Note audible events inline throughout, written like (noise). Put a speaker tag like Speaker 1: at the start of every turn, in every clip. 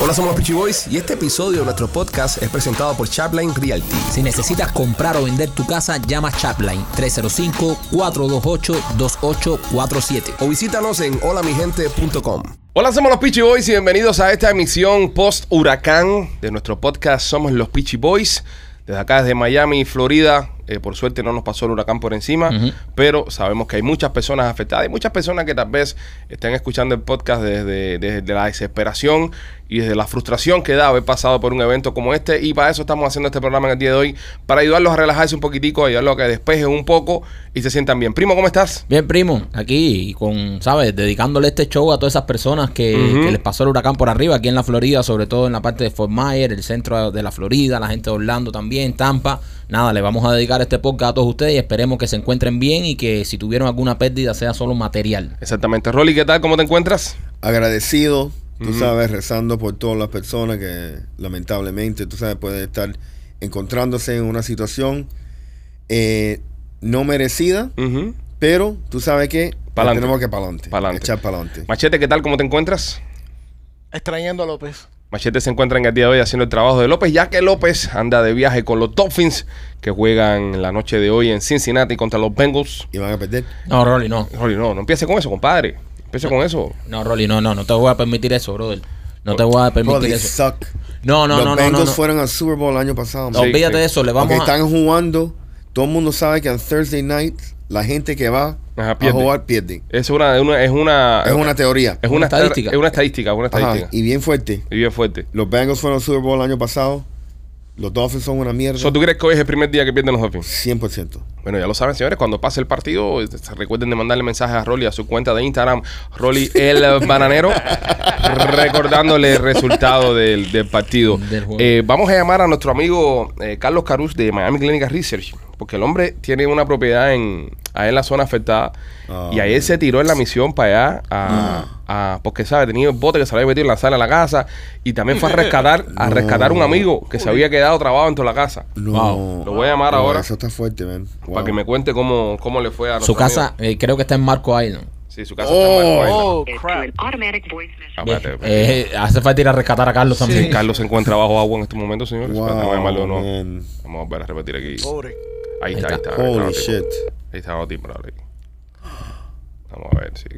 Speaker 1: Hola, somos los Peachy Boys y este episodio de nuestro podcast es presentado por Chapline Realty.
Speaker 2: Si necesitas comprar o vender tu casa, llama Chapline 305-428-2847.
Speaker 1: O visítanos en holamigente.com. Hola, somos los Peachy Boys y bienvenidos a esta emisión post-huracán de nuestro podcast Somos los Peachy Boys. Desde acá, desde Miami, Florida, eh, por suerte no nos pasó el huracán por encima,
Speaker 2: Ujú.
Speaker 1: pero sabemos que hay muchas personas afectadas. Hay muchas personas que tal vez están escuchando el podcast desde, desde la desesperación y desde la frustración que da haber pasado por un evento como este. Y para eso estamos haciendo este programa en el día de hoy, para ayudarlos a relajarse un poquitico, ayudarlos a que despejen un poco y se sientan bien. Primo, ¿cómo estás?
Speaker 2: Bien, primo, aquí y con, ¿sabes? Dedicándole este show a todas esas personas que,
Speaker 1: Ujú.
Speaker 2: que les pasó el huracán por arriba, aquí en la Florida, sobre todo en la parte de Fort Myers, el centro de la Florida, la gente de Orlando también, Tampa. Nada, le vamos a dedicar este podcast a todos ustedes y esperemos que se encuentren bien y que si tuvieron alguna pérdida sea solo material.
Speaker 1: Exactamente. Rolly, ¿qué tal? ¿Cómo te encuentras?
Speaker 3: agradecido, tú
Speaker 1: Ujú.
Speaker 3: sabes, rezando por todas las personas que lamentablemente, tú sabes, pueden estar encontrándose en una situación eh, no merecida,
Speaker 1: Ujú.
Speaker 3: pero tú sabes que
Speaker 1: Pa'lante.
Speaker 3: tenemos que para adelante,
Speaker 1: Pa'lante.
Speaker 3: echar para adelante.
Speaker 1: Machete, ¿qué tal? ¿Cómo te encuentras?
Speaker 4: Extrañando a López.
Speaker 1: Machete se encuentra en el día de hoy haciendo el trabajo de López, ya que López anda de viaje con los Dolphins que juegan la noche de hoy en Cincinnati contra los Bengals.
Speaker 3: Y van a perder.
Speaker 2: No, Rolly, no.
Speaker 1: Rolly, no, no empiece con eso, compadre. Empiece con eso.
Speaker 2: No, Rolly, no, no, no te voy a permitir eso, brother. No te voy a
Speaker 3: Bro,
Speaker 2: permitir
Speaker 3: they
Speaker 2: eso.
Speaker 3: suck.
Speaker 2: No, no,
Speaker 3: Los
Speaker 2: no, no,
Speaker 3: Bengals
Speaker 2: no. no.
Speaker 3: fueron al Super Bowl el año pasado.
Speaker 1: Sí,
Speaker 3: man.
Speaker 2: Olvídate
Speaker 1: sí.
Speaker 2: de eso, le vamos
Speaker 3: Porque
Speaker 2: a...
Speaker 3: están jugando. Todo el mundo sabe que en Thursday night la gente que va
Speaker 1: Ajá,
Speaker 3: a
Speaker 1: pierde.
Speaker 3: jugar pierde.
Speaker 1: Es una, una- es una,
Speaker 3: Es una teoría.
Speaker 1: es
Speaker 2: una
Speaker 1: una estar-
Speaker 2: estadística.
Speaker 1: Es una estadística, es una
Speaker 3: Ajá,
Speaker 1: estadística.
Speaker 3: y bien fuerte.
Speaker 1: y bien fuerte.
Speaker 3: Los Bengals fueron al Super Bowl el año pasado. Los Dolphins son una mierda.
Speaker 1: So, ¿Tú crees que hoy es el primer día que pierden los Dolphins?
Speaker 3: 100%.
Speaker 1: Bueno, ya lo saben, señores. Cuando pase el partido, eh, se recuerden de mandarle mensajes a Rolly a su cuenta de Instagram, Rolly el
Speaker 2: (laughs)
Speaker 1: Bananero, recordándole el resultado del, del partido.
Speaker 2: Del juego.
Speaker 1: Eh, vamos a llamar a nuestro amigo eh, Carlos Caruz de Miami Clinical Research, porque el hombre tiene una propiedad en, ahí en la zona afectada.
Speaker 3: Ah,
Speaker 1: y ayer se tiró en la misión para allá, a, a- porque sabe, tenía el bote que se le había metido en la sala de la casa y también fue a rescatar a rescatar un amigo que se había quedado trabado dentro de la casa.
Speaker 3: No.
Speaker 2: Wow.
Speaker 1: Lo voy a llamar
Speaker 3: No,
Speaker 1: ahora.
Speaker 3: Eso está fuerte, man.
Speaker 1: Para que me cuente cómo, cómo le fue a
Speaker 2: Su
Speaker 1: nuestro
Speaker 2: casa
Speaker 1: amigo.
Speaker 2: eh, creo que está en Marco Island.
Speaker 1: Sí, su casa
Speaker 3: Oh.
Speaker 1: está pues, en Marco Island.
Speaker 4: Oh,
Speaker 5: It's to
Speaker 4: crap.
Speaker 5: an automatic voice message.
Speaker 1: Ah, espérate.
Speaker 2: Eh, hace falta ir a rescatar a Carlos también.
Speaker 1: Sí, Carlos se encuentra bajo agua en este momento, señores.
Speaker 3: Wow,
Speaker 1: Espérate, vamos a llamarlo, ¿no?
Speaker 3: man.
Speaker 1: Vamos a volver a repetir aquí.
Speaker 4: Pobre.
Speaker 1: Ahí está, ahí está. Ahí
Speaker 3: Holy
Speaker 1: está,
Speaker 3: shit.
Speaker 1: Ahí está, vamos a timbrar ahí. Vamos a ver si.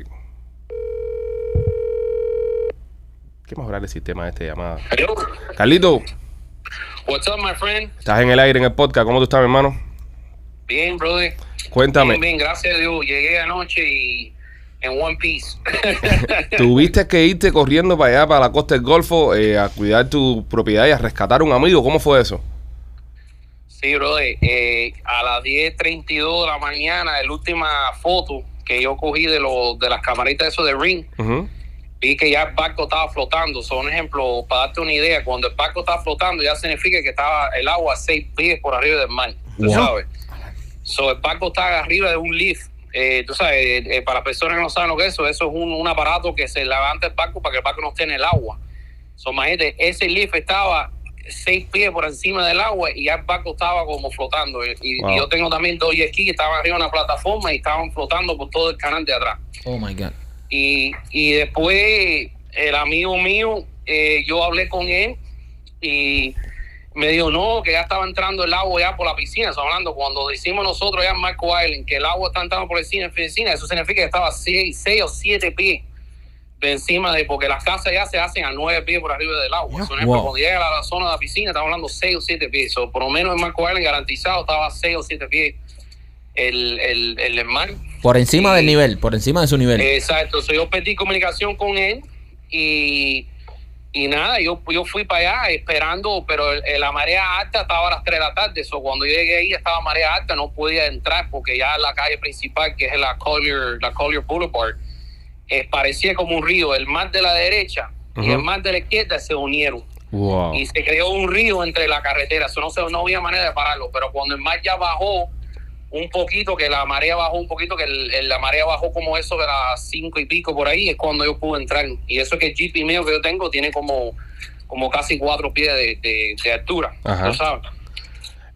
Speaker 1: ¿Qué mejorar el sistema de esta llamada?
Speaker 6: Yo,
Speaker 1: Carlito,
Speaker 6: what's up, my friend?
Speaker 1: estás en el aire en el podcast. ¿Cómo tú estás, mi hermano?
Speaker 6: Bien, brother.
Speaker 1: Cuéntame.
Speaker 6: Bien, bien, gracias a Dios. Llegué anoche y en One Piece. (laughs)
Speaker 1: Tuviste que irte corriendo para allá, para la costa del Golfo, eh, a cuidar tu propiedad y a rescatar a un amigo. ¿Cómo fue eso?
Speaker 6: sí, brother. eh, a las 10.32 de la mañana, la última foto que yo cogí de, los de las camaritas eso de Ring,
Speaker 1: Ujú.
Speaker 6: vi que ya el barco estaba flotando. Son un ejemplo, para darte una idea, cuando el barco está flotando ya significa que estaba el agua a seis pies por arriba del mar, tú
Speaker 2: Wow.
Speaker 6: sabes. So, el barco está arriba de un lift. Eh, tú sabes, eh, eh, para personas que no saben lo que es eso, eso es un, un aparato que se levanta el barco para que el barco no esté en el agua. So, imagínate, ese lift estaba seis pies por encima del agua y ya el barco estaba como flotando. Y, y- y
Speaker 1: Wow.
Speaker 6: yo tengo también dos jet skis que estaban arriba de una plataforma y estaban flotando por todo el canal de atrás.
Speaker 2: Oh my God.
Speaker 6: Y, y después el amigo mío, eh, yo hablé con él y me dijo, no, que ya estaba entrando el agua ya por la piscina. Estamos hablando, cuando decimos nosotros ya en Marco Island que el agua está entrando por la piscina, piscina, eso significa que estaba 6 o 7 pies de encima de, porque las casas ya se hacen a 9 pies por arriba del agua. Por ejemplo,
Speaker 2: Wow.
Speaker 6: cuando llega a la zona de la piscina, estamos hablando 6 o 7 pies. So, por lo menos en Marco Island garantizado estaba 6 o 7 pies el, el, el, el mar.
Speaker 2: Por encima
Speaker 6: Sí. Eh,
Speaker 2: del nivel, por encima de su nivel.
Speaker 6: Exacto, so, yo perdí comunicación con él y, y nada, yo, yo fui para allá esperando, pero el- el- la marea alta estaba a las 3 de la tarde, so, cuando yo llegué ahí estaba marea alta, no podía entrar porque ya la calle principal, que es la Collier, la Collier Boulevard, eh, parecía como un río, el mar de la derecha y
Speaker 1: Ujú.
Speaker 6: el mar de la izquierda se unieron
Speaker 1: Wow.
Speaker 6: y se creó un río entre la carretera. Eso no, se, no había manera de pararlo, pero cuando el mar ya bajó un poquito, que la marea bajó un poquito, que el- el- la marea bajó como eso de las cinco y pico por ahí, es cuando yo pude entrar. Y eso es que el jeep mío que yo tengo tiene como, como casi cuatro pies de, de- de altura,
Speaker 1: Ajá.
Speaker 6: tú sabes.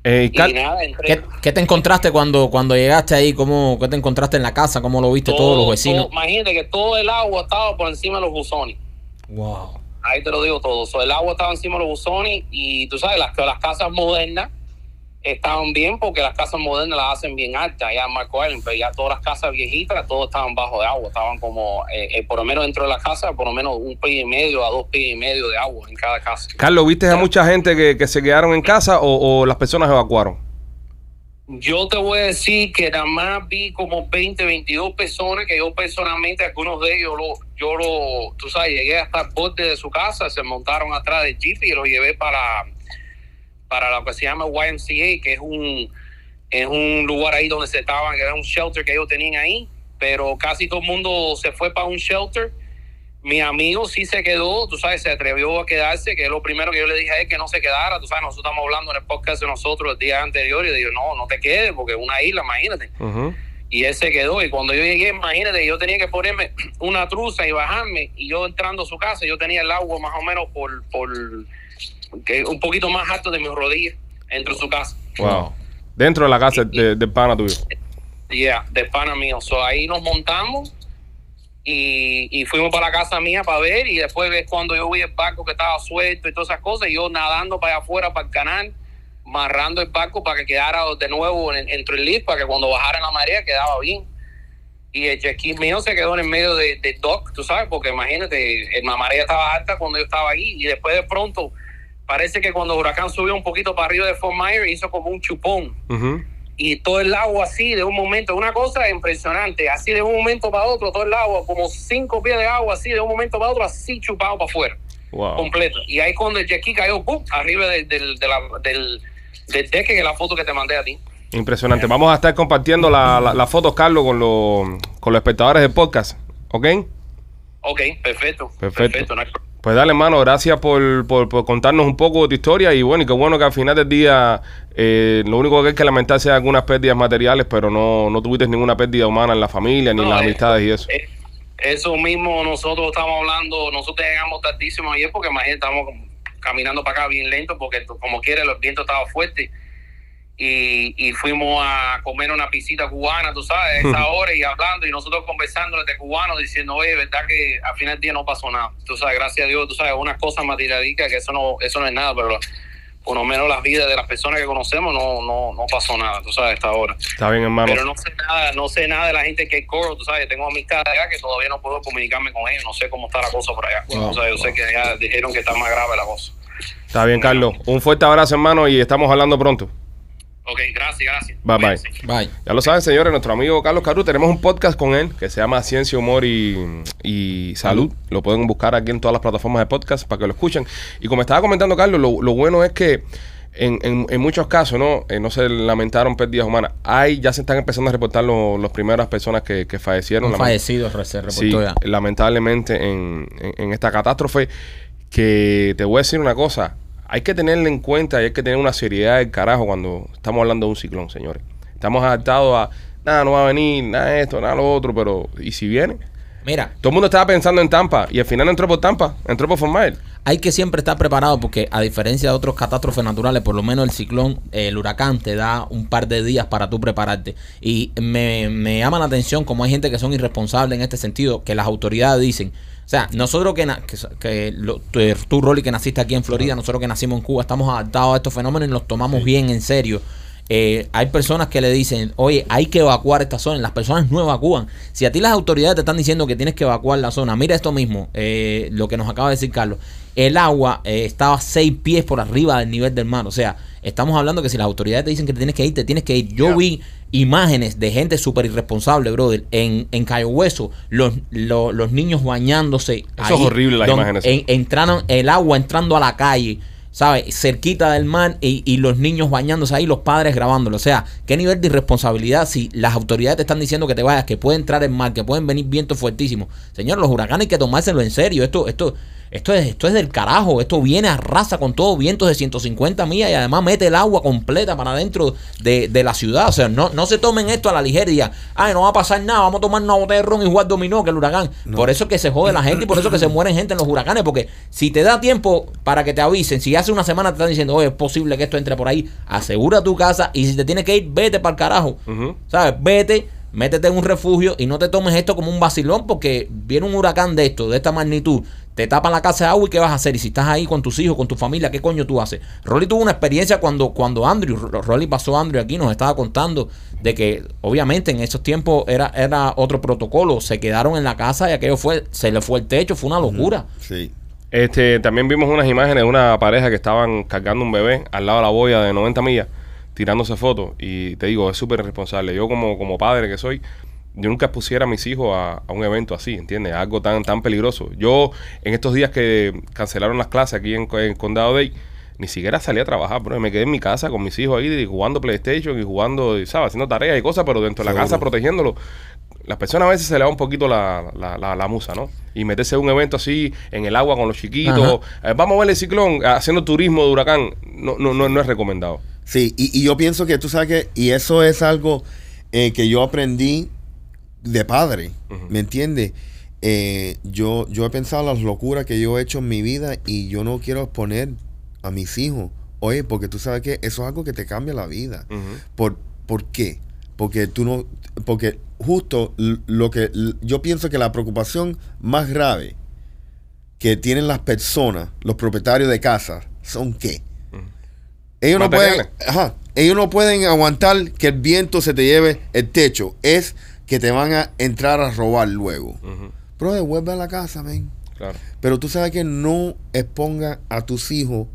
Speaker 1: Eh,
Speaker 6: Y
Speaker 1: Car-
Speaker 6: nada, entré.
Speaker 2: ¿Qué, qué te encontraste cuando, cuando llegaste ahí? ¿Cómo, ¿Qué te encontraste en la casa? ¿Cómo lo viste
Speaker 6: Todo-
Speaker 2: todos los vecinos?
Speaker 6: todo- imagínate que todo el agua estaba por encima de los buzones.
Speaker 2: wow.
Speaker 6: ahí te lo digo todo. So, el agua estaba encima de los buzones y tú sabes, las, las casas modernas estaban bien porque las casas modernas las hacen bien altas, ya en Marco Island, pero ya todas las casas viejitas, todas estaban bajo de agua, estaban como, eh, eh, por lo menos dentro de la casa, por lo menos un pie y medio a dos pies y medio de agua en cada casa.
Speaker 1: Carlos, ¿viste a mucha gente que, que se quedaron en casa o, o las personas evacuaron?
Speaker 6: Yo te voy a decir que nada más vi como 20, 22 personas que yo personalmente, algunos de ellos, lo, yo lo, tú sabes, llegué hasta el borde de su casa, se montaron atrás del jeep y los llevé para, para lo que se llama YMCA, que es un, es un lugar ahí donde se estaban, que era un shelter que ellos tenían ahí, pero casi todo el mundo se fue para un shelter. Mi amigo sí se quedó, tú sabes, se atrevió a quedarse, que es lo primero que yo le dije a él que no se quedara, tú sabes, nosotros estamos hablando en el podcast de nosotros el día anterior y digo, no, no te quedes porque es una isla, imagínate.
Speaker 1: Ujú.
Speaker 6: Y él se quedó. Y cuando yo llegué, imagínate, yo tenía que ponerme (clears throat) una truza y bajarme. Y yo entrando a su casa, yo tenía el agua más o menos por, por que un poquito más alto de mis rodillas. Entro a su casa.
Speaker 1: Wow. Dentro de la casa de, del pana tuyo.
Speaker 6: Yeah, de pana mío. So, ahí nos montamos y, y fuimos para la casa mía para ver. Y después ves cuando yo vi el barco que estaba suelto y todas esas cosas. Y yo nadando para allá afuera, para el canal, marrando el barco para que quedara de nuevo en, entre el lift, para que cuando bajara la marea quedaba bien. Y el jet ski mío se quedó en el medio de, de dock, tú sabes, porque imagínate, el- la marea estaba alta cuando yo estaba ahí. Y después de pronto, parece que cuando Huracán subió un poquito para arriba de Fort Myers, hizo como un chupón
Speaker 1: Ujú.
Speaker 6: y todo el agua así de un momento, una cosa impresionante, así de un momento para otro, todo el agua, como cinco pies de agua, así de un momento para otro, así chupado para afuera,
Speaker 1: Wow.
Speaker 6: completo. Y ahí cuando el jet ski cayó, ¡pum!, arriba del, del, de la- del, del deck, que es la foto que te mandé a ti.
Speaker 1: Impresionante. Vamos a estar compartiendo la- la- las fotos, Carlos, con los, con los espectadores del podcast. ¿Ok?
Speaker 6: Ok, perfecto.
Speaker 1: Perfecto.
Speaker 6: no hay pro-
Speaker 1: Pues dale, hermano, gracias por, por- por contarnos un poco de tu historia y bueno, y qué bueno que al final del día eh, lo único que hay que lamentar sea algunas pérdidas materiales, pero no, no tuviste ninguna pérdida humana en la familia ni en
Speaker 6: No,
Speaker 1: las
Speaker 6: eh,
Speaker 1: amistades y eso.
Speaker 6: Eh, Eso mismo nosotros estamos hablando, nosotros llegamos tardísimo ayer porque imagínate, estamos como caminando para acá bien lento porque como quiera el viento estaba fuerte y, y fuimos a comer una pisita cubana, tú sabes, a esa hora y hablando y nosotros conversando de cubanos diciendo, oye, verdad que al final del día no pasó nada, tú sabes, gracias a Dios, tú sabes, una cosa materialica que eso no, eso no es nada, pero por lo menos las vidas de las personas que conocemos no, no, no pasó nada, tú sabes, hasta ahora.
Speaker 1: Está bien, hermano.
Speaker 6: Pero no sé nada, no sé nada de la gente que corro, tú sabes, tengo amistades allá que todavía no puedo comunicarme con ellos, no sé cómo está la cosa por allá.
Speaker 3: Wow,
Speaker 6: o sea, yo sé que allá dijeron que está más grave la cosa.
Speaker 1: Está bien, Carlos. Un fuerte abrazo, hermano, y estamos hablando pronto.
Speaker 6: Ok, gracias, gracias.
Speaker 1: Bye, bye.
Speaker 6: Cuídense.
Speaker 2: Bye.
Speaker 1: Ya lo saben, señores, nuestro amigo Carlos Caru, tenemos un podcast con él que se llama Ciencia, Humor y, y Salud. Lo pueden buscar aquí en todas las plataformas de podcast para que lo escuchen. Y como estaba comentando Carlos, lo, lo bueno es que en, en- en muchos casos no Eh, no se lamentaron pérdidas humanas. Hay, ya se están empezando a reportar lo- las primeras personas que, que fallecieron.
Speaker 2: Un
Speaker 1: Lament-
Speaker 2: fallecido re- se reportó
Speaker 1: Sí,
Speaker 2: ya.
Speaker 1: lamentablemente en, en- en esta catástrofe que te voy a decir una cosa, hay que tenerla en cuenta y hay que tener una seriedad del carajo cuando estamos hablando de un ciclón, señores. Estamos adaptados a, nada, no va a venir, nada esto, nada lo otro, pero ¿y si viene?
Speaker 2: Mira,
Speaker 1: Todo el mundo estaba pensando en Tampa y al final no entró por Tampa, entró por Fort Myers.
Speaker 2: hay que siempre estar preparado porque a diferencia de otros catástrofes naturales, por lo menos el ciclón, eh, el huracán te da un par de días para tú prepararte. Y me, me llama la atención como hay gente que son irresponsables en este sentido, que las autoridades dicen, o sea, nosotros que, na- que, so- que lo- tú, tú, Rolly, que naciste aquí en Florida, nosotros que nacimos en Cuba, estamos adaptados a estos fenómenos y los tomamos bien en serio. Eh, hay personas que le dicen, oye, hay que evacuar esta zona. Las personas no evacúan. Si a ti las autoridades te están diciendo que tienes que evacuar la zona, mira esto mismo, eh, lo que nos acaba de decir Carlos. El agua eh, estaba seis pies por arriba del nivel del mar. O sea, estamos hablando que si las autoridades te dicen que te tienes que ir, te tienes que ir. Yo
Speaker 4: Ya.
Speaker 2: vi imágenes de gente súper irresponsable, brother. En, en Cayo Hueso, los, lo- los niños bañándose. Eso
Speaker 1: es horrible, las imágenes.
Speaker 2: en- entraron el agua entrando a la calle, ¿sabes? Cerquita del mar y, y los niños bañándose ahí, los padres grabándolo. O sea, ¿qué nivel de irresponsabilidad si las autoridades te están diciendo que te vayas, que puede entrar el mar, que pueden venir vientos fuertísimos? Señor, los huracanes hay que tomárselo en serio. Esto, esto, esto es, esto es del carajo. Esto viene, arrasa con todo, vientos de 150 millas y además mete el agua completa para adentro de, de la ciudad. O sea, no, no se tomen esto a la ligera y digan, ay, no va a pasar nada, vamos a tomar una botella de ron y jugar dominó que el huracán. Por eso es que se jode la gente y por eso es que se mueren gente en los huracanes, porque si te da tiempo para que te avisen, si hace una semana te están diciendo, oye, es posible que esto entre por ahí, asegura tu casa y si te tienes que ir, vete para el carajo.
Speaker 1: Ujú.
Speaker 2: ¿Sabes? Vete, métete en un refugio y no te tomes esto como un vacilón porque viene un huracán de esto, de esta magnitud, Te tapan la casa de agua y ¿qué vas a hacer? Y si estás ahí con tus hijos, con tu familia, ¿qué coño tú haces? Rolly tuvo una experiencia cuando, cuando Andrew, Ro- Rolly pasó a Andrew aquí, nos estaba contando de que obviamente en esos tiempos era, era otro protocolo. Se quedaron en la casa y aquello fue, se le fue el techo, fue una locura.
Speaker 3: Sí.
Speaker 1: Este, también vimos unas imágenes de una pareja que estaban cargando un bebé al lado de la boya de 90 millas, tirándose fotos. Y te digo, es súper irresponsable. Yo como, como padre que soy, yo nunca pusiera a mis hijos a, a un evento así, ¿entiendes? Algo tan, tan peligroso. Yo en estos días que cancelaron las clases aquí en, en Condado Day, ni siquiera salí a trabajar, bro. Me quedé en mi casa con mis hijos ahí y jugando PlayStation y jugando, y, ¿sabes? Haciendo tareas y cosas, pero dentro de la
Speaker 3: Seguro.
Speaker 1: casa protegiéndolo. Las personas a veces se le va un poquito la, la, la- la musa, ¿no? Y meterse en un evento así, en el agua con los chiquitos. eh, vamos a ver el ciclón, haciendo turismo de huracán. No, no, no, no es recomendado.
Speaker 3: Sí, y, y yo pienso que tú sabes que, y eso es algo eh, que yo aprendí de padre,
Speaker 1: Ujú.
Speaker 3: ¿me entiendes? Eh, yo, yo he pensado las locuras que yo he hecho en mi vida y yo no quiero exponer a mis hijos. Oye, porque tú sabes que eso es algo que te cambia la vida.
Speaker 1: Ujú.
Speaker 3: ¿Por, ¿Por qué? Porque tú no, porque justo l- lo que l- yo pienso que la preocupación más grave que tienen las personas, los propietarios de casas, son qué?
Speaker 1: Ujú.
Speaker 3: Ellos no, pueden,
Speaker 1: Mm. Materiales.
Speaker 3: ajá, ellos no pueden aguantar que el viento se te lleve el techo. Es que te van a entrar a robar luego.
Speaker 1: Ujú.
Speaker 3: Pero devuelve a la casa, men.
Speaker 1: Claro.
Speaker 3: Pero tú sabes que no exponga a tus hijos,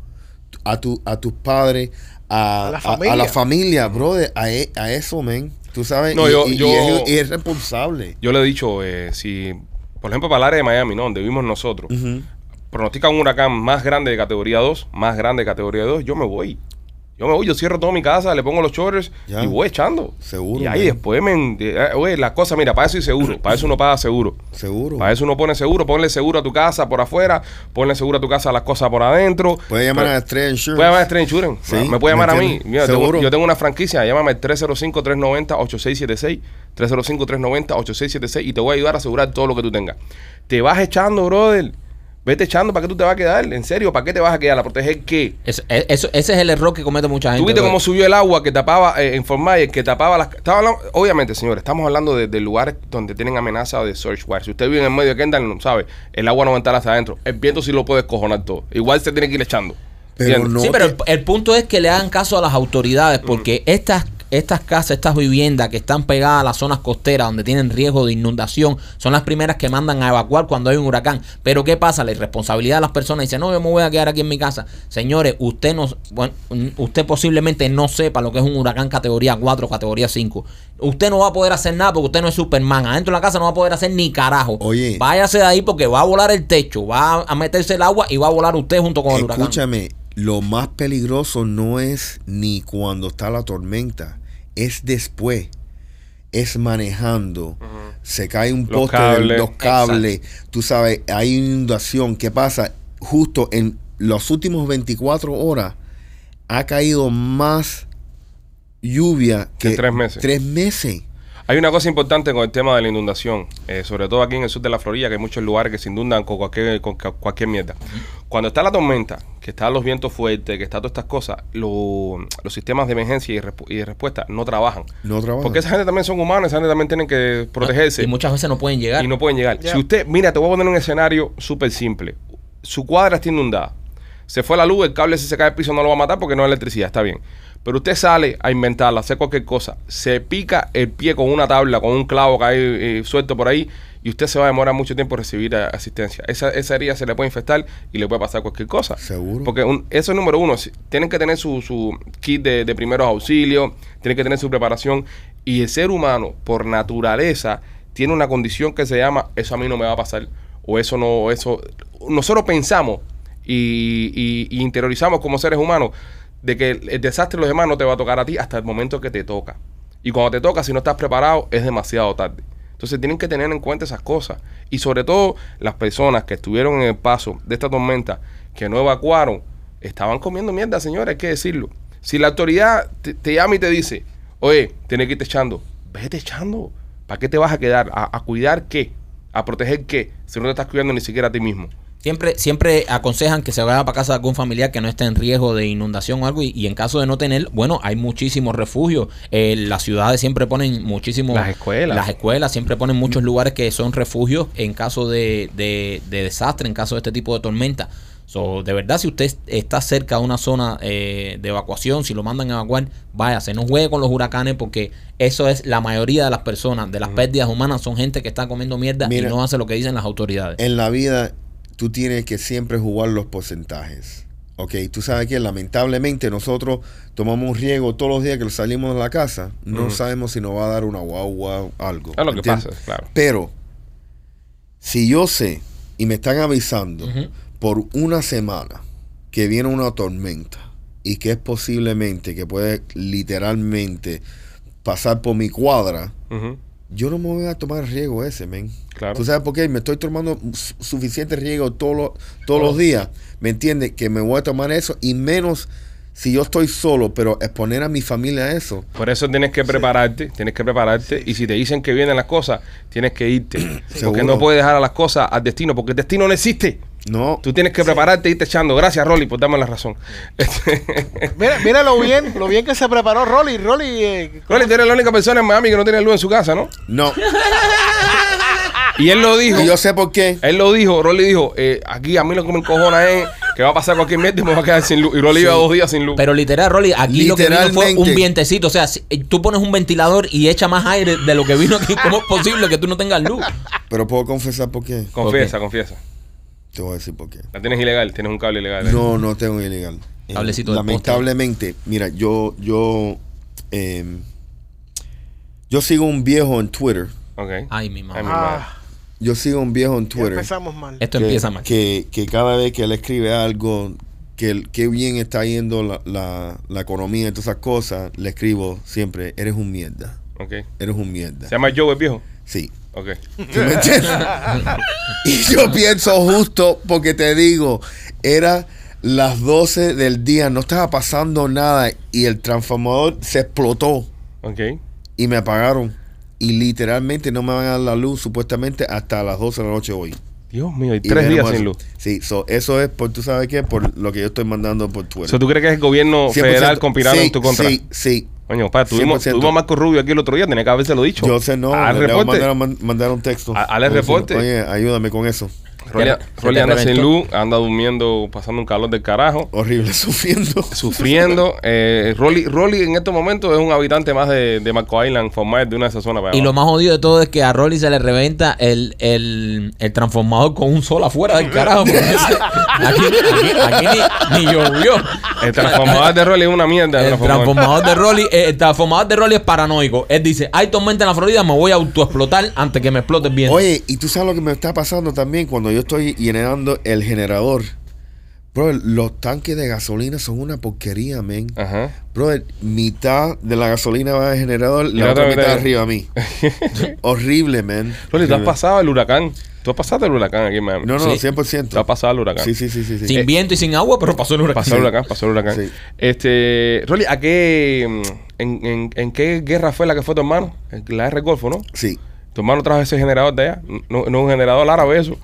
Speaker 3: a, tu, a tus padres, a,
Speaker 4: A la
Speaker 3: a-
Speaker 4: familia.
Speaker 3: a la familia, brother, a, e- a eso, men. Tú sabes,
Speaker 1: No,
Speaker 3: y,
Speaker 1: yo-
Speaker 3: y- y
Speaker 1: yo-
Speaker 3: es, y es responsable.
Speaker 1: Yo le he dicho, eh, si, por ejemplo, para el área de Miami, ¿no? Donde vivimos nosotros,
Speaker 3: Ujú.
Speaker 1: pronostica un huracán más grande de categoría 2, más grande de categoría 2, yo me voy. Yo me voy, yo cierro toda mi casa, le pongo los shorts
Speaker 3: Ya.
Speaker 1: y voy echando.
Speaker 3: Seguro,
Speaker 1: Y ahí
Speaker 3: man.
Speaker 1: después, men, de- eh, oye, las cosas, mira, para eso hay seguro, para eso uno paga seguro.
Speaker 3: Seguro.
Speaker 1: Para eso uno pone seguro, ponle seguro a tu casa por afuera, ponle seguro a tu casa a las cosas por adentro.
Speaker 3: Puede llamar
Speaker 1: Pero-
Speaker 3: a Estrella Insurance.
Speaker 1: Puede llamar a Stray Insurance.
Speaker 3: Sí,
Speaker 1: me puede
Speaker 3: ¿me
Speaker 1: llamar a mí.
Speaker 3: entiendes?
Speaker 1: Mira, tengo-
Speaker 3: Seguro.
Speaker 1: yo tengo una franquicia, llámame al 305-390-8676. 305-390-8676 y te voy a ayudar a asegurar todo lo que tú tengas. Te vas echando, brother. Vete echando, ¿para qué tú te vas a quedar? ¿En serio? ¿Para qué te vas a quedar? ¿A proteger qué?
Speaker 2: Es- es- eso- ese es el error que comete mucha gente.
Speaker 1: ¿Tú viste
Speaker 2: bro.
Speaker 1: cómo subió el agua que tapaba eh, en Fort Myers, que tapaba las... estaba hablando- obviamente, señores, estamos hablando de, de lugares donde tienen amenaza de search wire. Si usted vive en el medio de Kendall, no sabe, el agua no va a entrar hasta adentro. El viento sí lo puede escojonar todo. Igual se tiene que ir echando.
Speaker 3: Pero
Speaker 1: ¿Entiendes?
Speaker 3: no
Speaker 2: sí, pero
Speaker 3: te- Mm.
Speaker 2: el, el punto es que le hagan caso a las autoridades porque estas estas casas, estas viviendas que están pegadas a las zonas costeras donde tienen riesgo de inundación, son las primeras que mandan a evacuar cuando hay un huracán. Pero ¿qué pasa? La irresponsabilidad de las personas dice, no, yo me voy a quedar aquí en mi casa. Señores, usted no, bueno, usted posiblemente no sepa lo que es un huracán categoría 4, categoría 5. Usted no va a poder hacer nada porque usted no es Superman. Adentro de la casa no va a poder hacer ni carajo.
Speaker 3: Oye.
Speaker 2: Váyase de ahí porque va a volar el techo, va a meterse el agua y va a volar usted junto con el huracán.
Speaker 3: Escúchame, lo más peligroso no es ni cuando está la tormenta, es después. Es manejando. Se cae un
Speaker 1: Los
Speaker 3: poste,
Speaker 1: cables.
Speaker 3: de los cables. Tú sabes, hay inundación. ¿Qué pasa? Justo en los últimos 24 horas ha caído más lluvia
Speaker 1: Que en tres meses.
Speaker 3: Tres meses.
Speaker 1: Hay una cosa importante con el tema de la inundación, eh, sobre todo aquí en el sur de la Florida, que hay muchos lugares que se inundan con cualquier, con cua- cualquier mierda. Cuando está la tormenta, que están los vientos fuertes, que están todas estas cosas, lo- los sistemas de emergencia y, respu- y de respuesta no trabajan.
Speaker 3: No trabaja.
Speaker 1: Porque esa gente también son humanos, esa gente también tienen que protegerse
Speaker 2: Y muchas veces no pueden llegar.
Speaker 1: y no pueden llegar.
Speaker 4: Ya.
Speaker 1: Si usted, mira, te voy a poner un escenario súper simple. Su cuadra está inundada. Se fue la luz, el cable si se cae al piso no lo va a matar porque no hay electricidad, está bien. Pero usted sale a inventarla, hacer cualquier cosa, se pica el pie con una tabla, con un clavo que hay eh, suelto por ahí y usted se va a demorar mucho tiempo en recibir eh, asistencia. Esa, esa herida se le puede infectar y le puede pasar cualquier cosa.
Speaker 3: Seguro.
Speaker 1: Porque un- eso es número uno. Si- Tienen que tener su, su kit de, de primeros auxilios, tienen que tener su preparación. Y el ser humano, por naturaleza, tiene una condición que se llama eso a mí no me va a pasar. O eso no, o eso. Nosotros pensamos y, y- y interiorizamos como seres humanos de que el, el desastre de los demás no te va a tocar a ti hasta el momento que te toca. Y cuando te toca, si no estás preparado, es demasiado tarde. Entonces tienen que tener en cuenta esas cosas. Y sobre todo las personas que estuvieron en el paso de esta tormenta, que no evacuaron, estaban comiendo mierda, señores, hay que decirlo. Si la autoridad te, te llama y te dice, oye, tienes que irte echando, vete echando. ¿Para qué te vas a quedar? ¿A, a cuidar qué? ¿A proteger qué? Si no te estás cuidando ni siquiera a ti mismo.
Speaker 2: Siempre, siempre aconsejan que se vaya para casa de algún familiar que no esté en riesgo de inundación o algo. Y, y en caso de no tener, bueno, hay muchísimos refugios. Eh, las ciudades siempre ponen muchísimos.
Speaker 1: Las escuelas.
Speaker 2: Las escuelas siempre ponen muchos lugares que son refugios en caso de, de- de desastre, en caso de este tipo de tormenta. So, de verdad, si usted está cerca de una zona eh, de evacuación, si lo mandan a evacuar, váyase, no juegue con los huracanes porque eso es la mayoría de las personas, de las pérdidas humanas, son gente que está comiendo mierda
Speaker 3: Mira.
Speaker 2: y no hace lo que dicen las autoridades.
Speaker 3: En la vida tú tienes que siempre jugar los porcentajes. Ok, tú sabes que lamentablemente nosotros tomamos un riesgo todos los días que salimos de la casa. No
Speaker 1: Ujú.
Speaker 3: sabemos si nos va a dar una guagua o algo.
Speaker 1: Es lo que
Speaker 3: ¿entiendes?
Speaker 1: pasa, claro.
Speaker 3: Pero, si yo sé y me están avisando
Speaker 2: Ujú.
Speaker 3: por una semana que viene una tormenta y que es posiblemente que puede literalmente pasar por mi cuadra,
Speaker 1: Ujú.
Speaker 3: yo no me voy a tomar riesgo ese, men.
Speaker 1: Claro.
Speaker 3: ¿Tú sabes por qué? Me estoy tomando su- suficiente riesgo todos los, todos los días. ¿Me entiendes? Que me voy a tomar eso y menos si yo estoy solo, pero exponer a mi familia a eso.
Speaker 1: Por eso tienes que prepararte, tienes que prepararte. Y si te dicen que vienen las cosas, tienes que irte. (coughs) Porque
Speaker 3: Seguro.
Speaker 1: no puedes dejar a las cosas al destino, porque el destino no existe.
Speaker 3: No.
Speaker 1: Tú tienes que prepararte e irte echando. Gracias, Rolly, por darme la razón. Este,
Speaker 4: Mira, mira lo bien, lo bien que se preparó Rolly. Rolly, eh,
Speaker 1: (laughs) Rolly, tú eres la única persona en Miami que no tiene luz en su casa, ¿no?
Speaker 3: (laughs) No.
Speaker 1: Y él lo dijo.
Speaker 3: Y yo sé por qué.
Speaker 1: Él lo dijo, Rolly dijo, eh, aquí a mí lo que me encojona es que va a pasar cualquier mes y me va a quedar sin luz. Y Rolly lleva dos días sin luz.
Speaker 2: Pero literal, Rolly, aquí lo que vino fue un
Speaker 3: Literalmente.
Speaker 2: vientecito. O sea, si- eh, tú pones un ventilador y echa más aire de lo que vino aquí. ¿Cómo es posible que tú no tengas luz?
Speaker 3: Pero puedo confesar por qué.
Speaker 1: confiesa, confiesa.
Speaker 3: Te voy a decir por qué.
Speaker 1: La tienes ilegal, tienes un cable ilegal. ¿eh? ahí.
Speaker 3: No, no tengo ilegal. Eh,
Speaker 2: Cablecito de
Speaker 3: Lamentablemente, mira, yo, yo, eh, yo sigo un viejo en Twitter.
Speaker 1: Ok.
Speaker 2: Ay, mi mamá.
Speaker 1: Ay, mi madre.
Speaker 4: ah,
Speaker 3: Yo sigo un viejo en
Speaker 4: ya
Speaker 3: Twitter.
Speaker 4: empezamos mal.
Speaker 2: Esto
Speaker 3: que,
Speaker 2: empieza mal.
Speaker 3: Que, que cada vez que él escribe algo, que, el- que bien está yendo la, la, la economía y todas esas cosas, le escribo siempre, eres un mierda,
Speaker 1: Ok.
Speaker 3: eres un mierda.
Speaker 1: ¿Se llama Joe el viejo?
Speaker 3: Sí.
Speaker 1: Ok.
Speaker 3: ¿Tú me entiendes? y yo pienso justo porque te digo, era las 12 del día, no estaba pasando nada y el transformador se explotó
Speaker 1: Ok.
Speaker 3: y me apagaron. Y literalmente no me van a dar la luz supuestamente hasta las 12 de la noche hoy.
Speaker 1: Dios mío, hay
Speaker 3: Y
Speaker 1: tres días
Speaker 3: veremos
Speaker 1: sin
Speaker 3: eso.
Speaker 1: luz.
Speaker 3: Sí, so, eso es por, tú sabes qué, por lo que yo estoy mandando por Twitter.
Speaker 1: So, ¿Tú crees que es el gobierno
Speaker 3: 100%.
Speaker 1: federal conspirando
Speaker 3: Sí,
Speaker 1: en tu contra?
Speaker 3: Sí, sí.
Speaker 1: Coño, pa, tuvimos,
Speaker 3: 100%.
Speaker 1: tuvimos a Marco Rubio aquí el otro día, tenía que haberse lo dicho.
Speaker 3: Yo sé, no.
Speaker 1: Ah, Al
Speaker 3: le voy a
Speaker 1: reporte.
Speaker 3: mandar, man- mandar un texto.
Speaker 1: A- al
Speaker 3: Voy a
Speaker 1: reporte.
Speaker 3: decir, Oye, ayúdame con eso.
Speaker 1: Rolly,
Speaker 2: Ya, se
Speaker 1: Rolly
Speaker 2: te
Speaker 1: anda sin
Speaker 2: reventó.
Speaker 1: luz, anda durmiendo, pasando un calor del
Speaker 2: (laughs)
Speaker 1: carajo,
Speaker 3: Horrible, (laughs) sufriendo.
Speaker 1: sufriendo. Eh, Rolly, Rolly en estos momentos es un habitante más de, de Marco Island, formar de una de esas zonas. para
Speaker 2: Y lo
Speaker 1: abajo.
Speaker 2: más jodido de todo es que a Rolly se le reventa el, el, el transformador con un sol afuera del carajo. porque ese- Aquí, aquí- aquí ni, ni llovió.
Speaker 1: El
Speaker 2: (laughs)
Speaker 1: transformador de Rolly es una mierda.
Speaker 2: El transformador de Rolly, eh, el transformador de Rolly es paranoico. Él dice, hay tormenta en la Florida, me voy a autoexplotar antes que me explote el viento.
Speaker 3: Oye, y tú sabes lo que me está pasando también cuando yo estoy llenando el generador. Bro, los tanques de gasolina son una porquería, men.
Speaker 1: Ajá.
Speaker 3: Bro, mitad de la gasolina va al generador, la,
Speaker 1: la
Speaker 3: otra,
Speaker 1: otra
Speaker 3: mitad
Speaker 1: mitad-
Speaker 3: arriba
Speaker 1: (laughs)
Speaker 3: a mí. Horrible, man.
Speaker 1: Rolly, tú has
Speaker 3: Horrible.
Speaker 1: pasado el huracán. Tú has pasado el huracán aquí en Miami.
Speaker 3: No, no,
Speaker 2: Sí.
Speaker 3: 100%.
Speaker 1: Tú has pasado el huracán.
Speaker 3: Sí, sí, sí, sí. Eh, sí.
Speaker 2: sin viento y sin agua, pero pasó el huracán.
Speaker 1: Pasó el huracán, pasó el huracán.
Speaker 3: Sí.
Speaker 1: Este, Rolly, ¿a qué, mm, en, en- en qué guerra fue la que fue tu hermano? La R Golfo, ¿no?
Speaker 3: Sí.
Speaker 1: Tu hermano trajo ese generador de allá. No, no es un generador árabe eso.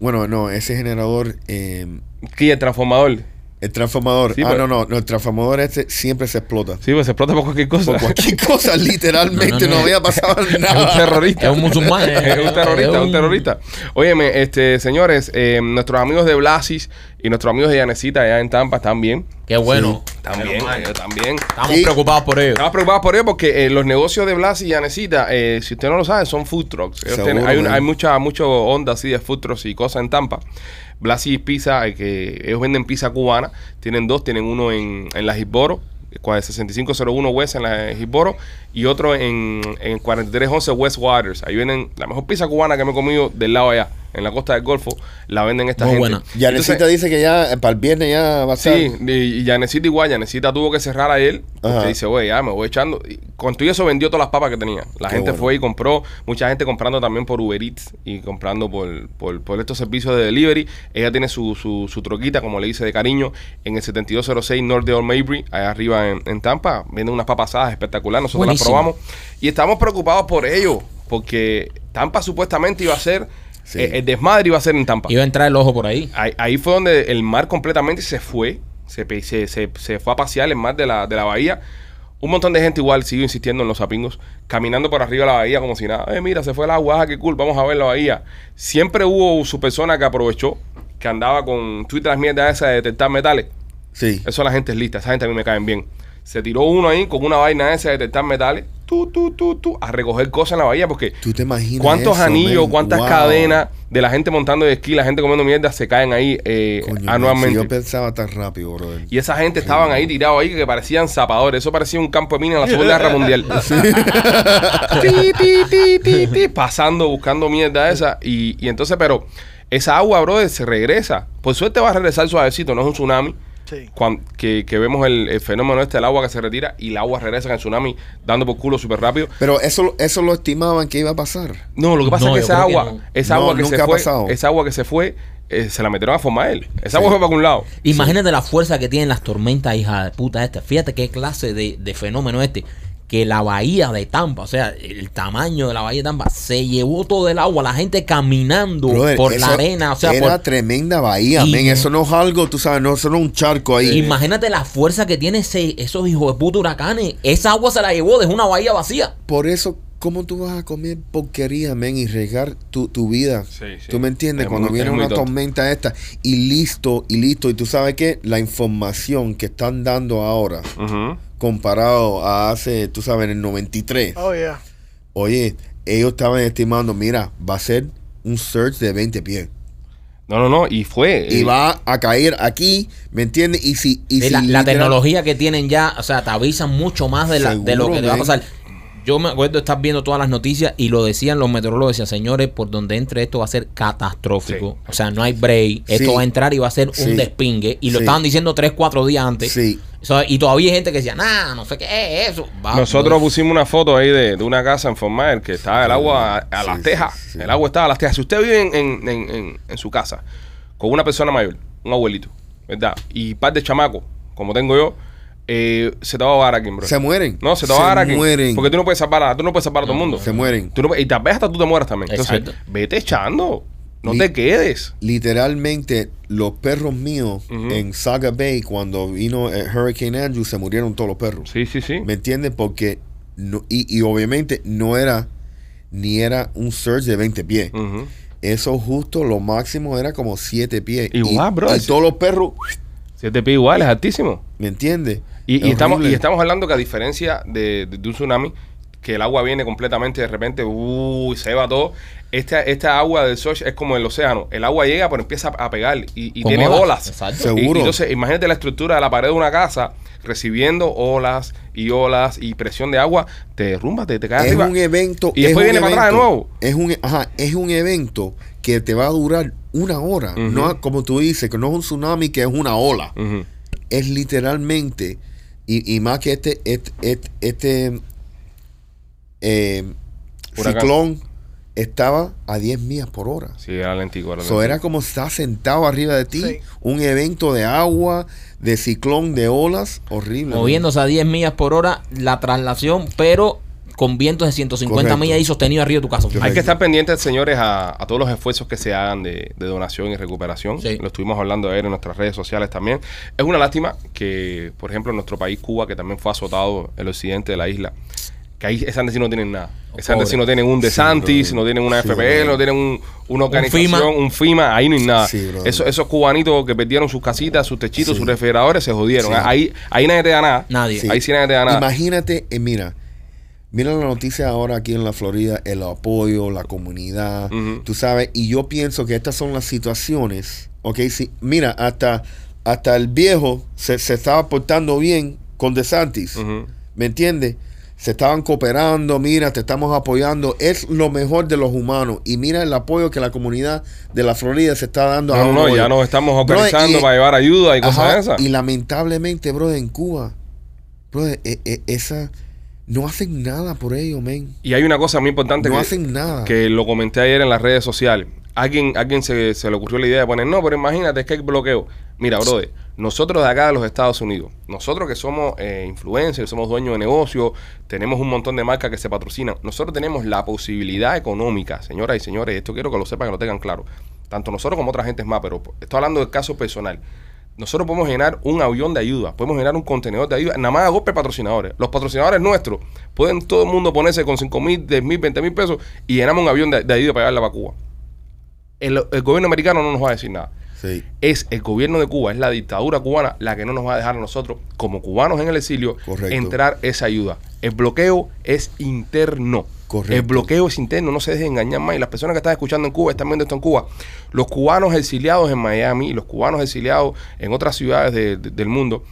Speaker 3: Bueno, no, ese generador, eh,
Speaker 1: Aquí el transformador.
Speaker 3: el transformador.
Speaker 1: Sí,
Speaker 3: ah,
Speaker 1: pero-
Speaker 3: no, no, no, el transformador este siempre se explota.
Speaker 1: Sí, pues se explota por cualquier cosa.
Speaker 3: Por cualquier cosa,
Speaker 2: No,
Speaker 3: literalmente
Speaker 2: no,
Speaker 3: no,
Speaker 2: no.
Speaker 3: había
Speaker 2: (laughs)
Speaker 3: pasado
Speaker 1: (laughs) Es un
Speaker 3: nada.
Speaker 1: terrorista.
Speaker 2: Es un musulmán.
Speaker 1: (laughs) Es un terrorista, es un terrorista. Óyeme, este, señores, eh, nuestros amigos de Blasis y nuestros amigos de Yanecita allá en Tampa están bien.
Speaker 2: Qué bueno.
Speaker 1: Están bien, ellos están bien.
Speaker 2: Estamos
Speaker 3: Sí.
Speaker 2: preocupados por ellos.
Speaker 1: Estamos preocupados por ello porque eh, los negocios de Blas y Yanecita, eh, si usted no lo sabe, son food trucks. Ellos
Speaker 3: Seguro,
Speaker 1: tienen- hay un-
Speaker 3: man.
Speaker 1: hay mucha, mucho onda así de food trucks y cosas en Tampa. Blasi Pizza, eh, que ellos venden pizza cubana. Tienen dos, tienen uno en, en la Gisboro, cua- 6501 West en la Gisboro y otro en, en 4311 West Waters. Ahí venden la mejor pizza cubana que me he comido del lado allá, en la costa del Golfo. La venden esta
Speaker 2: Muy
Speaker 1: gente.
Speaker 2: buena.
Speaker 3: Ya
Speaker 1: Entonces,
Speaker 3: necesita, dice que ya eh, para el viernes ya va a estar.
Speaker 1: Sí, y y Yanecita igual, Yanecita tuvo que cerrar a él.
Speaker 3: Ajá.
Speaker 1: Porque dice, güey, ya me voy echando. Y con todo eso vendió todas las papas que tenía. La
Speaker 3: Qué
Speaker 1: gente
Speaker 3: bueno.
Speaker 1: fue y compró, mucha gente comprando también por Uber Eats y comprando por, por, por estos servicios de delivery. Ella tiene su, su, su troquita, como le dice de cariño, en el 7206 North de Old Mabry, allá arriba en, en Tampa. Venden unas papas asadas espectaculares, nosotros
Speaker 2: Buenísimo.
Speaker 1: las probamos. Y estamos preocupados por ello, porque Tampa supuestamente iba a ser
Speaker 3: Sí.
Speaker 1: eh, el desmadre iba a ser en Tampa.
Speaker 2: Iba a entrar el ojo por ahí.
Speaker 1: Ahí, ahí fue donde el mar completamente se fue. Se, pe- se, se- se fue a pasear el mar de la, de la bahía. Un montón de gente igual, sigo insistiendo en los sapingos, caminando por arriba de la bahía como si nada. Eh, mira, se fue el agua, ah, qué cool, vamos a ver la bahía. Siempre hubo su persona que aprovechó, que andaba con Twitter las mierdas esas de detectar metales.
Speaker 3: Sí.
Speaker 1: Eso la gente es lista, esa gente a mí me caen bien. Se tiró uno ahí con una vaina esa de detectar metales, tú, tú, tú, tú, a recoger cosas en la bahía porque
Speaker 3: ¿Tú te imaginas
Speaker 1: ¿Cuántos
Speaker 3: eso,
Speaker 1: anillos,
Speaker 3: men?
Speaker 1: cuántas
Speaker 3: Wow.
Speaker 1: cadenas de la gente montando de esquí, la gente comiendo mierda, se caen ahí eh,
Speaker 3: Coño, men,
Speaker 1: anualmente?
Speaker 3: si yo pensaba tan rápido, brother.
Speaker 1: Y esa gente estaban ahí tirados ahí que parecían zapadores. Eso parecía un campo de minas en la Segunda Guerra Mundial. (laughs) Ti, ti, ti, ti, ti, pasando, buscando mierda esa. Y, y entonces, pero esa agua, brother, se regresa. Por suerte va a regresar suavecito, no es un tsunami.
Speaker 4: Sí.
Speaker 1: Cuan- que, que vemos el, el fenómeno este del agua que se retira y el agua regresa en el tsunami dando por culo súper rápido.
Speaker 3: Pero eso, eso lo estimaban que iba a pasar.
Speaker 1: No, lo que pasa
Speaker 2: No,
Speaker 1: es que
Speaker 2: yo
Speaker 1: esa
Speaker 2: creo que
Speaker 1: agua,
Speaker 2: no.
Speaker 1: esa
Speaker 3: No,
Speaker 1: agua que
Speaker 3: nunca
Speaker 1: se
Speaker 3: ha
Speaker 1: fue,
Speaker 3: pasado.
Speaker 1: esa agua que se fue, eh, se la metieron a Formael. Esa agua fue para un lado.
Speaker 2: Imagínate la fuerza que tienen las tormentas, hija de puta esta. Fíjate qué clase de, de fenómeno este. Que la bahía de Tampa, o sea, el tamaño de la bahía de Tampa, se llevó todo el agua, la gente caminando
Speaker 3: Brother,
Speaker 2: por la
Speaker 3: eso
Speaker 2: arena, o sea,
Speaker 3: era
Speaker 2: por-
Speaker 3: tremenda bahía,
Speaker 2: Y-
Speaker 3: men. Eso no es algo, tú sabes, no, eso no es un charco ahí.
Speaker 2: imagínate la fuerza que tienen ese- esos hijos de puta huracanes. Esa agua se la llevó desde una bahía vacía.
Speaker 3: Por eso, ¿cómo tú vas a comer porquería, men, y regar tu, tu vida?
Speaker 1: Sí, sí.
Speaker 3: ¿Tú me entiendes?
Speaker 1: Es
Speaker 3: Cuando
Speaker 1: muy-
Speaker 3: viene
Speaker 1: es muy
Speaker 3: una
Speaker 1: tonto.
Speaker 3: tormenta esta, y listo, y listo. Y tú sabes que la información que están dando ahora,
Speaker 1: Ujú.
Speaker 3: comparado a hace, tú sabes, en el 93,
Speaker 4: Oh, yeah.
Speaker 3: oye, ellos estaban estimando, mira, va a ser un surge de 20 pies.
Speaker 1: No, no, no. Y fue.
Speaker 3: Y
Speaker 1: eh,
Speaker 3: va a caer aquí, ¿me entiendes? Y si... Y
Speaker 2: Eh,
Speaker 3: si
Speaker 2: la, la
Speaker 3: literal-
Speaker 2: tecnología que tienen ya, o sea, te avisan mucho más de, la- de lo
Speaker 3: Seguro,
Speaker 2: que te va a
Speaker 3: men.
Speaker 2: pasar. Yo me acuerdo estar viendo todas las noticias y lo decían los meteorólogos, decían, señores, por donde entre esto va a ser catastrófico.
Speaker 1: Sí.
Speaker 2: O sea, no hay break. Esto
Speaker 3: Sí.
Speaker 2: va a entrar y va a ser
Speaker 3: Sí.
Speaker 2: un despingue. Y lo
Speaker 3: Sí.
Speaker 2: estaban diciendo tres, cuatro días antes.
Speaker 3: Sí.
Speaker 2: O sea, y todavía hay gente que decía, nah, no sé qué es eso. Va,
Speaker 1: Nosotros
Speaker 2: pues,
Speaker 1: pusimos una foto ahí de, de una casa en Formael que estaba el agua a, a
Speaker 3: Sí,
Speaker 1: las
Speaker 3: sí,
Speaker 1: tejas.
Speaker 3: sí.
Speaker 1: El agua estaba a las tejas. Si usted vive en, en- en- en- en su casa con una persona mayor, un abuelito, ¿verdad? Y par de chamacos, como tengo yo, eh, se te va a ahogar aquí, bro.
Speaker 3: Se mueren.
Speaker 1: No, se te va a ahogar aquí.
Speaker 3: Se mueren.
Speaker 1: Porque tú no puedes salvar a, tú no puedes salvar a todo el mundo.
Speaker 3: Se mueren.
Speaker 1: Tú no puedes- y tal vez hasta tú te mueras también. Entonces,
Speaker 2: Exacto.
Speaker 1: vete echando. No
Speaker 3: Li-
Speaker 1: te quedes.
Speaker 3: literalmente los perros míos
Speaker 1: Ujú.
Speaker 3: en Saga Bay cuando vino eh, Hurricane Andrew se murieron todos los perros.
Speaker 1: Sí, sí, sí.
Speaker 3: ¿Me entiendes? Porque no, y, y obviamente no era ni era un surge de 20 pies.
Speaker 1: Ujú.
Speaker 3: Eso justo lo máximo era como 7 pies.
Speaker 1: Igual,
Speaker 3: y,
Speaker 1: bro,
Speaker 3: y
Speaker 1: ese-
Speaker 3: todos los perros,
Speaker 1: Siete pies igual, es altísimo.
Speaker 3: ¿me entiendes?
Speaker 1: Y, y
Speaker 3: Es
Speaker 1: estamos,
Speaker 3: horrible.
Speaker 1: y estamos hablando que a diferencia de, de- de un tsunami, que el agua viene completamente de repente, uy, se va todo. Esta, esta agua del Soch es como el océano. El agua llega, pero empieza a pegar y, y
Speaker 2: con
Speaker 1: tiene olas.
Speaker 2: Exacto.
Speaker 3: Se-
Speaker 1: Y- y
Speaker 3: Seguro.
Speaker 1: entonces, imagínate la estructura de la pared de una casa recibiendo olas y olas y presión de agua. Te derrumbas, te, te caes
Speaker 3: es
Speaker 1: arriba.
Speaker 3: un e- evento.
Speaker 1: Y
Speaker 3: es
Speaker 1: después
Speaker 3: un
Speaker 1: viene para atrás de
Speaker 3: evento-
Speaker 1: nuevo.
Speaker 3: Es un, ajá, es un evento que te va a durar una hora.
Speaker 1: Ujú.
Speaker 3: No como tú dices, que no es un tsunami, que es una ola.
Speaker 1: Ujú.
Speaker 3: es literalmente, y, y más que este, este, este, este, eh,
Speaker 1: Huracán.
Speaker 3: ciclón estaba a 10 millas por hora.
Speaker 1: Sí, era lentico. Era
Speaker 3: So,
Speaker 1: lentico.
Speaker 3: era como estar sentado arriba de ti,
Speaker 4: Sí.
Speaker 3: un evento de agua, de ciclón, de olas, horrible. ¿no?
Speaker 2: Moviéndose a 10 millas por hora la traslación, pero con vientos de 150
Speaker 3: Correcto.
Speaker 2: millas y sostenido arriba de tu casa.
Speaker 1: Hay
Speaker 3: Correcto.
Speaker 1: que estar pendientes, señores, a, a todos los esfuerzos que se hagan de, de donación y recuperación.
Speaker 2: Sí.
Speaker 1: Lo estuvimos hablando ayer en nuestras redes sociales también. Es una lástima que, por ejemplo, en nuestro país, Cuba, que también fue azotado el occidente de la isla, que ahí esa gente sí no tienen nada. Esa gente
Speaker 2: Pobre.
Speaker 1: sí no tienen un
Speaker 3: Oh, Sí,
Speaker 1: DeSantis,
Speaker 3: brother.
Speaker 1: no tienen una
Speaker 3: Sí,
Speaker 1: FPL,
Speaker 3: brother.
Speaker 1: no tienen un- una
Speaker 2: FIMA.
Speaker 1: organización, un FIMA, ahí no hay nada.
Speaker 3: Sí, brother.
Speaker 1: Eso- esos cubanitos que perdieron sus casitas, sus techitos,
Speaker 3: Sí.
Speaker 1: sus refrigeradores, se jodieron.
Speaker 3: Sí.
Speaker 1: Ahí, ahí nadie te da nada.
Speaker 2: Nadie.
Speaker 3: Sí.
Speaker 1: Ahí sí nadie te da nada.
Speaker 3: Imagínate, eh, mira, mira la noticia ahora aquí en la Florida, el apoyo, la comunidad,
Speaker 1: Ujú.
Speaker 3: tú sabes, y yo pienso que estas son las situaciones, ok, sí, mira, hasta, hasta el viejo se, se estaba portando bien con DeSantis,
Speaker 1: Ujú.
Speaker 3: ¿me entiendes? Se estaban cooperando, mira, te estamos apoyando, es lo mejor de los humanos, y mira el apoyo que la comunidad de la Florida se está dando
Speaker 1: No, no, no,
Speaker 3: uno
Speaker 1: ya
Speaker 3: hoy.
Speaker 1: nos estamos
Speaker 3: Brother,
Speaker 1: organizando
Speaker 3: y-
Speaker 1: para llevar ayuda y cosas
Speaker 3: Ajá,
Speaker 1: de esas.
Speaker 3: Y lamentablemente, bro, en Cuba, bro, e- e- esa no hacen nada por ello, men.
Speaker 1: Y hay una cosa muy importante
Speaker 3: No
Speaker 1: que,
Speaker 3: hacen nada.
Speaker 1: que lo comenté ayer en las redes sociales. Alguien, alguien se, se le ocurrió la idea de poner, no, pero imagínate es que hay bloqueo. Mira, brother, nosotros de acá de los Estados Unidos, nosotros que somos eh, influencers, somos dueños de negocio, tenemos un montón de marcas que se patrocinan, nosotros tenemos la posibilidad económica, señoras y señores, esto quiero que lo sepan, que lo tengan claro, tanto nosotros como otra gente más, pero estoy hablando del caso personal. Nosotros podemos generar un avión de ayuda, podemos generar un contenedor de ayuda, nada más a golpe de patrocinadores. Los patrocinadores nuestros pueden todo el mundo ponerse con 5 mil, 10 mil, 20 mil pesos y llenamos un avión de, de ayuda para llevarla a Cuba. El, el gobierno americano no nos va a decir nada
Speaker 3: Sí.
Speaker 1: es el gobierno de Cuba, es la dictadura cubana la que no nos va a dejar a nosotros, como cubanos en el exilio,
Speaker 3: Correcto.
Speaker 1: entrar esa ayuda. El bloqueo es interno.
Speaker 3: Correcto.
Speaker 1: El bloqueo es interno, no se dejen engañar más. Y las personas que están escuchando en Cuba, están viendo esto en Cuba, los cubanos exiliados en Miami, los cubanos exiliados en otras ciudades de- de- del mundo,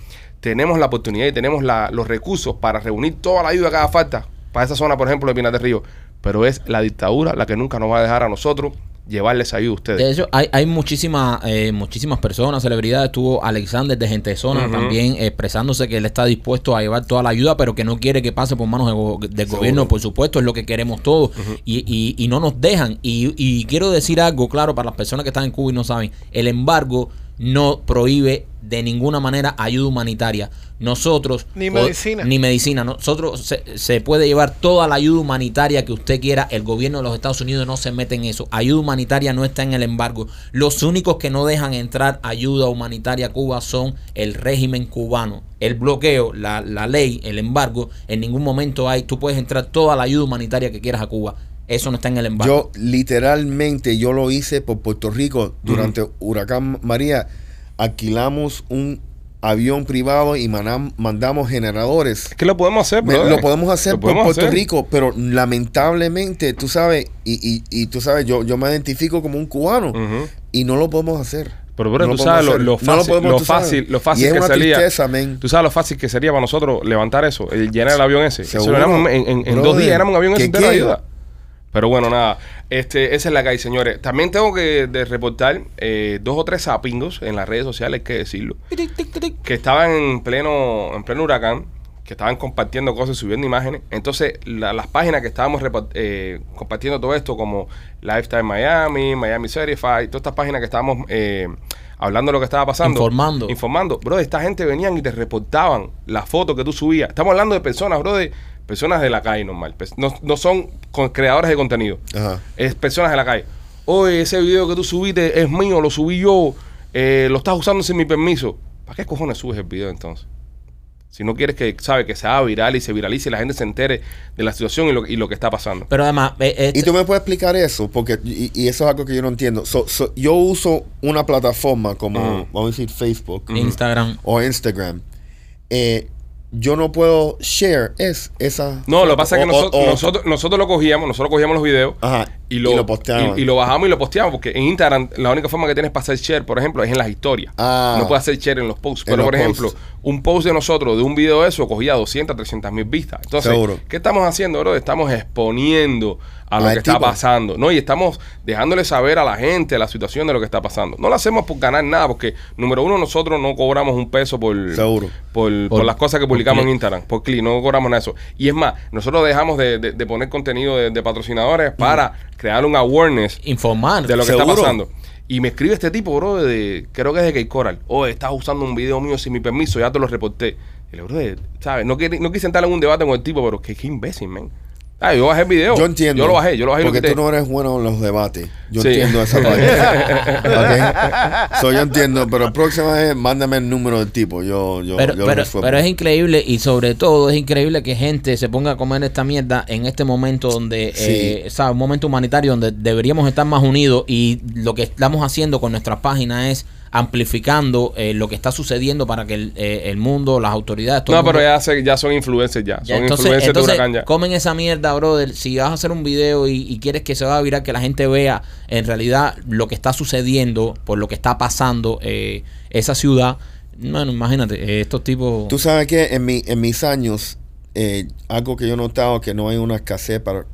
Speaker 1: tenemos la oportunidad y tenemos la- los recursos para reunir toda la ayuda que haga falta para esa zona, por ejemplo, de Pinar del Río. Pero es la dictadura la que nunca nos va a dejar a nosotros llevarles ayuda a ustedes.
Speaker 2: De hecho, hay, hay muchísimas, eh, muchísimas personas, celebridades. Estuvo Alexander de Gente de Zona
Speaker 1: Ujú.
Speaker 2: también expresándose que él está dispuesto a llevar toda la ayuda, pero que no quiere que pase por manos de go- del gobierno, por supuesto, es lo que queremos todos. y, y- y no nos dejan. Y, y quiero decir algo claro para las personas que están en Cuba y no saben: el embargo no prohíbe de ninguna manera ayuda humanitaria. Nosotros.
Speaker 4: Ni
Speaker 2: pod-
Speaker 4: medicina.
Speaker 2: Ni medicina. Nosotros se, se puede llevar toda la ayuda humanitaria que usted quiera. El gobierno de los Estados Unidos no se mete en eso. Ayuda humanitaria no está en el embargo. Los únicos que no dejan entrar ayuda humanitaria a Cuba son el régimen cubano. El bloqueo, la, la ley, el embargo, en ningún momento hay. Tú puedes entrar toda la ayuda humanitaria que quieras a Cuba. Eso no está en el embargo.
Speaker 3: Yo literalmente yo lo hice por Puerto Rico durante huracán María. Alquilamos un avión privado y manam- mandamos generadores.
Speaker 1: Es que lo podemos hacer,
Speaker 3: Me-
Speaker 1: brother.
Speaker 3: lo podemos hacer
Speaker 1: Lo
Speaker 3: por
Speaker 1: podemos
Speaker 3: Puerto
Speaker 1: hacer.
Speaker 3: Rico, pero lamentablemente, tú sabes, y, y- y tú sabes, yo, yo me identifico como un cubano
Speaker 1: Ujú.
Speaker 3: y no lo podemos hacer.
Speaker 1: Pero, brother,
Speaker 3: No
Speaker 1: tú
Speaker 3: podemos
Speaker 1: sabes lo,
Speaker 3: hacer.
Speaker 1: lo
Speaker 3: No
Speaker 1: fácil,
Speaker 3: podemos,
Speaker 1: lo
Speaker 3: tú sabes.
Speaker 1: fácil, lo
Speaker 3: y
Speaker 1: fácil
Speaker 3: es
Speaker 1: que
Speaker 3: una
Speaker 1: sería.
Speaker 3: tristeza, men.
Speaker 1: Tú sabes lo fácil que sería para nosotros levantar eso, el llenar el avión ese. Eso lo
Speaker 3: Seguro.
Speaker 1: llenamos en, en- en dos
Speaker 3: Brother,
Speaker 1: días llenamos un avión ese
Speaker 3: ¿qué
Speaker 1: entero de
Speaker 3: quiero?
Speaker 1: ayuda. Pero bueno, nada. Este, esa es la que hay, señores. También tengo que de reportar eh, dos o tres sapingos en las redes sociales, hay que decirlo. Que estaban en pleno, en pleno huracán, que estaban compartiendo cosas, subiendo imágenes. Entonces, la- las páginas que estábamos repart- eh, compartiendo todo esto, como Lifetime Miami, Miami Certified, todas estas páginas que estábamos eh, hablando de lo que estaba pasando.
Speaker 2: Informando.
Speaker 1: Informando. Bro, esta gente venían y te reportaban la foto que tú subías. Estamos hablando de personas, bro, de personas de la calle normal. Pe- No, no son con- creadores de contenido
Speaker 3: Ajá.
Speaker 1: es personas de la calle. Oye, ese video que tú subiste es mío, lo subí yo, eh, lo estás usando sin mi permiso. ¿Para qué cojones subes el video entonces? Si no quieres que, sabe, que se haga viral y se viralice y la gente se entere de la situación y lo, y lo que está pasando.
Speaker 2: Pero además, eh, eh,
Speaker 3: Y tú me puedes explicar eso, porque y, y eso es algo que yo no entiendo. So- so, yo uso una plataforma como,
Speaker 1: Ujú.
Speaker 3: vamos a decir, Facebook
Speaker 1: Mm.
Speaker 2: Instagram.
Speaker 3: o Instagram. Eh, yo no puedo share es, esa.
Speaker 1: No, lo que pasa es que
Speaker 3: o- o-
Speaker 1: nosotros,
Speaker 3: o-
Speaker 1: nosotros, nosotros lo cogíamos, nosotros cogíamos los videos
Speaker 3: Ajá,
Speaker 1: y lo,
Speaker 3: posteaban.
Speaker 1: y- y lo bajamos y lo posteamos, porque en Instagram la única forma que tienes para hacer share, por ejemplo, es en las historias.
Speaker 3: Ah.
Speaker 1: no puedes hacer share en los posts.
Speaker 3: En
Speaker 1: Pero,
Speaker 3: los
Speaker 1: por ejemplo,
Speaker 3: posts.
Speaker 1: un post de nosotros, de un video de eso, cogía 200, 300 mil vistas. Entonces,
Speaker 3: Seguro.
Speaker 1: ¿qué estamos haciendo, bro? Estamos exponiendo a lo
Speaker 3: Al
Speaker 1: que está
Speaker 3: tipo.
Speaker 1: pasando, ¿no? Y estamos dejándole saber a la gente la situación de lo que está pasando. No lo hacemos por ganar nada, porque, número uno, nosotros no cobramos un peso por,
Speaker 3: Seguro.
Speaker 1: por, por
Speaker 2: Por-
Speaker 1: las cosas que
Speaker 2: por
Speaker 1: publicamos en
Speaker 2: clic.
Speaker 1: Instagram, por clic, no cobramos nada de eso. Y es más, nosotros dejamos de, de- de poner contenido de, de patrocinadores para crear un awareness
Speaker 2: Informar.
Speaker 1: de lo que está
Speaker 3: Mm. Seguro.
Speaker 1: pasando. Y me escribe este tipo, bro, de, creo que es de Key Coral. Oh, estás usando un video mío sin mi permiso, ya te lo reporté. Y le digo, bro, ¿sabes? No, quiere- no quise entrar en un debate con el tipo, pero qué, qué imbécil, man. Ah, yo bajé el video.
Speaker 3: Yo entiendo.
Speaker 1: Yo lo bajé, yo lo bajé y lo
Speaker 3: Porque
Speaker 1: quité.
Speaker 3: tú no eres bueno en los debates. Yo
Speaker 1: Sí. (laughs)
Speaker 3: entiendo esa parte. Ok. So, yo entiendo, pero próxima vez mándame el número del tipo. Yo, yo,
Speaker 2: pero,
Speaker 3: yo lo
Speaker 2: pero-
Speaker 3: resuelvo.
Speaker 2: pero es increíble y sobre todo es increíble que gente se ponga a comer esta mierda en este momento donde,
Speaker 3: Sí.
Speaker 2: eh, ¿sabes? Un momento humanitario donde deberíamos estar más unidos y lo que estamos haciendo con nuestra página es amplificando eh, lo que está sucediendo para que el, eh, el mundo, las autoridades, todo
Speaker 1: No,
Speaker 2: el mundo-
Speaker 1: pero ya, se- ya son influencers ya.
Speaker 2: ya,
Speaker 1: son
Speaker 2: entonces,
Speaker 1: influencers
Speaker 2: entonces,
Speaker 1: de Huracán ya.
Speaker 2: comen esa mierda, brother. Si vas a hacer un video y, y quieres que se va a virar, que la gente vea en realidad lo que está sucediendo, por lo que está pasando eh, esa ciudad. Bueno, imagínate, eh, estos tipos...
Speaker 3: Tú sabes que en, mi, en mis años, eh, algo que yo he notado que no hay una escasez para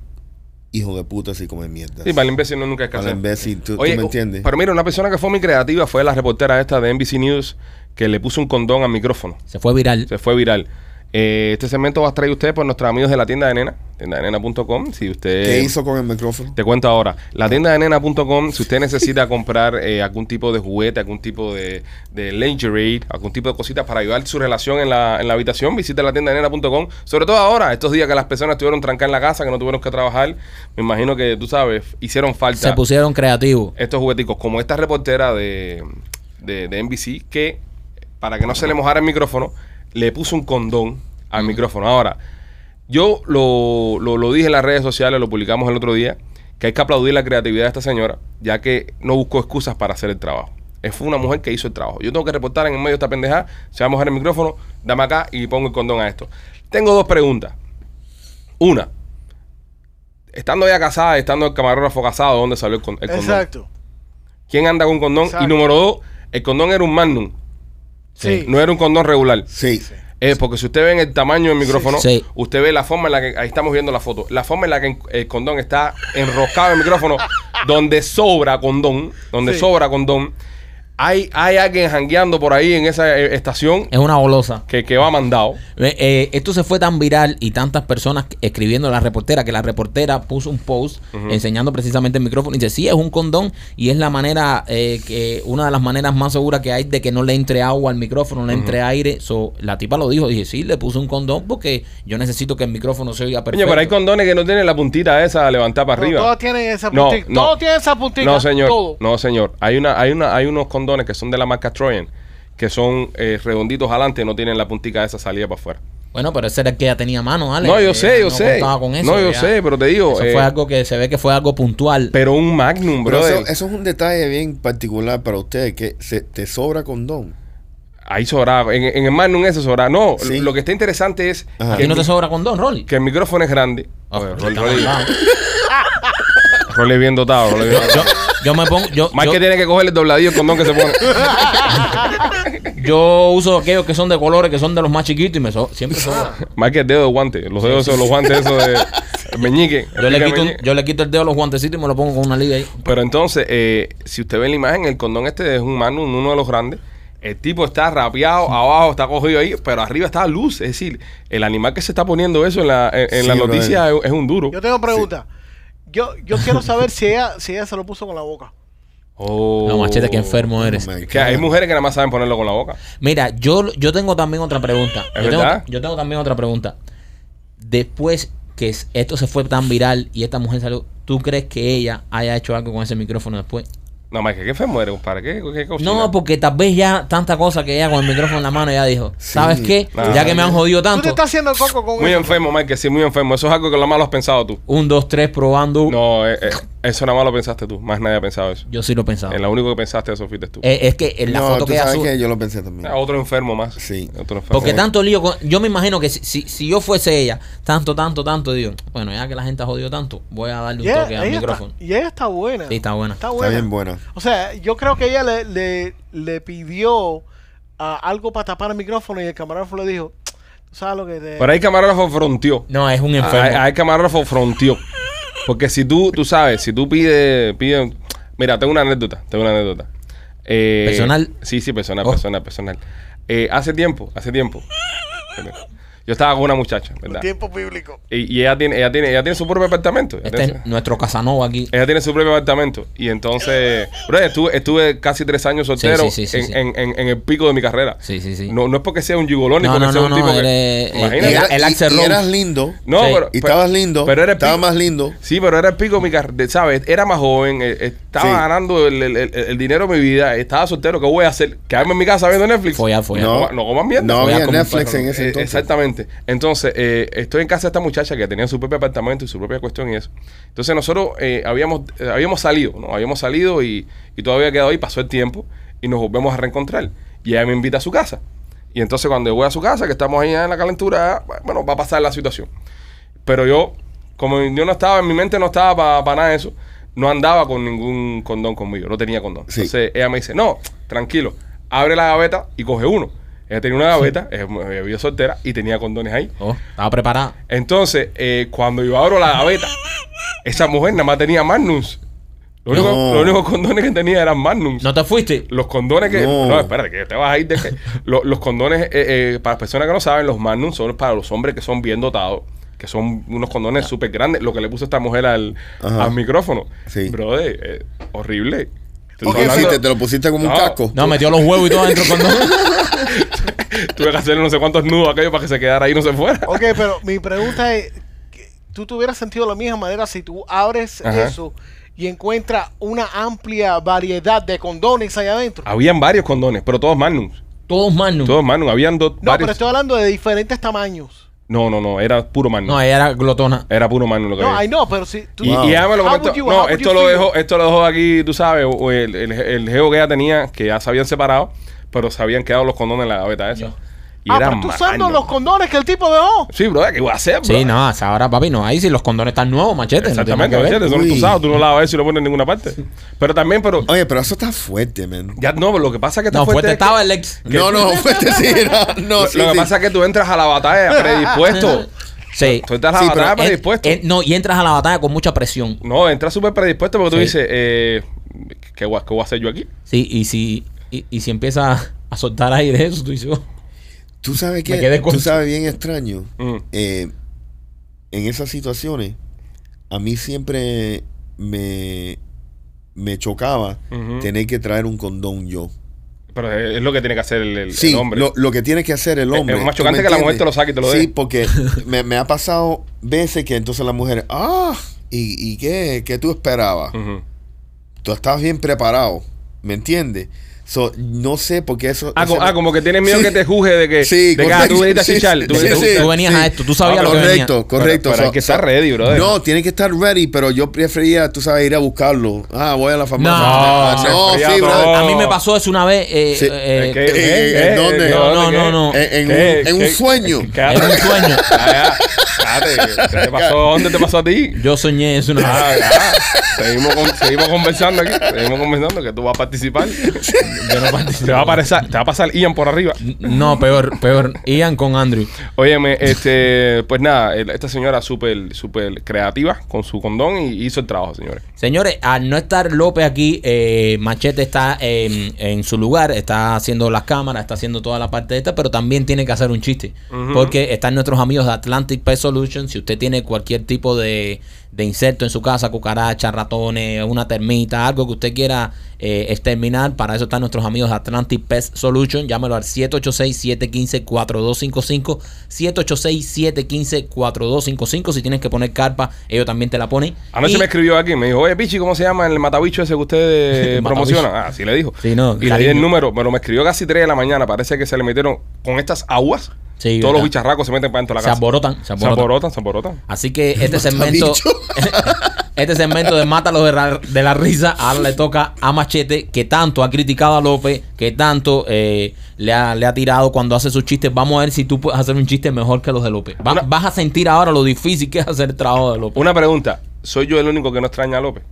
Speaker 3: hijos de puta así como de mierda.
Speaker 1: Sí, para el imbécil no nunca es
Speaker 3: Para
Speaker 1: casero.
Speaker 3: el imbécil, tú, tú
Speaker 1: Oye,
Speaker 3: me entiendes.
Speaker 1: Pero mira, una persona que fue muy creativa fue la reportera esta de NBC News que le puso un condón al micrófono.
Speaker 2: Se fue viral.
Speaker 1: Se fue viral. Eh, este segmento va a traer usted por nuestros amigos de la tienda de nena, tiendadenena.com. Si usted
Speaker 3: ¿Qué hizo con el micrófono?
Speaker 1: eh, te cuento ahora. La tienda de nena.com, si usted necesita (laughs) comprar eh, algún tipo de juguete, algún tipo de, de lingerie, algún tipo de cositas para ayudar su relación en la, en la habitación, visite la tienda de nena.com. Sobre todo ahora, estos días que las personas estuvieron trancadas en la casa, que no tuvieron que trabajar, me imagino que, tú sabes, hicieron falta
Speaker 2: Se pusieron creativos.
Speaker 1: estos jugueticos, como esta reportera de, de, de NBC, que para que no se le mojara el micrófono, le puso un condón al micrófono. Ahora, yo lo, lo- lo dije en las redes sociales, lo publicamos el otro día, que hay que aplaudir la creatividad de esta señora, ya que no buscó excusas para hacer el trabajo. Es- Fue una mujer que hizo el trabajo. Yo tengo que reportar en el medio de esta pendejada, se va a mojar el micrófono, dame acá y pongo el condón a esto. Tengo dos preguntas. Una, estando ya casada, estando el camarógrafo casado, ¿dónde salió el, con- el condón?
Speaker 4: Exacto.
Speaker 1: ¿Quién anda con condón?
Speaker 4: Exacto.
Speaker 1: Y número dos, el condón era un magnum,
Speaker 4: Sí.
Speaker 1: no era un condón regular.
Speaker 3: Sí.
Speaker 1: Eh, porque si usted ve el tamaño del micrófono,
Speaker 2: Sí, sí.
Speaker 1: usted ve la forma en la que, ahí estamos viendo la foto, la forma en la que el condón está enroscado en el micrófono, donde sobra condón, donde
Speaker 4: Sí.
Speaker 1: sobra condón, hay, hay alguien jangueando por ahí en esa eh, estación
Speaker 2: Es una golosa.
Speaker 1: que, que va mandado.
Speaker 2: Eh, eh, esto se fue tan viral y tantas personas escribiendo a la reportera que la reportera puso un post enseñando precisamente el micrófono y dice, sí, es un condón y es la manera, eh, que una de las maneras más seguras que hay de que no le entre agua al micrófono, no le entre aire. So, la tipa lo dijo, dije, sí, le puse un condón porque yo necesito que el micrófono se oiga
Speaker 1: Coño,
Speaker 2: perfecto.
Speaker 1: pero hay condones que no tienen la puntita esa levantada para
Speaker 4: Pero
Speaker 1: arriba.
Speaker 4: Todos tienen esa
Speaker 1: No,
Speaker 4: puntica.
Speaker 1: no.
Speaker 4: Todos tienen esa puntica.
Speaker 1: No, señor.
Speaker 4: Todo.
Speaker 1: No, señor. Hay una, hay una, hay unos condones que son de la marca Trojan, que son eh, redonditos adelante, no tienen la puntica de esa salida para afuera.
Speaker 2: Bueno, pero ese era el que ya tenía a mano, Ale.
Speaker 1: no, yo
Speaker 2: Eh,
Speaker 1: sé, yo
Speaker 2: no
Speaker 1: sé.
Speaker 2: contaba con eso,
Speaker 1: no, yo
Speaker 2: ya.
Speaker 1: sé, pero te digo.
Speaker 2: Eso
Speaker 1: eh,
Speaker 2: fue algo que se ve que fue algo puntual.
Speaker 1: Pero un Magnum,
Speaker 3: Pero
Speaker 1: brother.
Speaker 3: eso, eso es un detalle bien particular para ustedes, que se, te sobra condón.
Speaker 1: Ahí sobraba. En, en el Magnum eso sobraba. No,
Speaker 3: Sí.
Speaker 1: lo que está interesante es
Speaker 3: Ajá.
Speaker 2: ¿A
Speaker 1: que,
Speaker 2: ti no
Speaker 1: el
Speaker 2: te
Speaker 1: mi-
Speaker 2: sobra condón, Rolly?
Speaker 1: que el micrófono es grande.
Speaker 2: Ah,
Speaker 1: Oye,
Speaker 2: Rolly
Speaker 1: Rolly,
Speaker 2: está mal.
Speaker 1: Rolly- Rolly bien dotado. Rolly bien
Speaker 2: (laughs) yo,
Speaker 1: dotado.
Speaker 2: yo me pongo... Yo,
Speaker 1: Más
Speaker 2: yo-
Speaker 1: que tiene que coger el dobladillo el condón que se pone. (laughs)
Speaker 2: Yo uso aquellos que son de colores, que son de los más chiquitos y me so- siempre sobra.
Speaker 1: Más que el dedo de guante. Los dedos son los guantes esos
Speaker 2: (laughs)
Speaker 1: de el meñique.
Speaker 2: Yo le,
Speaker 1: Pica
Speaker 2: quito, un-
Speaker 1: meñique.
Speaker 2: yo le quito el dedo a los guantecitos y me lo pongo con una liga ahí.
Speaker 1: Pero entonces, eh, si usted ve la imagen, el condón este es un Magnum, uno de los grandes. El tipo está rapeado, abajo está cogido ahí, pero arriba está luz. Es decir, el animal que se está poniendo eso en la, en, en
Speaker 3: Sí,
Speaker 1: la
Speaker 3: brother.
Speaker 1: noticia es, es un duro.
Speaker 4: Yo tengo pregunta. Yo, yo quiero saber si ella, si ella se lo puso con la boca.
Speaker 1: Oh.
Speaker 2: No, machete, que enfermo eres.
Speaker 3: Oh, my
Speaker 1: Que hay
Speaker 3: God.
Speaker 1: mujeres que nada más saben ponerlo con la boca.
Speaker 2: Mira, yo, yo tengo también otra pregunta.
Speaker 1: ¿Es
Speaker 2: yo, tengo,
Speaker 1: verdad?
Speaker 2: yo tengo también otra pregunta. Después que es- esto se fue tan viral y esta mujer salió, ¿tú crees que ella haya hecho algo con ese micrófono después?
Speaker 1: No, más que qué enfermo eres, compadre. ¿Qué, qué cocina?
Speaker 2: No, porque tal vez ya tanta cosa que ella con el micrófono en la mano ya dijo,
Speaker 3: Sí.
Speaker 2: ¿sabes qué?
Speaker 1: Ah.
Speaker 2: Ya que me han jodido
Speaker 4: ¿Tú te
Speaker 2: tanto.
Speaker 4: estás haciendo coco con
Speaker 1: Muy
Speaker 4: eso?
Speaker 1: enfermo, Mike, sí, muy enfermo. Eso es algo que lo más lo has pensado tú.
Speaker 2: Un, dos, tres, probando.
Speaker 1: No, eh, eh, eso nada más lo pensaste tú. Más nadie ha pensado eso.
Speaker 2: Yo sí lo pensaba.
Speaker 1: Eh, lo único que pensaste eso fuiste tú.
Speaker 2: Eh, es que en la
Speaker 3: no,
Speaker 2: foto
Speaker 3: tú
Speaker 2: que ella
Speaker 3: sabes
Speaker 2: sube...
Speaker 3: que yo lo pensé también.
Speaker 1: Ah, Otro enfermo más.
Speaker 3: Sí.
Speaker 1: Otro enfermo.
Speaker 2: Porque
Speaker 1: más.
Speaker 2: tanto lío, con- yo me imagino que si, si, si yo fuese ella, tanto, tanto, tanto, digo, bueno, ya que la gente ha jodido tanto, voy a darle
Speaker 4: Y
Speaker 2: un
Speaker 4: ella,
Speaker 2: toque al
Speaker 4: ella
Speaker 2: micrófono.
Speaker 4: Está, y ella está buena.
Speaker 2: Sí, está buena.
Speaker 4: Está
Speaker 3: Está
Speaker 4: buena.
Speaker 3: bien buena.
Speaker 4: O sea, yo creo que ella le, le, le pidió ah, algo para tapar el micrófono y el camarógrafo le dijo, tú sabes lo que te...
Speaker 1: Pero hay camarógrafo fronteó.
Speaker 2: No, es un enfermo.
Speaker 1: Hay, hay camarógrafo fronteó. Porque si tú, tú sabes, si tú pides, pides. Mira, tengo una anécdota, tengo una anécdota. Eh,
Speaker 2: ¿Personal?
Speaker 1: Sí, sí, personal,
Speaker 2: Oh.
Speaker 1: personal, personal. Eh, hace tiempo, hace tiempo. Yo estaba con una muchacha, ¿verdad?
Speaker 4: Tiempo público.
Speaker 1: Y, y ella, tiene, ella, tiene, ella tiene su propio apartamento. Ella
Speaker 2: este
Speaker 1: tiene
Speaker 2: es
Speaker 1: su-
Speaker 2: nuestro Casanova aquí.
Speaker 1: ella tiene su propio apartamento. Y entonces, bro, estuve, estuve casi tres años soltero
Speaker 2: Sí, sí, sí, sí,
Speaker 1: en,
Speaker 2: sí.
Speaker 1: En, en- en el pico de mi carrera.
Speaker 2: Sí, sí, sí.
Speaker 1: No, no es porque sea un gigolón ni
Speaker 2: No,
Speaker 1: porque
Speaker 2: no,
Speaker 1: sea
Speaker 2: no,
Speaker 1: un
Speaker 2: no,
Speaker 1: tipo
Speaker 2: eres-
Speaker 1: que.
Speaker 2: eh,
Speaker 1: Imagínate.
Speaker 3: Y era-
Speaker 2: el
Speaker 3: y-
Speaker 2: Axel
Speaker 3: y
Speaker 2: Rose.
Speaker 3: eras lindo.
Speaker 1: no,
Speaker 2: sí.
Speaker 1: pero.
Speaker 3: Y
Speaker 1: pero-
Speaker 3: estabas lindo.
Speaker 1: Pero era el
Speaker 3: estabas
Speaker 1: pico.
Speaker 3: más lindo.
Speaker 1: Sí, pero era el pico de mi carrera, ¿sabes? Era más joven, eh, estaba
Speaker 3: Sí.
Speaker 1: ganando el, el- el- el dinero de mi vida, estaba soltero, ¿qué voy a hacer? ¿Quedarme en mi casa viendo Netflix?
Speaker 2: Follar, follar.
Speaker 1: No,
Speaker 3: No.
Speaker 1: coma- no coman mierda. Pues,
Speaker 3: No
Speaker 2: Voy a
Speaker 3: había
Speaker 2: comer
Speaker 3: Netflix en
Speaker 1: Eh,
Speaker 3: ese entonces.
Speaker 1: Exactamente. Entonces, eh, estoy en casa de esta muchacha que tenía su propio apartamento y su propia cuestión y eso. Entonces, nosotros eh, habíamos, eh, habíamos salido, ¿no? Habíamos salido y, y todavía quedado ahí, pasó el tiempo y nos volvemos a reencontrar. Y ella me invita a su casa. Y entonces, cuando yo voy a su casa, que estamos ahí en la calentura, bueno, va a pasar la situación. Pero yo, como yo no estaba, en mi mente no estaba para nada de eso, no andaba con ningún condón conmigo, no tenía condón.
Speaker 3: Sí.
Speaker 1: Entonces ella me dice, no, tranquilo, abre la gaveta y coge uno. Ella tenía una gaveta, eh, eh, vivía soltera y tenía condones ahí.
Speaker 2: Oh, estaba preparada.
Speaker 1: Entonces, eh, cuando yo abro la gaveta, esa mujer nada más tenía Magnus. Los únicos
Speaker 3: No.
Speaker 1: los únicos condones que tenía eran Magnums.
Speaker 2: ¿No te fuiste?
Speaker 1: Los condones que. No,
Speaker 3: No.
Speaker 1: espérate, que te vas a ir de
Speaker 3: (laughs)
Speaker 1: que. lo- los condones, eh, eh, para las personas que no saben, los magnums son para los hombres que son bien dotados, que son unos condones súper grandes. Lo que le puso esta mujer al,
Speaker 3: Ah. Ajá.
Speaker 1: al micrófono.
Speaker 3: Sí.
Speaker 1: Brother, eh, horrible. Te estoy
Speaker 3: ¿Por qué
Speaker 1: hablando-
Speaker 3: hiciste? ¿Te lo pusiste como
Speaker 1: No.
Speaker 3: un casco?
Speaker 2: No, metió los huevos y todo dentro del condón.
Speaker 1: (laughs) Tuve que hacerle no sé cuántos nudos a aquello para que se quedara ahí y no se
Speaker 4: (laughs)
Speaker 1: fuera.
Speaker 4: Ok, pero mi pregunta es, ¿qué- ¿tú te hubieras sentido de la misma manera si tú abres
Speaker 1: Ajá.
Speaker 4: eso y encuentras una amplia variedad de condones allá adentro?
Speaker 1: Habían varios condones, pero todos magnums.
Speaker 2: Todos Magnum.
Speaker 1: Todos magnums. Habían dos.
Speaker 4: Mm. No,
Speaker 1: varios-
Speaker 4: pero estoy hablando de diferentes tamaños.
Speaker 1: No, no, no. Era puro magnum.
Speaker 2: No, ella era glotona.
Speaker 1: Era puro magnum lo que
Speaker 4: eh. No,
Speaker 1: había.
Speaker 4: I know, pero si tú...
Speaker 1: Y,
Speaker 3: Wow.
Speaker 1: y además lo
Speaker 4: How
Speaker 1: momento-
Speaker 4: would you- how
Speaker 1: no,
Speaker 4: would
Speaker 1: esto
Speaker 4: you
Speaker 1: lo
Speaker 4: feel?
Speaker 1: dejó, esto lo dejó aquí, tú sabes, o- o el, el, el geo que ella tenía, que ya se habían separado, pero se habían quedado los condones en la gaveta esa.
Speaker 2: Ya.
Speaker 1: Y
Speaker 4: Ah,
Speaker 1: eran
Speaker 4: pero tú usando
Speaker 1: malos.
Speaker 4: los condones que el tipo dejó.
Speaker 1: Sí, bro, ¿qué voy a hacer, bro?
Speaker 2: Sí, no, hasta ahora, papi, no. Ahí sí los condones están nuevos, machete. no tiene nada
Speaker 1: Exactamente,
Speaker 2: que ver.
Speaker 1: ¿entiendes? Son los
Speaker 3: Uy.
Speaker 1: usados, tú no la vas a ver si lo pones en ninguna parte. Pero también, pero
Speaker 3: Oye, pero eso está fuerte, man.
Speaker 1: ya no, pero lo que pasa es que está
Speaker 2: No,
Speaker 1: fuerte
Speaker 2: fuerte
Speaker 1: es que-
Speaker 2: estaba el ex.
Speaker 1: (laughs)
Speaker 3: No, no, (laughs) fuerte sí. No, no
Speaker 1: lo,
Speaker 3: sí,
Speaker 1: lo que
Speaker 3: sí.
Speaker 1: pasa es que tú entras a la
Speaker 4: (laughs)
Speaker 1: batalla predispuesto.
Speaker 2: Sí.
Speaker 1: tú entras a la
Speaker 3: Sí, pero
Speaker 1: batalla
Speaker 2: En-
Speaker 1: predispuesto.
Speaker 2: en- no, y entras a la batalla con mucha presión.
Speaker 1: no, entras súper predispuesto porque tú
Speaker 2: Sí.
Speaker 1: dices, eh, ¿qué, voy a- ¿qué voy a hacer yo aquí?
Speaker 2: Sí, y si, y, y si empiezas a soltar aire (laughs) eso, tú dices, oh,
Speaker 3: Tú sabes
Speaker 2: Me quedé
Speaker 3: que
Speaker 2: corto.
Speaker 3: tú sabes bien extraño.
Speaker 1: Mm.
Speaker 3: Eh, en esas situaciones, a mí siempre me, me chocaba
Speaker 1: Ujú.
Speaker 3: tener que traer un condón yo.
Speaker 1: Pero es es lo que tiene que hacer el, el-
Speaker 3: Sí,
Speaker 1: el hombre.
Speaker 3: Lo, lo que tiene que hacer el
Speaker 1: Es-
Speaker 3: hombre.
Speaker 1: es más
Speaker 3: ¿tú
Speaker 1: chocante
Speaker 3: me
Speaker 1: que la mujer
Speaker 3: entiendes?
Speaker 1: te lo saque y te lo dé.
Speaker 3: Sí,
Speaker 1: (laughs)
Speaker 3: porque me, me ha pasado veces que entonces la mujer, ah, ¿y, y qué, qué tú esperabas?
Speaker 1: Ujú.
Speaker 3: Tú estabas bien preparado, ¿me entiendes? So, no sé por qué eso...
Speaker 1: Ah,
Speaker 3: ese-
Speaker 1: co- ah, como que tienes miedo
Speaker 3: Sí.
Speaker 1: que te juzgue de que,
Speaker 3: Sí,
Speaker 1: de que, ah,
Speaker 3: correcto.
Speaker 1: tú viniste a
Speaker 3: Sí,
Speaker 1: chichar. tú
Speaker 3: sí,
Speaker 1: viniste a
Speaker 3: sí.
Speaker 1: buscar.
Speaker 2: tú venías a esto, tú sabías
Speaker 1: Ah,
Speaker 2: lo que venía.
Speaker 3: correcto, correcto.
Speaker 1: Pero- pero hay que estar ready, brother.
Speaker 3: No, tiene que estar ready, pero yo prefería, tú sabes, ir a buscarlo. Ah, voy a la farmacia.
Speaker 2: No,
Speaker 3: Ah, no,
Speaker 1: se enfría
Speaker 3: sí,
Speaker 1: todo.
Speaker 3: brother.
Speaker 2: A mí me pasó eso una vez. eh,
Speaker 3: Sí.
Speaker 2: eh,
Speaker 1: ¿En qué? ¿En qué?
Speaker 3: eh,
Speaker 1: ¿En
Speaker 3: ¿dónde?
Speaker 1: qué?
Speaker 2: No, no, no, no.
Speaker 1: ¿Qué?
Speaker 3: En- en un- en un
Speaker 1: ¿Qué?
Speaker 3: sueño.
Speaker 1: Cállate.
Speaker 2: En un sueño.
Speaker 1: Ah, ya. Cállate. ¿Qué te pasó? ¿Dónde te pasó a ti?
Speaker 2: yo soñé eso una vez.
Speaker 1: Ah, ya. Seguimos, con- seguimos conversando aquí. Seguimos conversando que tú vas a participar.
Speaker 2: Yo no participé.
Speaker 1: (laughs) Te va a, aparecer, te va a pasar Ian por arriba.
Speaker 2: No, peor, peor. Ian con Andrew.
Speaker 1: Óyeme, este, pues nada, el- esta señora súper, súper creativa con su condón y hizo el trabajo, señores.
Speaker 2: Señores, al no estar López aquí, eh, Machete está eh, en su lugar, está haciendo las cámaras, está haciendo toda la parte de esta, pero también tiene que hacer un chiste. Porque están nuestros amigos de Atlantic Pest Solution. Si usted tiene cualquier tipo de, de insecto en su casa, cucaracha, ratones, una termita, algo que usted quiera eh, exterminar, para eso están nuestros amigos de Atlantic Pest Solution. Llámelo al 786-715-4255. 786-715-4255. Si tienes que poner carpa, ellos también te la ponen.
Speaker 1: Anoche
Speaker 2: Y-
Speaker 1: me escribió aquí, me dijo, oye, Pichi, ¿cómo se llama el matabicho ese que ustedes
Speaker 2: Matabicho.
Speaker 1: promocionan? Ah, sí le dijo.
Speaker 2: Sí, no,
Speaker 1: y le di el
Speaker 2: cariño.
Speaker 1: número, pero me escribió casi 3 de la mañana. Parece que se le metieron con estas aguas.
Speaker 2: Sí,
Speaker 1: todos
Speaker 2: ¿verdad?
Speaker 1: los bicharracos se meten para dentro de la
Speaker 2: Se
Speaker 1: casa.
Speaker 2: alborotan, se
Speaker 1: Se
Speaker 2: alborotan.
Speaker 1: alborotan, se alborotan.
Speaker 2: Así que este segmento,
Speaker 3: bicho.
Speaker 2: (laughs) este segmento de Mátalo de, la- de la Risa, ahora le toca a Machete, que tanto ha criticado a López, que tanto eh, le, ha, le ha tirado cuando hace sus chistes. Vamos a ver si tú puedes hacer un chiste mejor que los de López. Va-
Speaker 1: Una-
Speaker 2: vas a sentir ahora lo difícil que es hacer el trabajo de López.
Speaker 1: Una pregunta, ¿soy yo el único que no extraña a López?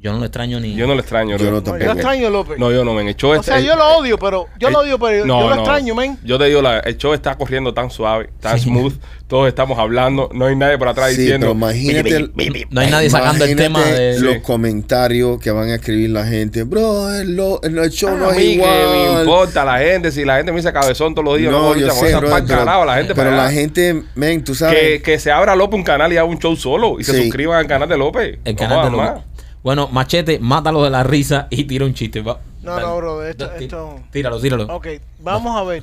Speaker 2: Yo no lo extraño ni...
Speaker 1: Yo no lo extraño.
Speaker 3: Yo
Speaker 1: bro.
Speaker 3: no tampoco.
Speaker 4: Yo extraño a López.
Speaker 1: No, yo no, men. El show
Speaker 4: o
Speaker 1: este-
Speaker 4: sea,
Speaker 1: el-
Speaker 4: yo lo odio, pero yo lo
Speaker 1: el-
Speaker 4: odio, pero
Speaker 1: No,
Speaker 4: yo lo
Speaker 1: no.
Speaker 4: extraño, men.
Speaker 1: Yo te digo, la- el show está corriendo tan suave, tan
Speaker 2: Sí.
Speaker 1: smooth. Todos estamos hablando, no hay nadie por atrás
Speaker 3: Sí,
Speaker 1: diciendo.
Speaker 3: pero imagínate el-
Speaker 2: No hay nadie sacando el
Speaker 3: Imagínate
Speaker 2: tema de...
Speaker 3: los
Speaker 1: Sí.
Speaker 3: comentarios que van a escribir la gente. Bro, el, lo- el show no
Speaker 1: Ah, a
Speaker 3: es
Speaker 1: mí que me
Speaker 3: igual.
Speaker 1: importa la gente, si la gente me dice cabezón todos los días,
Speaker 3: No,
Speaker 1: voy a
Speaker 3: yo
Speaker 1: luchar con
Speaker 3: sé,
Speaker 1: esa
Speaker 3: bro,
Speaker 1: panca
Speaker 3: pero,
Speaker 1: brava, la gente
Speaker 3: pero
Speaker 1: para
Speaker 3: la
Speaker 1: allá.
Speaker 3: gente, men, tú
Speaker 1: que,
Speaker 3: sabes.
Speaker 1: que se abra López un canal y haga un show solo y se
Speaker 3: Sí.
Speaker 1: suscriban al canal de López.
Speaker 2: El
Speaker 1: No
Speaker 2: canal de
Speaker 1: jodan más.
Speaker 2: López. Bueno, Machete, Mátalo de la Risa y tira un chiste. va.
Speaker 4: No,
Speaker 2: Dale.
Speaker 4: no, bro, esto-
Speaker 2: Da- tí-
Speaker 4: esto-
Speaker 2: Tíralo, tíralo.
Speaker 4: Ok, vamos a ver.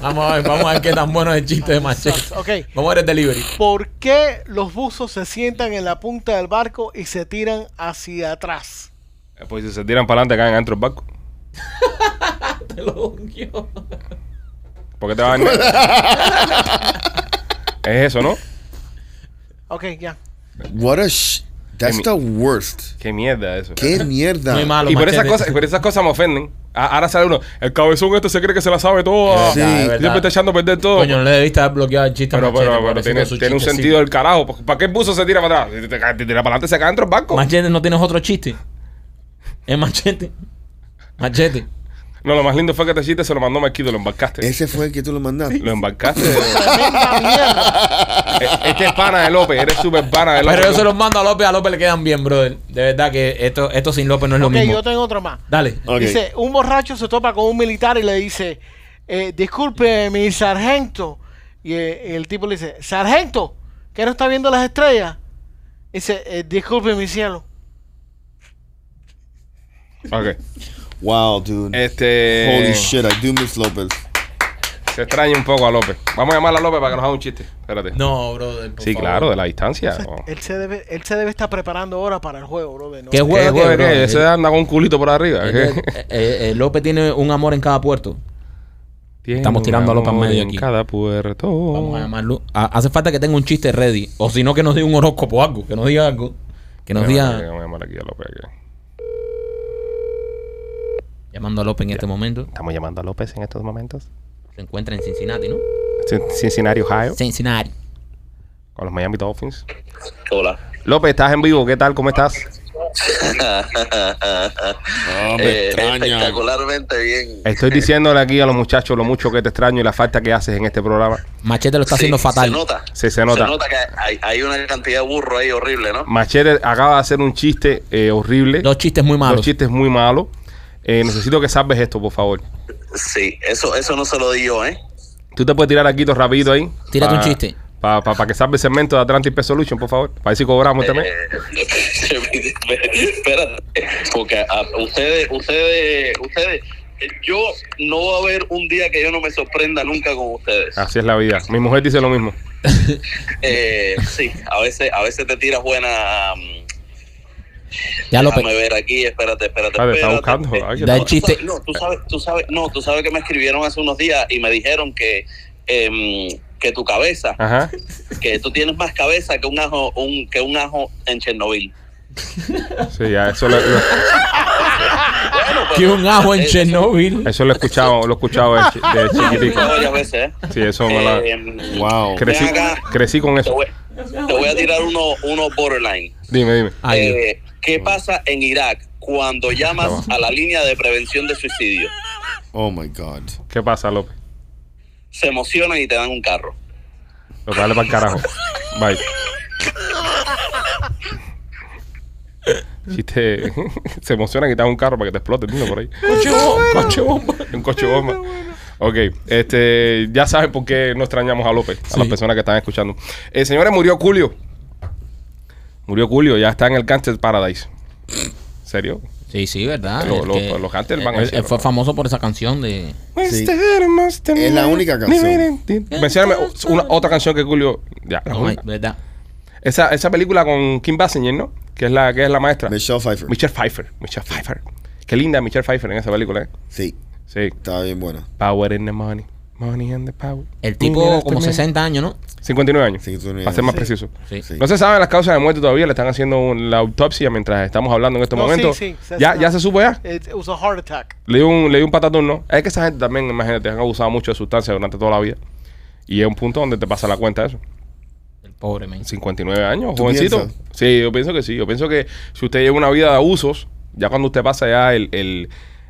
Speaker 2: Vamos a ver, vamos a ver qué tan bueno es el chiste de Machete.
Speaker 4: Ok.
Speaker 2: Vamos a ver el delivery.
Speaker 4: ¿Por qué los buzos se sientan en la punta del barco y se tiran hacia atrás?
Speaker 1: Eh, Pues si se tiran para adelante, caen dentro del barco.
Speaker 2: Te lo ungió.
Speaker 1: ¿Por qué te van a
Speaker 3: (laughs)
Speaker 1: Es eso, ¿no?
Speaker 4: Ok, ya.
Speaker 3: What a sh- That's the worst.
Speaker 1: Qué mierda eso.
Speaker 3: Qué mierda.
Speaker 2: Muy malo.
Speaker 1: Y por esas,
Speaker 2: Machete.
Speaker 1: cosas, por esas cosas me ofenden. A- Ahora sale uno. El cabezón este se cree que se la sabe toda.
Speaker 3: Sí.
Speaker 2: es verdad.
Speaker 1: Siempre está echando a perder todo.
Speaker 2: Coño, no le debiste haber bloqueado el chiste. a
Speaker 1: pero, pero,
Speaker 2: Machete,
Speaker 1: pero
Speaker 2: pobrecito,
Speaker 1: tiene,
Speaker 2: su
Speaker 1: tiene un
Speaker 2: chistecito.
Speaker 1: sentido del carajo. ¿Para qué el buzo se tira para atrás? Si Te, ca- te tira para adelante, se cae dentro del barco.
Speaker 2: Machete, ¿no tienes otro chiste? Es Machete. Machete.
Speaker 1: No, lo más lindo fue que te hiciste, se lo mandó Marquito, lo embarcaste.
Speaker 3: Ese fue el que tú lo mandaste.
Speaker 1: Lo
Speaker 2: (laughs)
Speaker 1: embarcaste.
Speaker 4: Tremenda mierda.
Speaker 1: E- este es pana de López, eres súper pana de López.
Speaker 2: Pero yo se los mando a López, a López le quedan bien, brother. De verdad que esto, esto sin López no es lo
Speaker 4: Ok,
Speaker 2: mismo.
Speaker 4: yo tengo otro más.
Speaker 2: Dale.
Speaker 3: Ok.
Speaker 4: Dice, un borracho se topa con un militar y le dice, eh, disculpe, mi sargento. Y eh, el tipo le dice, sargento, ¿que no está viendo las estrellas? Dice, "Eh, disculpe, mi cielo.
Speaker 1: Ok.
Speaker 3: Wow, dude.
Speaker 1: Este.
Speaker 3: Holy shit, I do miss López.
Speaker 1: Se extraña un poco a López. Vamos a llamar a López para que nos haga un chiste. Espérate.
Speaker 2: No, brother. por
Speaker 1: sí,
Speaker 2: favor.
Speaker 1: claro, de la distancia. ¿no?
Speaker 4: Él se debe, él se debe estar preparando ahora para el juego, brother. ¿no?
Speaker 2: ¿Qué
Speaker 1: ¿Qué,
Speaker 2: juego
Speaker 1: güey,
Speaker 2: que,
Speaker 1: qué?
Speaker 2: brother?
Speaker 1: Ese anda con un culito por arriba. ¿qué?
Speaker 2: Eh, eh, eh, López tiene un amor en cada puerto.
Speaker 1: Tiene
Speaker 2: estamos tirando a López
Speaker 1: amor
Speaker 2: medio
Speaker 1: en
Speaker 2: aquí.
Speaker 1: cada puerto.
Speaker 2: Vamos a llamarlo. Ha- hace falta que tenga un chiste ready. O si no, que nos diga un horóscopo o algo. Que nos diga algo. Que nos
Speaker 1: Vamos a
Speaker 2: diga.
Speaker 1: llamar aquí a López. aquí.
Speaker 2: Llamando a López en este momento.
Speaker 1: Estamos llamando a López en estos momentos.
Speaker 2: Se encuentra en Cincinnati, ¿no?
Speaker 1: Cin- Cincinnati, Ohio.
Speaker 2: Cincinnati.
Speaker 1: Con los Miami Dolphins.
Speaker 6: Hola.
Speaker 1: López, estás en vivo. ¿Qué tal? ¿Cómo estás?
Speaker 3: me
Speaker 6: Eh,
Speaker 3: extraña.
Speaker 6: espectacularmente bien.
Speaker 1: Estoy diciéndole aquí a los muchachos lo mucho que te extraño y la falta que haces en este programa.
Speaker 2: Machete lo está
Speaker 6: Sí,
Speaker 2: haciendo fatal.
Speaker 6: Se nota.
Speaker 1: Sí, se nota.
Speaker 6: Se nota que hay, hay una cantidad de burro ahí horrible, ¿no?
Speaker 1: Machete acaba de hacer un chiste eh, horrible.
Speaker 2: Dos chistes muy malos.
Speaker 1: Dos chistes muy malos. Eh, necesito que salves esto, por favor.
Speaker 6: Sí, eso, eso no se lo di yo, ¿eh?
Speaker 1: Tú te puedes tirar aquí dos rapidito ahí.
Speaker 2: Tírate un
Speaker 1: Pa-
Speaker 2: chiste.
Speaker 1: pa- pa- pa que salve el segmento de Atlantic Pest Solution, por favor. Para ver si cobramos este también.
Speaker 6: Eh, Espérate, (laughs) porque a- ustedes, ustedes, ustedes, yo no va a haber un día que yo no me sorprenda nunca con ustedes.
Speaker 1: Así es la vida. Mi mujer dice lo mismo.
Speaker 6: Eh, sí, a veces, a veces te tiras buena. um,
Speaker 2: Ya López.
Speaker 6: Déjame ver aquí, espérate, espérate.
Speaker 1: Vale, está
Speaker 6: espérate.
Speaker 1: buscando.
Speaker 6: Eh,
Speaker 1: Ay,
Speaker 2: Da el
Speaker 6: No,
Speaker 2: chiste.
Speaker 6: tú sabes- No, tú sabes, tú sabes, no, tú sabes que me escribieron hace unos días y me dijeron que, em, que tu cabeza,
Speaker 1: Ajá.
Speaker 6: que tú tienes más cabeza que un ajo, un, que un ajo en Chernobyl.
Speaker 1: Sí, ya, eso lo, lo-
Speaker 6: Bueno, pero-
Speaker 2: Que un ajo en
Speaker 6: eh, (laughs)
Speaker 2: Chernobyl.
Speaker 1: eso lo he escuchado, lo he escuchado de, chi- de
Speaker 6: eso me
Speaker 1: chiquitico.
Speaker 6: escuchaba varias veces, ¿eh?
Speaker 1: Sí, eso me
Speaker 6: Eh,
Speaker 1: lo-
Speaker 6: em,
Speaker 3: Wow.
Speaker 1: crecí,
Speaker 6: ven acá.
Speaker 1: crecí con
Speaker 6: te,
Speaker 1: eso.
Speaker 6: voy, te voy a tirar uno, uno borderline.
Speaker 1: Dime, dime.
Speaker 2: Ay, Dios.
Speaker 6: Eh, ¿Qué pasa en Irak cuando llamas a la línea de prevención de suicidio?
Speaker 3: Oh my God.
Speaker 1: ¿Qué pasa, López?
Speaker 6: Se emocionan y te dan un carro.
Speaker 1: Lo dale para el carajo. Bye. Chiste. Se emociona que te haga un carro para que te explote, tío, por
Speaker 3: (laughs)
Speaker 1: ahí.
Speaker 2: Coche
Speaker 1: eh,
Speaker 2: bomba, coche bomba.
Speaker 1: Un coche bomba. Ok, este, ya saben por qué no extrañamos a López, a
Speaker 2: Sí.
Speaker 1: las personas que están escuchando. Eh, señores, murió Julio. Murió Julio, ya está en el Cancer Paradise. ¿Serio?
Speaker 2: Sí, sí, verdad.
Speaker 1: eh, Lo-
Speaker 2: El
Speaker 1: lo-
Speaker 2: que-
Speaker 1: los cantantes
Speaker 2: él-
Speaker 1: van al
Speaker 2: él- él
Speaker 1: cielo.
Speaker 2: fue famoso por esa canción de.
Speaker 3: Sí. Es la única canción.
Speaker 1: Mencióname una, otra canción que Julio. Ya,
Speaker 3: Oh
Speaker 1: la
Speaker 2: Ay,
Speaker 1: única.
Speaker 2: ¿Verdad?
Speaker 1: esa, esa película con Kim Basinger, ¿no? Que es la, que es la maestra.
Speaker 3: Michelle Pfeiffer.
Speaker 1: Michelle Pfeiffer. Michelle Pfeiffer. Qué linda Michelle Pfeiffer en esa película, ¿eh?
Speaker 3: Sí,
Speaker 1: Sí.
Speaker 3: estaba bien buena.
Speaker 1: Power in the money. Money and the power.
Speaker 2: El tipo como 60 años, ¿no?
Speaker 1: 59 años.
Speaker 3: 59
Speaker 1: Para ser más
Speaker 3: años.
Speaker 1: preciso.
Speaker 2: Sí.
Speaker 3: Sí.
Speaker 1: No se saben las causas de muerte todavía. Le están haciendo un- la autopsia mientras estamos hablando en este
Speaker 4: No, sí,
Speaker 1: momento.
Speaker 4: sí, se
Speaker 1: ya,
Speaker 4: hace
Speaker 1: ya
Speaker 4: una-
Speaker 1: se supo ya.
Speaker 4: It, it was a Eh, heart attack.
Speaker 1: Le dio un, le dio un patatón, ¿no? Es que esa gente también, imagínate, han abusado mucho de sustancias durante toda la vida. Y es un punto donde te pasa la cuenta eso.
Speaker 2: El pobre men.
Speaker 1: 59 años,
Speaker 3: ¿Tú
Speaker 1: jovencito.
Speaker 3: piensas?
Speaker 1: Sí, yo pienso que sí. Yo pienso que si usted lleva una vida de abusos, ya cuando usted pasa ya el, el,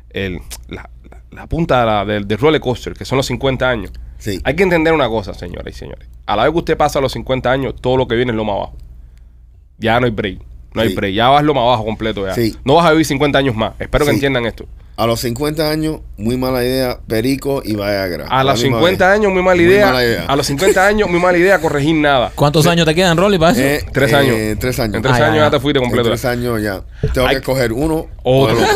Speaker 1: el- la, la- la punta de la- del, del roller coaster, que son los 50 años.
Speaker 3: Sí.
Speaker 1: Hay que entender una cosa, señoras y señores. A la vez que usted pasa los 50 años, todo lo que viene es lo más abajo. Ya no hay break. No hay
Speaker 3: Sí.
Speaker 1: break. Ya vas lo más abajo completo ya.
Speaker 3: Sí.
Speaker 1: No vas a vivir 50 años más. Espero que
Speaker 3: Sí.
Speaker 1: entiendan esto.
Speaker 3: A los 50 años, muy mala idea, Perico y Viagra.
Speaker 1: A los 50
Speaker 3: años.
Speaker 1: años, muy mala
Speaker 3: Muy
Speaker 1: idea.
Speaker 3: mala idea.
Speaker 1: A los 50 años, muy mala idea corregir nada.
Speaker 2: ¿Cuántos años te quedan, Rolly, para eso?
Speaker 3: Eh,
Speaker 1: Tres años.
Speaker 3: Tres años.
Speaker 1: En tres
Speaker 2: Ay,
Speaker 1: años
Speaker 2: ay,
Speaker 1: ya
Speaker 2: ay.
Speaker 1: te fuiste completo. Oh.
Speaker 3: En tres años ya. Tengo
Speaker 1: Hay-
Speaker 3: que coger uno o
Speaker 1: Otro. (laughs)
Speaker 3: el otro.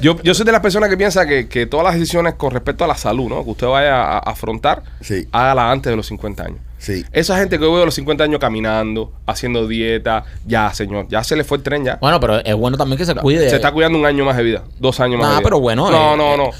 Speaker 1: Yo, yo soy de las personas que piensa que, que todas las decisiones con respecto a la salud, ¿no? Que usted vaya a, a afrontar,
Speaker 3: Sí.
Speaker 1: hágala antes de los 50 años.
Speaker 3: Sí.
Speaker 1: Esa gente que yo veo a los 50 años caminando, haciendo dieta, ya, señor, ya se le fue el tren ya.
Speaker 2: Bueno, pero es bueno también que se cuide.
Speaker 1: Se está cuidando un año más de vida, dos años más
Speaker 2: Ah,
Speaker 1: de vida.
Speaker 2: pero bueno,
Speaker 1: No,
Speaker 2: eh,
Speaker 1: no,
Speaker 2: eh,
Speaker 1: no.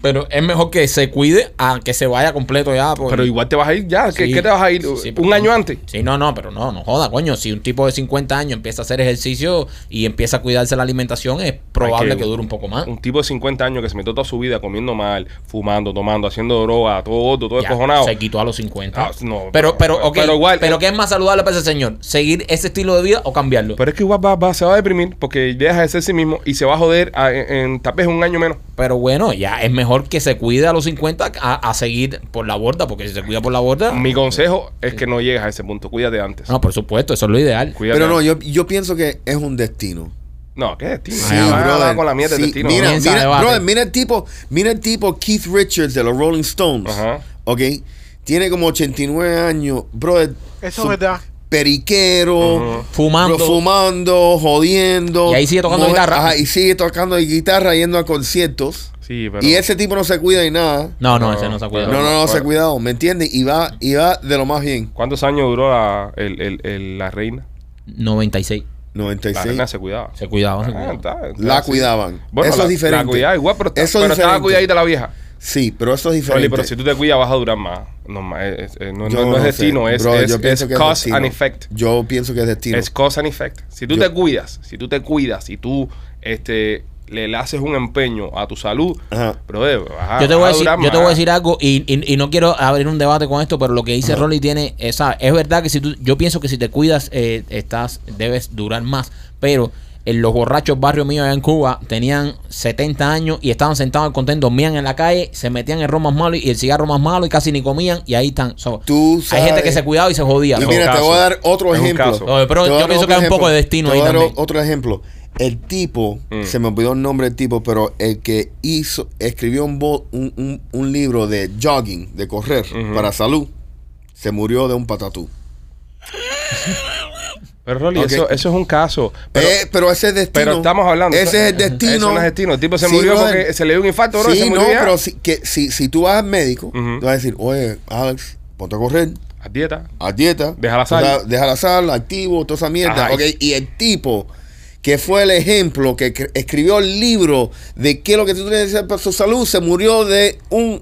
Speaker 2: Pero es mejor que se cuide a que se vaya completo ya. por-
Speaker 1: Pero igual te vas a ir ya. ¿Qué,
Speaker 2: pues, Sí.
Speaker 1: qué te vas a ir?
Speaker 2: Sí, sí,
Speaker 1: ¿Un
Speaker 2: pero-
Speaker 1: año antes?
Speaker 2: Sí, no, no, pero no, no joda, coño. Si un tipo de 50 años empieza a hacer ejercicio y empieza a cuidarse la alimentación, es probable
Speaker 1: que-
Speaker 2: que, dure un poco más.
Speaker 1: Un tipo de 50 años que se metió toda su vida comiendo mal, fumando, tomando, haciendo droga, todo gordo, todo
Speaker 2: Ya,
Speaker 1: descojonado.
Speaker 2: se quitó a los 50.
Speaker 1: Ah, no,
Speaker 2: pero,
Speaker 1: pero-
Speaker 2: pero, ok,
Speaker 1: pero
Speaker 2: pero,
Speaker 1: igual- eh.
Speaker 2: ¿qué es más saludable para ese señor? ¿Seguir ese estilo de vida o cambiarlo?
Speaker 1: Pero es que igual va, va- se va a deprimir porque deja de ser sí mismo y se va a joder a- en, en tal vez un año menos.
Speaker 2: Pero bueno, ya es mejor que se cuide a los 50 a, a seguir por la borda, porque si se cuida por la borda.
Speaker 1: Mi consejo es que no llegues a ese punto. Cuídate antes.
Speaker 2: No, por supuesto, eso es lo ideal.
Speaker 1: Cuídate
Speaker 3: Pero no,
Speaker 1: antes.
Speaker 3: yo, yo pienso que es un destino.
Speaker 1: No, ¿qué destino?
Speaker 3: Sí,
Speaker 1: Van a
Speaker 3: brother.
Speaker 1: dar con la mierda
Speaker 3: Sí,
Speaker 1: de destino.
Speaker 3: Mira,
Speaker 2: Comienza
Speaker 3: mira,
Speaker 2: debate.
Speaker 3: brother, mira el tipo, mira el tipo Keith Richards de los Rolling Stones.
Speaker 1: Ajá.
Speaker 3: ¿Ok? Tiene como 89 años, brother.
Speaker 4: Eso
Speaker 3: su-
Speaker 4: es verdad.
Speaker 3: Periquero,
Speaker 1: Ujú.
Speaker 2: Fumando.
Speaker 3: bro, fumando, jodiendo.
Speaker 2: Y ahí sigue tocando guitarra.
Speaker 3: Ajá, y sigue tocando guitarra yendo a conciertos.
Speaker 1: Sí, pero.
Speaker 3: y ese tipo no se cuida ni nada.
Speaker 2: No, no,
Speaker 1: No,
Speaker 2: ese no se ha
Speaker 1: pero-
Speaker 2: cuidado.
Speaker 3: No, no, no,
Speaker 1: Bueno.
Speaker 3: se ha cuidado, ¿me entiendes? Y va, y va de lo más bien.
Speaker 1: ¿Cuántos años duró la, el- el- el- la reina?
Speaker 2: 96.
Speaker 1: La
Speaker 3: 96.
Speaker 1: reina se cuidaba.
Speaker 2: Se cuidaba, se
Speaker 1: Ah,
Speaker 2: cuidaba.
Speaker 1: está, está,
Speaker 3: La
Speaker 1: sí.
Speaker 3: cuidaban.
Speaker 1: Bueno,
Speaker 3: eso
Speaker 1: la-
Speaker 3: es diferente.
Speaker 1: La cuidaba igual, pero, está-
Speaker 3: Eso es
Speaker 1: pero estaba
Speaker 3: diferente.
Speaker 1: cuidadita la vieja.
Speaker 3: Sí, pero eso es diferente.
Speaker 1: Oli, pero si tú te cuidas vas a durar más. No, ma- es- es- no-
Speaker 3: Yo
Speaker 1: no- no es
Speaker 3: sé.
Speaker 1: destino, es,
Speaker 3: Bro,
Speaker 1: es-
Speaker 3: yo pienso
Speaker 1: es
Speaker 3: que es
Speaker 1: cause
Speaker 3: destino.
Speaker 1: and effect.
Speaker 3: Yo pienso que es destino.
Speaker 1: Es cause and effect. Si tú
Speaker 3: Yo-
Speaker 1: te cuidas, si tú te cuidas, si tú este, le, le haces un empeño a tu salud,
Speaker 3: Ajá.
Speaker 1: bro, eh, vas a-
Speaker 2: Yo te,
Speaker 1: vas
Speaker 2: voy a
Speaker 1: a
Speaker 2: decir,
Speaker 1: durar
Speaker 2: yo te
Speaker 1: más.
Speaker 2: voy a decir algo y, y- y no quiero abrir un debate con esto, pero lo que dice Rolly tiene, eh, ¿sabes? es verdad que si tú, yo pienso que si te cuidas, eh, estás, debes durar más, pero en los borrachos barrio mío allá en Cuba tenían 70 años y estaban sentados en contén, dormían en la calle, se metían el ron más malo y el cigarro más malo y casi ni comían y ahí están. So,
Speaker 3: Tú
Speaker 2: hay
Speaker 3: sabes-
Speaker 2: gente que se cuidaba y se jodía.
Speaker 3: Y
Speaker 2: so.
Speaker 1: un
Speaker 3: mira, te
Speaker 1: caso.
Speaker 3: voy a dar otro
Speaker 1: Es un
Speaker 3: ejemplo.
Speaker 1: caso.
Speaker 2: Oye, pero
Speaker 3: Te voy a
Speaker 2: yo
Speaker 3: dar
Speaker 2: pienso
Speaker 3: otro
Speaker 2: que hay un
Speaker 3: ejemplo.
Speaker 2: poco de destino
Speaker 3: Te
Speaker 2: ahí
Speaker 3: voy a dar
Speaker 2: también.
Speaker 3: Otro ejemplo. El tipo,
Speaker 1: Mm.
Speaker 3: se me olvidó el nombre del tipo, pero el que hizo, escribió un, bo- un, un- un libro de jogging, de correr,
Speaker 1: Ujú.
Speaker 3: para salud, se murió de un patatú.
Speaker 1: Pero Rolly,
Speaker 3: Ok.
Speaker 1: eso, eso es un caso. Pero,
Speaker 3: Eh, pero ese es destino.
Speaker 1: pero estamos hablando.
Speaker 3: Ese es el
Speaker 1: Eso-
Speaker 3: destino.
Speaker 1: Eso no es destino. El tipo se
Speaker 3: Sí,
Speaker 1: murió
Speaker 3: brother.
Speaker 1: porque se le dio un infarto, bro. y
Speaker 3: Sí,
Speaker 1: se
Speaker 3: no,
Speaker 1: murió ya.
Speaker 3: pero si, que, si, si tú vas al médico,
Speaker 1: Ujú.
Speaker 3: te va a decir, oye, Alex, ponte a correr,
Speaker 1: A dieta.
Speaker 3: a dieta.
Speaker 1: Deja la
Speaker 3: o sea,
Speaker 1: sal.
Speaker 3: deja la sal, activo, toda esa mierda.
Speaker 1: Ajá.
Speaker 3: ok, Y el tipo que fue el ejemplo, que cre- escribió el libro de qué es lo que tú tienes que hacer para su salud, se murió de un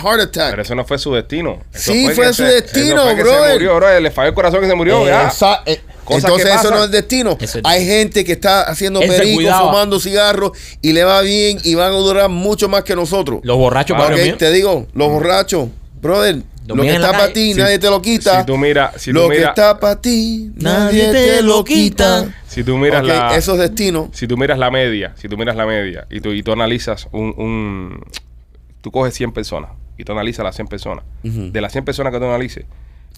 Speaker 3: heart attack.
Speaker 1: Pero eso no fue su destino. Eso
Speaker 3: Sí, fue
Speaker 1: que
Speaker 3: su
Speaker 1: se-
Speaker 3: destino,
Speaker 1: eso fue que Se
Speaker 3: brother.
Speaker 1: murió, bro. Le falló el corazón que se murió. ya.
Speaker 3: Esa- eh,
Speaker 1: Cosas
Speaker 3: entonces
Speaker 1: que
Speaker 3: eso
Speaker 1: pasan.
Speaker 3: no es destino.
Speaker 2: Eso es-
Speaker 3: Hay gente que está haciendo
Speaker 2: Él se
Speaker 3: perico,
Speaker 2: cuidaba.
Speaker 3: fumando cigarros y le va bien y van a durar mucho más que nosotros.
Speaker 2: Los borrachos
Speaker 1: Ah,
Speaker 3: Ok,
Speaker 2: barrio mío.
Speaker 3: te digo, los borrachos, brother, lo
Speaker 2: Dormían
Speaker 3: que
Speaker 2: en la
Speaker 3: está para
Speaker 2: calle.
Speaker 3: ti,
Speaker 1: Si-
Speaker 3: nadie te lo quita.
Speaker 1: si tú mira- si tú
Speaker 3: lo que
Speaker 1: mira-
Speaker 3: está para ti, nadie te lo quita.
Speaker 1: Si tú miras
Speaker 3: Ok,
Speaker 1: la.
Speaker 3: Esos destinos.
Speaker 1: Si tú miras la media, si tú miras la media y tú, y tú analizas un, un- Tú coges 100 personas y tú analizas las 100 personas.
Speaker 3: Ujú.
Speaker 1: De las 100 personas que tú analices,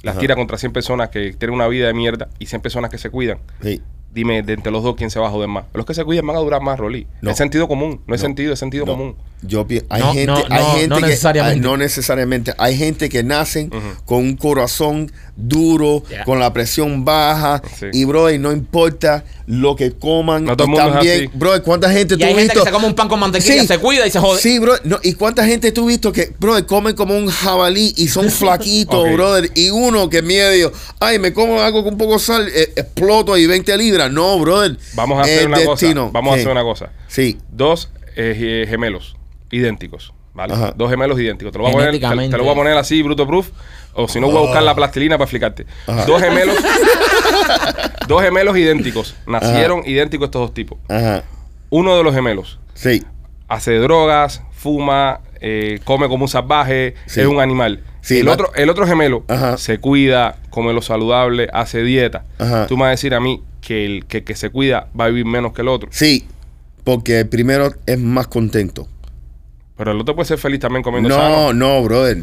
Speaker 1: las
Speaker 3: Ajá.
Speaker 1: tira contra 100 personas que tienen una vida de mierda y 100 personas que se cuidan.
Speaker 3: Sí.
Speaker 1: Dime, de entre los dos, ¿quién se va a joder más? Los que se cuidan van a durar más, Rolí.
Speaker 3: No.
Speaker 1: Es sentido común. No es
Speaker 3: No.
Speaker 1: sentido, es sentido
Speaker 3: No,
Speaker 1: común.
Speaker 3: Yo pi- hay
Speaker 2: No,
Speaker 3: gente,
Speaker 2: no,
Speaker 3: hay
Speaker 2: no,
Speaker 3: gente
Speaker 2: no
Speaker 3: que
Speaker 2: necesariamente.
Speaker 3: ay, no necesariamente. Hay gente que nacen
Speaker 1: Ujú.
Speaker 3: con un corazón duro,
Speaker 2: Yeah.
Speaker 3: con la presión baja
Speaker 1: Sí.
Speaker 3: y brother, no importa lo que coman,
Speaker 1: No todo el mundo es
Speaker 3: están bien.
Speaker 1: así.
Speaker 3: Brother, cuánta gente
Speaker 2: Y
Speaker 3: tú
Speaker 2: hay
Speaker 3: has
Speaker 2: gente que
Speaker 3: visto
Speaker 2: se come un pan con mantequilla, se cuida y se jode.
Speaker 3: Sí, bro. No, ¿Y cuánta gente tú has visto que, bro, comen como un jabalí
Speaker 2: (laughs)
Speaker 3: y son flaquitos,
Speaker 1: Ok.
Speaker 3: brother? Y uno que medio, ay, me como algo con un poco de sal, eh, exploto y 20 libras. No, brother.
Speaker 1: Vamos a hacer
Speaker 3: El
Speaker 1: una
Speaker 3: destino.
Speaker 1: cosa. Vamos
Speaker 3: Sí.
Speaker 1: a hacer una cosa.
Speaker 3: Sí.
Speaker 1: Dos eh, ge- gemelos idénticos. ¿Vale?
Speaker 3: Ajá.
Speaker 1: Dos gemelos idénticos. Te lo, voy a poner, te,
Speaker 2: Genéticamente.
Speaker 1: te lo voy a poner así, bruto proof. O si no, voy a buscar la
Speaker 3: Ah.
Speaker 1: plastilina para explicarte. Dos
Speaker 3: (laughs)
Speaker 1: gemelos. dos gemelos idénticos. Nacieron idénticos estos dos tipos.
Speaker 3: Ajá.
Speaker 1: Uno de los gemelos
Speaker 3: Sí.
Speaker 1: hace drogas, fuma, eh, come como un salvaje,
Speaker 3: Sí.
Speaker 1: es un animal.
Speaker 3: Sí,
Speaker 1: el,
Speaker 3: va-
Speaker 1: otro, el otro gemelo
Speaker 3: Ajá.
Speaker 1: se cuida, come lo saludable, hace dieta.
Speaker 3: Ajá.
Speaker 1: Tú me vas a decir a mí que el que, que se cuida va a vivir menos que el otro.
Speaker 3: Sí. Porque el primero es más contento.
Speaker 1: Pero el otro puede ser feliz también comiendo sano.
Speaker 3: No, no, brother.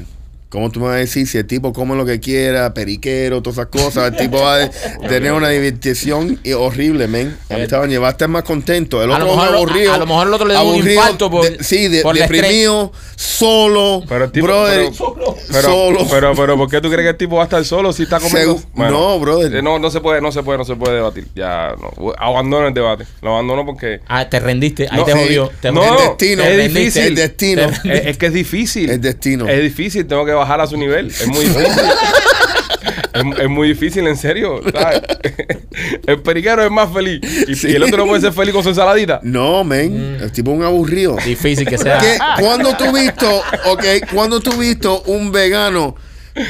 Speaker 3: ¿Cómo tú me vas a decir si el tipo come lo que quiera, periquero, todas esas cosas? El tipo
Speaker 2: (laughs)
Speaker 3: va a tener una diversión y- horrible, men. A mí estaba llevar a estar más contento. El
Speaker 2: Eh, A
Speaker 3: otro
Speaker 2: lo
Speaker 3: hombre
Speaker 2: mejor-
Speaker 3: aburrido.
Speaker 2: a lo mejor el otro le dio un
Speaker 3: aburrido,
Speaker 2: infarto por-
Speaker 3: de- sí, de-
Speaker 2: por el estrés.
Speaker 3: deprimido, solo.
Speaker 1: Pero el tipo,
Speaker 3: brother,
Speaker 1: pero, pero,
Speaker 3: solo.
Speaker 1: Pero, pero, ¿por qué tú crees que el tipo va a estar solo si está comiendo?
Speaker 3: Segu- no, brother.
Speaker 1: eh, No, no se puede, no se puede, no se puede debatir. Ya, no. abandono el debate. Lo abandono
Speaker 3: (laughs)
Speaker 1: porque
Speaker 2: Ah, te rendiste, ahí
Speaker 1: No,
Speaker 2: te
Speaker 1: sí.
Speaker 2: jodió. te
Speaker 1: No,
Speaker 2: jodió.
Speaker 3: el destino.
Speaker 2: te
Speaker 1: es
Speaker 2: rendiste.
Speaker 1: difícil.
Speaker 3: El destino.
Speaker 1: es, es que es difícil.
Speaker 3: Es destino. (laughs)
Speaker 1: Es difícil, tengo que bajar a su nivel. Es muy difícil. Es, es muy difícil, en serio. ¿sabes? (laughs) El periquero es más feliz. Y,
Speaker 3: Sí.
Speaker 1: y el otro no puede ser feliz con su
Speaker 3: (laughs)
Speaker 1: ensaladita.
Speaker 3: No, men. El tipo es un aburrido.
Speaker 2: Mm. Difícil que sea.
Speaker 3: ¿Qué- ¿Cuándo tú visto, ok, cuándo tú visto un vegano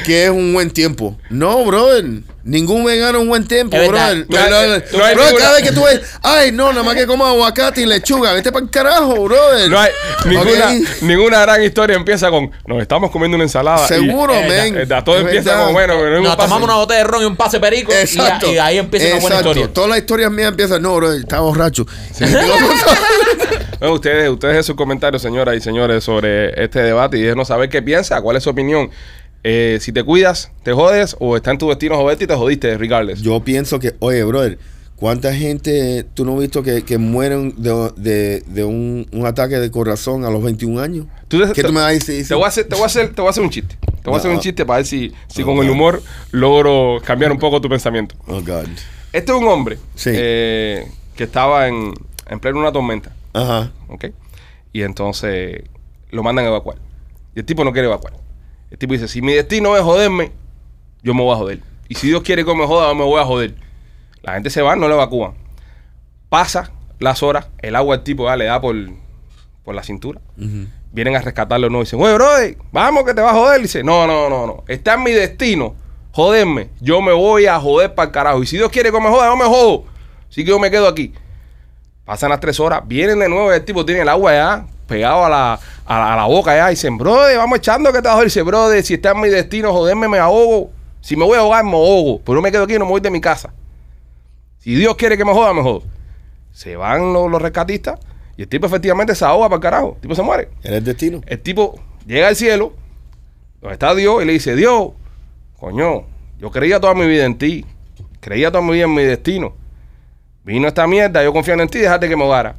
Speaker 3: que es un buen tiempo? No, brother. Ningún vegano es un buen tiempo,
Speaker 2: Es verdad.
Speaker 3: brother.
Speaker 1: No hay-
Speaker 3: Brother,
Speaker 1: no hay
Speaker 3: brother,
Speaker 1: ninguna-
Speaker 3: cada vez que tú ves, ay, no, nada más que coma aguacate y lechuga. Vete para el carajo, brother.
Speaker 1: No hay ninguna,
Speaker 3: Ok.
Speaker 1: ninguna gran historia empieza con nos estamos comiendo una ensalada. y-
Speaker 3: (laughs) Seguro,
Speaker 1: Eh,
Speaker 3: men.
Speaker 1: eh, todo
Speaker 3: Es
Speaker 1: empieza
Speaker 3: verdad.
Speaker 1: con bueno, pero
Speaker 2: Nos tomamos una botella de ron y un pase perico y-
Speaker 3: Exacto.
Speaker 2: Y, ahí empieza una buena
Speaker 3: Exacto.
Speaker 2: historia.
Speaker 3: Todas las historias mías empiezan, no, brother, está borracho. (laughs)
Speaker 1: No, ustedes, ustedes sus comentarios, señoras y señores, sobre este debate y déjenos saber qué piensa, cuál es su opinión. Eh, si te cuidas, te jodes o está en tu destino joderte y te jodiste, regardless.
Speaker 3: Yo pienso que, oye, brother, ¿cuánta gente tú no has visto que, que mueren de, de- de un, un ataque de corazón a los 21 años?
Speaker 1: Tú des-
Speaker 3: ¿Qué
Speaker 1: te-
Speaker 3: tú me vas a decir?
Speaker 1: Te voy a hacer, te voy a hacer, te voy a hacer un chiste. Te voy a hacer
Speaker 3: No.
Speaker 1: un chiste para ver si, si
Speaker 3: No,
Speaker 1: con el
Speaker 3: no.
Speaker 1: humor logro cambiar un poco tu pensamiento.
Speaker 3: Oh, God.
Speaker 1: Este es un hombre
Speaker 3: Sí.
Speaker 1: eh, que estaba en, en pleno una tormenta.
Speaker 3: Ajá.
Speaker 1: ¿ok? Y entonces lo mandan a evacuar. Y el tipo no quiere evacuar. El tipo dice, si mi destino es joderme, yo me voy a joder. Y si Dios quiere que me joda, yo me voy a joder. La gente se va, no lo evacúan. Pasa las horas, el agua al tipo ya le da por, por la cintura. Vienen a rescatarlo no dicen, oye, brother, vamos que te va a joder. Y dice, no, no, no, no. Está en mi destino. Joderme. Yo me voy a joder para el carajo. Y si Dios quiere que me joda, yo me jodo. Así que yo me quedo aquí. Pasan las tres horas, vienen de nuevo, y el tipo tiene el agua ya pegado a la, a la, a la boca ya, y dicen, brother, vamos echando que te vas a joder. Dice, brother, si está en mi destino, joderme, me ahogo. Si me voy a ahogar, me ahogo. Pero yo me quedo aquí y no me voy de mi casa. Si Dios quiere que me joda, me jodo. Se van los, los rescatistas y el tipo efectivamente se ahoga para el carajo. El tipo se muere.
Speaker 3: Era el destino.
Speaker 1: El tipo llega al cielo, donde está Dios, y le dice, Dios, coño, yo creía toda mi vida en ti. Creía toda mi vida en mi destino. Vino esta mierda, yo confiando en ti, déjate que me ahogara.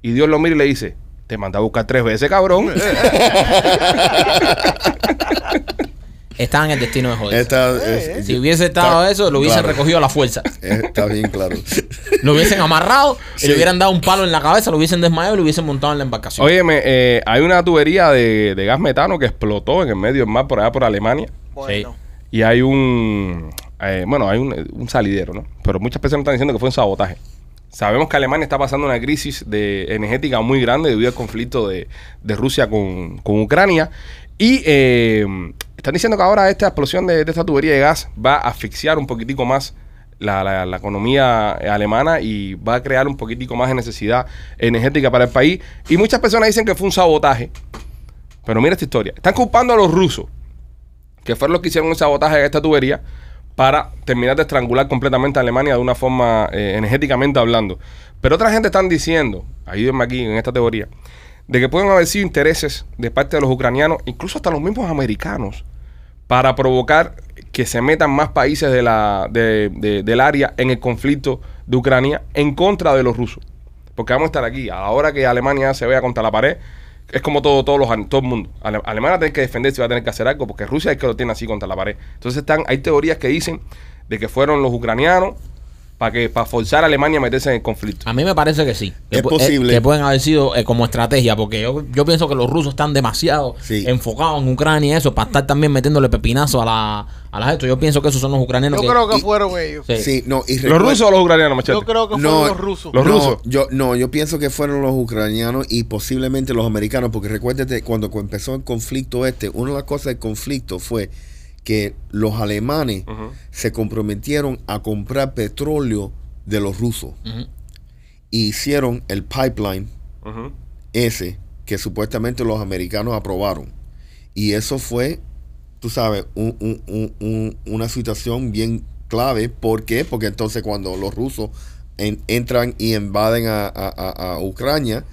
Speaker 1: Y Dios lo mira y le dice, te mandé a buscar tres veces, cabrón.
Speaker 2: Está en el destino de joder.
Speaker 3: Esta es-
Speaker 2: eh, Si hubiese estado
Speaker 3: Está-
Speaker 2: eso, lo hubiesen
Speaker 3: claro.
Speaker 2: recogido a la fuerza.
Speaker 3: Está bien
Speaker 2: (laughs)
Speaker 3: claro.
Speaker 2: Lo
Speaker 3: (laughs)
Speaker 2: hubiesen amarrado y
Speaker 3: Sí.
Speaker 2: le hubieran dado un palo en la cabeza, lo hubiesen desmayado y lo hubiesen montado en la embarcación.
Speaker 1: Óyeme, eh, hay una tubería de, de gas metano que explotó en el medio del mar por allá por Alemania.
Speaker 4: Bueno.
Speaker 1: Y hay un. eh, bueno, hay un, un salidero, ¿no? Pero muchas personas están diciendo que fue un sabotaje. Sabemos que Alemania está pasando una crisis de, energética muy grande debido al conflicto de, de Rusia con, con Ucrania. Y eh, están diciendo que ahora esta explosión de, de esta tubería de gas va a asfixiar un poquitico más la, la- la economía alemana y va a crear un poquitico más de necesidad energética para el país. Y muchas personas dicen que fue un sabotaje. Pero mira esta historia. Están culpando a los rusos que fueron los que hicieron el sabotaje de esta tubería para terminar de estrangular completamente a Alemania de una forma eh, energéticamente hablando. Pero otra gente están diciendo, ayúdenme aquí en esta teoría, de que pueden haber sido intereses de parte de los ucranianos, incluso hasta los mismos americanos, para provocar que se metan más países de la, de- de- del área en el conflicto de Ucrania en contra de los rusos. Porque vamos a estar aquí, a la hora que Alemania se vea contra la pared, es como todo, todos los, todo el mundo. Ale- Alemania tiene que defenderse y va a tener que hacer algo, porque Rusia es que lo tiene así contra la pared. Entonces están, hay teorías que dicen de que fueron los ucranianos para que para forzar a Alemania a meterse en el conflicto.
Speaker 2: A mí me parece que sí. Que
Speaker 3: Es
Speaker 2: pu-
Speaker 3: posible.
Speaker 2: eh, que pueden haber sido eh, como estrategia, porque yo, yo pienso que los rusos están demasiado
Speaker 3: Sí.
Speaker 2: enfocados en Ucrania y eso, para estar también metiéndole pepinazo a la, a las esto. Yo pienso que esos son los ucranianos
Speaker 4: Yo
Speaker 2: que-
Speaker 4: creo que fueron ellos.
Speaker 2: Sí.
Speaker 3: Sí, no, y
Speaker 1: ¿Los rusos o los ucranianos, machete?
Speaker 4: Yo creo que fueron
Speaker 3: No,
Speaker 4: los rusos.
Speaker 1: los-
Speaker 3: no,
Speaker 1: rusos.
Speaker 3: Yo, no, yo pienso que fueron los ucranianos y posiblemente los americanos, porque recuérdate, cuando cu- empezó el conflicto este, una de las cosas del conflicto fue que los alemanes
Speaker 1: Ujú.
Speaker 3: se comprometieron a comprar petróleo de los rusos
Speaker 2: Ujú.
Speaker 3: y hicieron el pipeline
Speaker 1: Ujú.
Speaker 3: ese que supuestamente los americanos aprobaron. Y eso fue, tú sabes, un- un- un- un- una situación bien clave. ¿Por qué? Porque entonces cuando los rusos en- entran y invaden a, a- a- a Ucrania,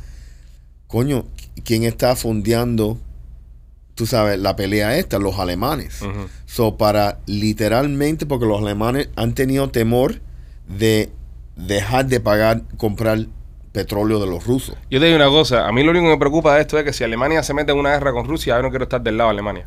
Speaker 3: coño, ¿quién está fondeando, tú sabes, la pelea esta? Los alemanes.
Speaker 1: Ujú.
Speaker 3: So, para literalmente, porque los alemanes han tenido temor de dejar de pagar, comprar petróleo de los rusos.
Speaker 1: Yo te digo una cosa, a mí lo único que me preocupa de esto es que si Alemania se mete en una guerra con Rusia, yo no quiero estar del lado de Alemania.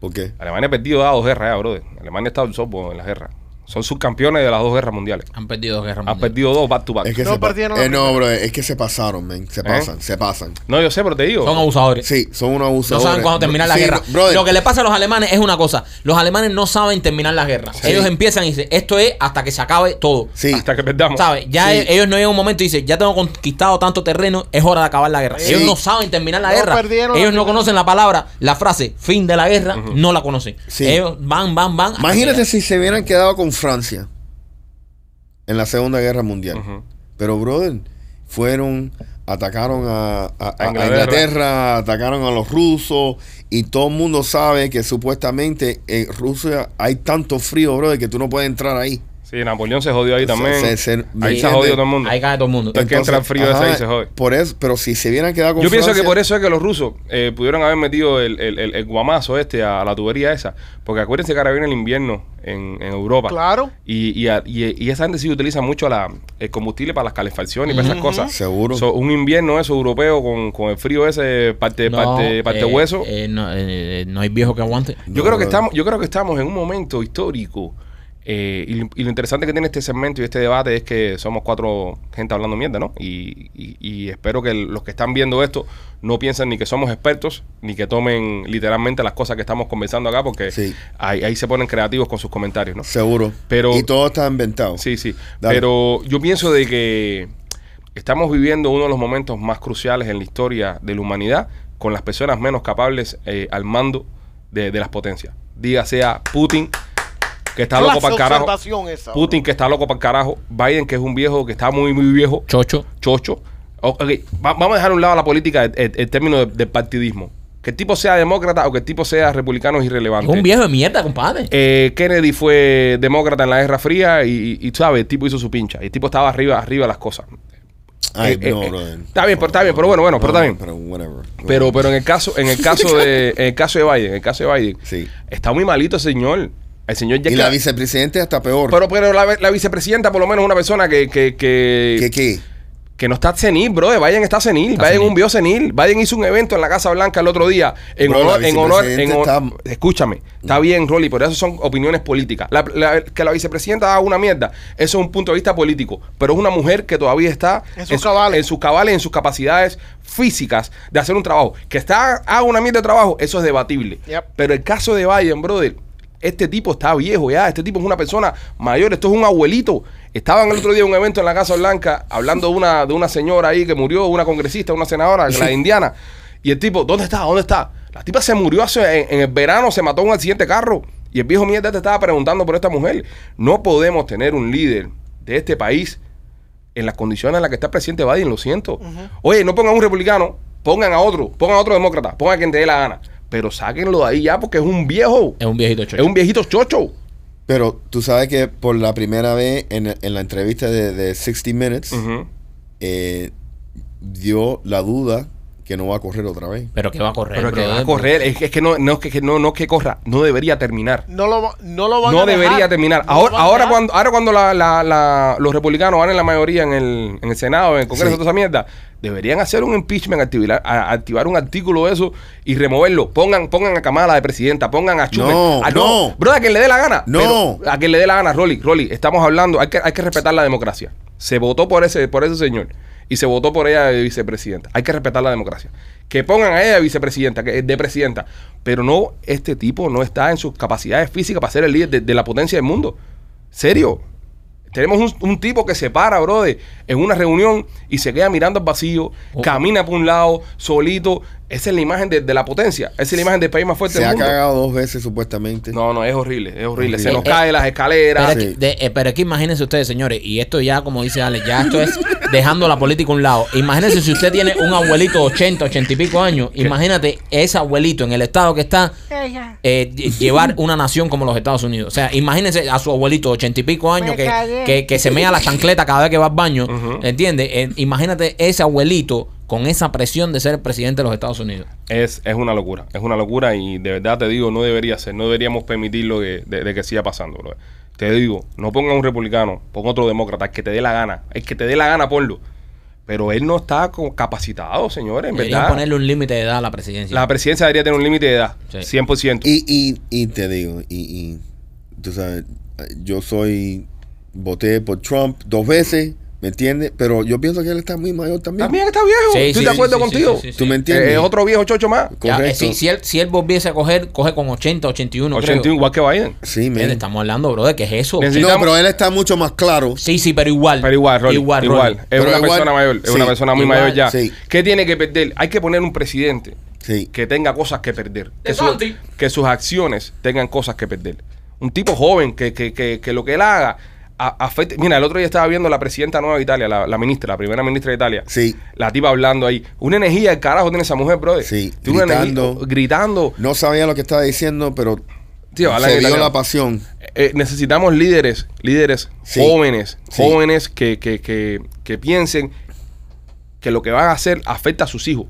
Speaker 3: ¿Por qué?
Speaker 1: Alemania ha perdido ya dos guerras ya, brother. Alemania está al sopo en las guerras. Son subcampeones de las dos guerras mundiales.
Speaker 2: Han perdido dos guerras
Speaker 1: Han
Speaker 2: mundiales.
Speaker 1: perdido dos back to back.
Speaker 3: Es que
Speaker 4: No
Speaker 3: se pa-
Speaker 4: perdieron la ¿Eh?
Speaker 3: eh, no, bro, es que se pasaron, men. Se pasan, se pasan.
Speaker 1: No, yo sé, pero te digo.
Speaker 2: Son abusadores.
Speaker 3: Sí, son unos
Speaker 2: No
Speaker 3: abusadores.
Speaker 2: saben cuándo terminar la
Speaker 3: Sí,
Speaker 2: guerra.
Speaker 3: brother,
Speaker 2: Lo que le pasa a los alemanes es una cosa. Los alemanes no saben terminar las guerras.
Speaker 3: Sí.
Speaker 2: Ellos empiezan y dicen, esto es hasta que se acabe todo.
Speaker 3: sí,
Speaker 1: Hasta que perdamos.
Speaker 2: ¿Sabes? Ya
Speaker 3: Sí.
Speaker 2: e- ellos no llegan a un momento y dicen, ya tengo conquistado tanto terreno, es hora de acabar la guerra.
Speaker 3: Sí.
Speaker 2: Ellos no saben terminar la
Speaker 4: No
Speaker 2: guerra.
Speaker 4: perdieron la
Speaker 2: Ellos no
Speaker 4: primera.
Speaker 2: conocen la palabra, la frase fin de la guerra, no la conocen.
Speaker 3: Sí.
Speaker 2: Ellos van, van, van. hasta
Speaker 3: Imagínate
Speaker 2: que-
Speaker 3: si se hubieran quedado con Francia en la Segunda Guerra Mundial.
Speaker 1: Ujú.
Speaker 3: Pero, brother, fueron, atacaron a, a- a- a
Speaker 1: Inglaterra.
Speaker 3: Inglaterra. atacaron a los rusos, y todo el mundo sabe que supuestamente en Rusia hay tanto frío, brother, que tú no puedes entrar ahí.
Speaker 1: Sí, Napoleón se jodió ahí
Speaker 3: Se-
Speaker 1: también.
Speaker 3: se- se-
Speaker 1: ahí se
Speaker 3: ¿entiendes?
Speaker 1: jodió todo el mundo.
Speaker 2: Ahí cae todo el mundo.
Speaker 1: Entonces, que entra el frío ese y se jode.
Speaker 3: Por eso, pero si se hubieran quedado con
Speaker 1: Yo pienso que
Speaker 3: Francia-
Speaker 1: por eso es que los rusos eh, pudieron haber metido el, el- el- el guamazo este a, la tubería esa. Porque acuérdense que ahora viene el invierno en, en Europa.
Speaker 4: Claro.
Speaker 1: Y, y, a- y- y esa gente sí utiliza mucho la, el combustible para las calefacciones y para esas cosas.
Speaker 3: Seguro.
Speaker 1: So, un invierno eso europeo con, con el frío ese parte,
Speaker 2: No,
Speaker 1: parte, parte
Speaker 2: eh,
Speaker 1: hueso.
Speaker 2: eh, no, eh, no hay viejo que aguante.
Speaker 1: Yo
Speaker 3: No,
Speaker 1: creo que
Speaker 3: no.
Speaker 1: estamos, yo creo que estamos en un momento histórico. eh, y, lo- y lo interesante que tiene este segmento y este debate es que somos cuatro gente hablando mierda, ¿no? Y, y- y espero que los que están viendo esto no piensen ni que somos expertos, ni que tomen literalmente las cosas que estamos conversando acá, porque
Speaker 3: Sí.
Speaker 1: ahí, ahí se ponen creativos con sus comentarios, ¿no?
Speaker 3: Seguro.
Speaker 1: Pero-
Speaker 3: y todo está inventado.
Speaker 1: Sí, sí.
Speaker 3: Dale.
Speaker 1: Pero yo pienso de que estamos viviendo uno de los momentos más cruciales en la historia de la humanidad con las personas menos capables eh, al mando de, de las potencias. Diga sea Putin, que está loco para el carajo.
Speaker 4: observación esa. bro.
Speaker 1: Putin, que está loco para el carajo. Biden, que es un viejo, que está muy, muy viejo.
Speaker 2: Chocho.
Speaker 1: Chocho. O- ok, va- vamos a dejar a un lado la política, el, el- el término de- del partidismo. Que el tipo sea demócrata o que el tipo sea republicano es
Speaker 2: Es
Speaker 1: irrelevante.
Speaker 2: un viejo de mierda, compadre.
Speaker 1: Eh, Kennedy fue demócrata en la Guerra Fría y, y, y, ¿sabes? El tipo hizo su pincha. El tipo estaba arriba, arriba de las cosas.
Speaker 3: Ay,
Speaker 1: Eh, eh,
Speaker 3: no,
Speaker 1: eh,
Speaker 3: brother.
Speaker 1: está bien, pero- está bien, pero bueno, bueno, pero está bien.
Speaker 3: Pero, whatever.
Speaker 1: Pero, pero en el caso, en el caso de, en el caso de Biden, en el caso de Biden,
Speaker 3: Sí.
Speaker 1: está muy malito el señor. El señor ya
Speaker 3: Y
Speaker 1: que-
Speaker 3: la vicepresidenta está peor.
Speaker 1: pero, pero la, la vicepresidenta, por lo menos, es una persona que, que, que,
Speaker 3: ¿Qué qué?
Speaker 1: que no está senil, bro. Biden está senil.
Speaker 2: Está
Speaker 1: Biden
Speaker 2: senil.
Speaker 1: un bio senil. Biden hizo un evento en la Casa Blanca el otro día en
Speaker 3: Bro, la
Speaker 1: honor, en honor, en
Speaker 3: vicepresidenta
Speaker 1: honor- Escúchame, está bien, Rolly, pero eso son opiniones políticas. La- la- que la vicepresidenta haga una mierda, eso es un punto de vista político. Pero es una mujer que todavía está
Speaker 4: En sus
Speaker 1: su-
Speaker 4: cabales.
Speaker 1: en sus cabales, en sus capacidades físicas de hacer un trabajo. Que está haga una mierda de trabajo, eso es debatible.
Speaker 4: Yep.
Speaker 1: Pero el caso de Biden, brother, este tipo está viejo ya, este tipo es una persona mayor, esto es un abuelito. Estaban el otro día en un evento en la Casa Blanca hablando de una, de una señora ahí que murió, una congresista, una senadora, la indiana. Y el tipo, ¿dónde está? ¿Dónde está? La tipa se murió hace, en, en el verano, se mató en un accidente de carro. Y el viejo mierda te estaba preguntando por esta mujer. No podemos tener un líder de este país en las condiciones en las que está el presidente Biden, lo siento. Oye, no pongan un republicano, pongan a otro, pongan a otro demócrata, pongan a quien te dé la gana. Pero sáquenlo de ahí ya porque es un viejo.
Speaker 2: Es un viejito chocho.
Speaker 1: Es un viejito chocho.
Speaker 3: Pero tú sabes que por la primera vez en, en la entrevista de, de 60 Minutes
Speaker 1: Ujú.
Speaker 3: eh, dio la duda que no va a correr otra vez.
Speaker 2: Pero que va a correr.
Speaker 1: Pero que va a
Speaker 2: brother.
Speaker 1: correr, es que, es que no, no, es que, que no, no es que corra, no debería terminar.
Speaker 4: No lo, va- no lo van
Speaker 1: No
Speaker 4: a dejar.
Speaker 1: debería terminar.
Speaker 4: No
Speaker 1: Ahora,
Speaker 4: lo van a
Speaker 1: ahora
Speaker 4: dejar.
Speaker 1: cuando, ahora cuando la- la- la- los republicanos ganen la mayoría en el, en el Senado, en el Congreso,
Speaker 3: Sí.
Speaker 1: toda esa mierda, deberían hacer un impeachment, activar, a- activar un artículo de eso y removerlo. Pongan, pongan a Kamala de presidenta, pongan a Ah, Schumer.
Speaker 3: No,
Speaker 1: a,
Speaker 3: no.
Speaker 1: Bro, a quien le dé la gana.
Speaker 3: No.
Speaker 1: Pero a quien le dé la gana, Rolly. Rolly, estamos hablando, hay que, hay que respetar la democracia. Se votó por ese, por ese señor y se votó por ella de vicepresidenta. Hay que respetar la democracia. Que pongan a ella de vicepresidenta, que, de presidenta. Pero no, este tipo no está en sus capacidades físicas para ser el líder de, de la potencia del mundo. Serio. Tenemos un, un tipo que se para, brother, en una reunión y se queda mirando al vacío,
Speaker 2: Oh.
Speaker 1: camina por un lado, solito. Esa es la imagen de, de la potencia. Esa es la imagen del país más fuerte
Speaker 3: Se
Speaker 1: Pues del
Speaker 3: ha
Speaker 1: mundo.
Speaker 3: cagado dos veces supuestamente.
Speaker 1: No, no, es horrible, es horrible. Se
Speaker 3: Horrible.
Speaker 1: nos caen las
Speaker 2: Pero,
Speaker 1: escaleras.
Speaker 2: es que, de- eh, pero es que imagínense ustedes, señores, y esto ya, como dice Alex, ya esto es dejando la política a un lado. Imagínense si usted tiene un abuelito de 80, 80 y pico años, imagínate ese abuelito en el estado que está, eh, lle- llevar una nación como los Estados Unidos. O sea, imagínense a su abuelito de 80 y pico años que, que, que se mea la chancleta cada vez que va al baño, ¿entiendes? Eh, imagínate ese abuelito con esa presión de ser el presidente de los Estados Unidos.
Speaker 1: Es, es una locura, es una locura y de verdad te digo, no debería ser, no deberíamos permitirlo de, de- de que siga pasando, brother. Te digo, no ponga un republicano, ponga otro demócrata, el que te dé la gana, el que te dé la gana, ponlo. Pero él no está co- capacitado, señores, en
Speaker 2: Deberían
Speaker 1: verdad.
Speaker 2: ponerle un límite de edad a la presidencia.
Speaker 1: La presidencia debería tener un límite de edad,
Speaker 2: Sí.
Speaker 1: 100%.
Speaker 3: Y, y, y te digo, y, y tú sabes, eh, yo soy, voté por Trump dos veces, ¿me entiendes? Pero yo pienso que él está muy mayor también.
Speaker 1: También está viejo.
Speaker 2: Sí,
Speaker 1: Estoy
Speaker 2: sí,
Speaker 1: de
Speaker 2: sí,
Speaker 1: acuerdo
Speaker 2: sí,
Speaker 1: contigo.
Speaker 2: sí, sí, sí.
Speaker 3: ¿Tú me entiendes?
Speaker 1: Eh, es otro viejo chocho más.
Speaker 2: Ya, eh,
Speaker 3: Correcto.
Speaker 2: si, si él, si él volviese a coger, coge con 80, 81. 81
Speaker 1: 81 igual que Biden.
Speaker 3: Sí,
Speaker 2: Miren,
Speaker 3: men.
Speaker 2: estamos hablando, bro, de que es eso.
Speaker 1: Necesito-
Speaker 3: No, pero él está mucho más claro.
Speaker 2: Sí, sí, pero igual.
Speaker 1: Pero igual, Rolly, igual,
Speaker 2: Rolly.
Speaker 1: es
Speaker 3: Pero
Speaker 1: una
Speaker 3: igual,
Speaker 1: persona mayor, es
Speaker 3: sí,
Speaker 1: una persona muy
Speaker 2: igual,
Speaker 1: mayor ya.
Speaker 3: sí.
Speaker 1: ¿Qué tiene que perder? Hay que poner un presidente
Speaker 3: Sí.
Speaker 1: que tenga cosas que perder. Que, su-
Speaker 2: Santi.
Speaker 1: que sus acciones tengan cosas que perder. Un tipo joven que, que, que, que lo que él haga a- afecte. Mira, el otro día estaba viendo la presidenta nueva de Italia, la, la ministra, la primera ministra de Italia.
Speaker 3: Sí.
Speaker 1: La tipa hablando ahí. Una energía del carajo tiene esa mujer, brother.
Speaker 3: Sí,
Speaker 1: Tiene una
Speaker 3: gritando.
Speaker 1: energía- gritando.
Speaker 3: No sabía lo que estaba diciendo, pero
Speaker 1: Tío, habla en
Speaker 3: se vio
Speaker 1: italiano.
Speaker 3: la pasión.
Speaker 1: Eh, necesitamos líderes, líderes
Speaker 3: Sí.
Speaker 1: jóvenes,
Speaker 3: Sí.
Speaker 1: jóvenes que, que, que, que piensen que lo que van a hacer afecta a sus hijos.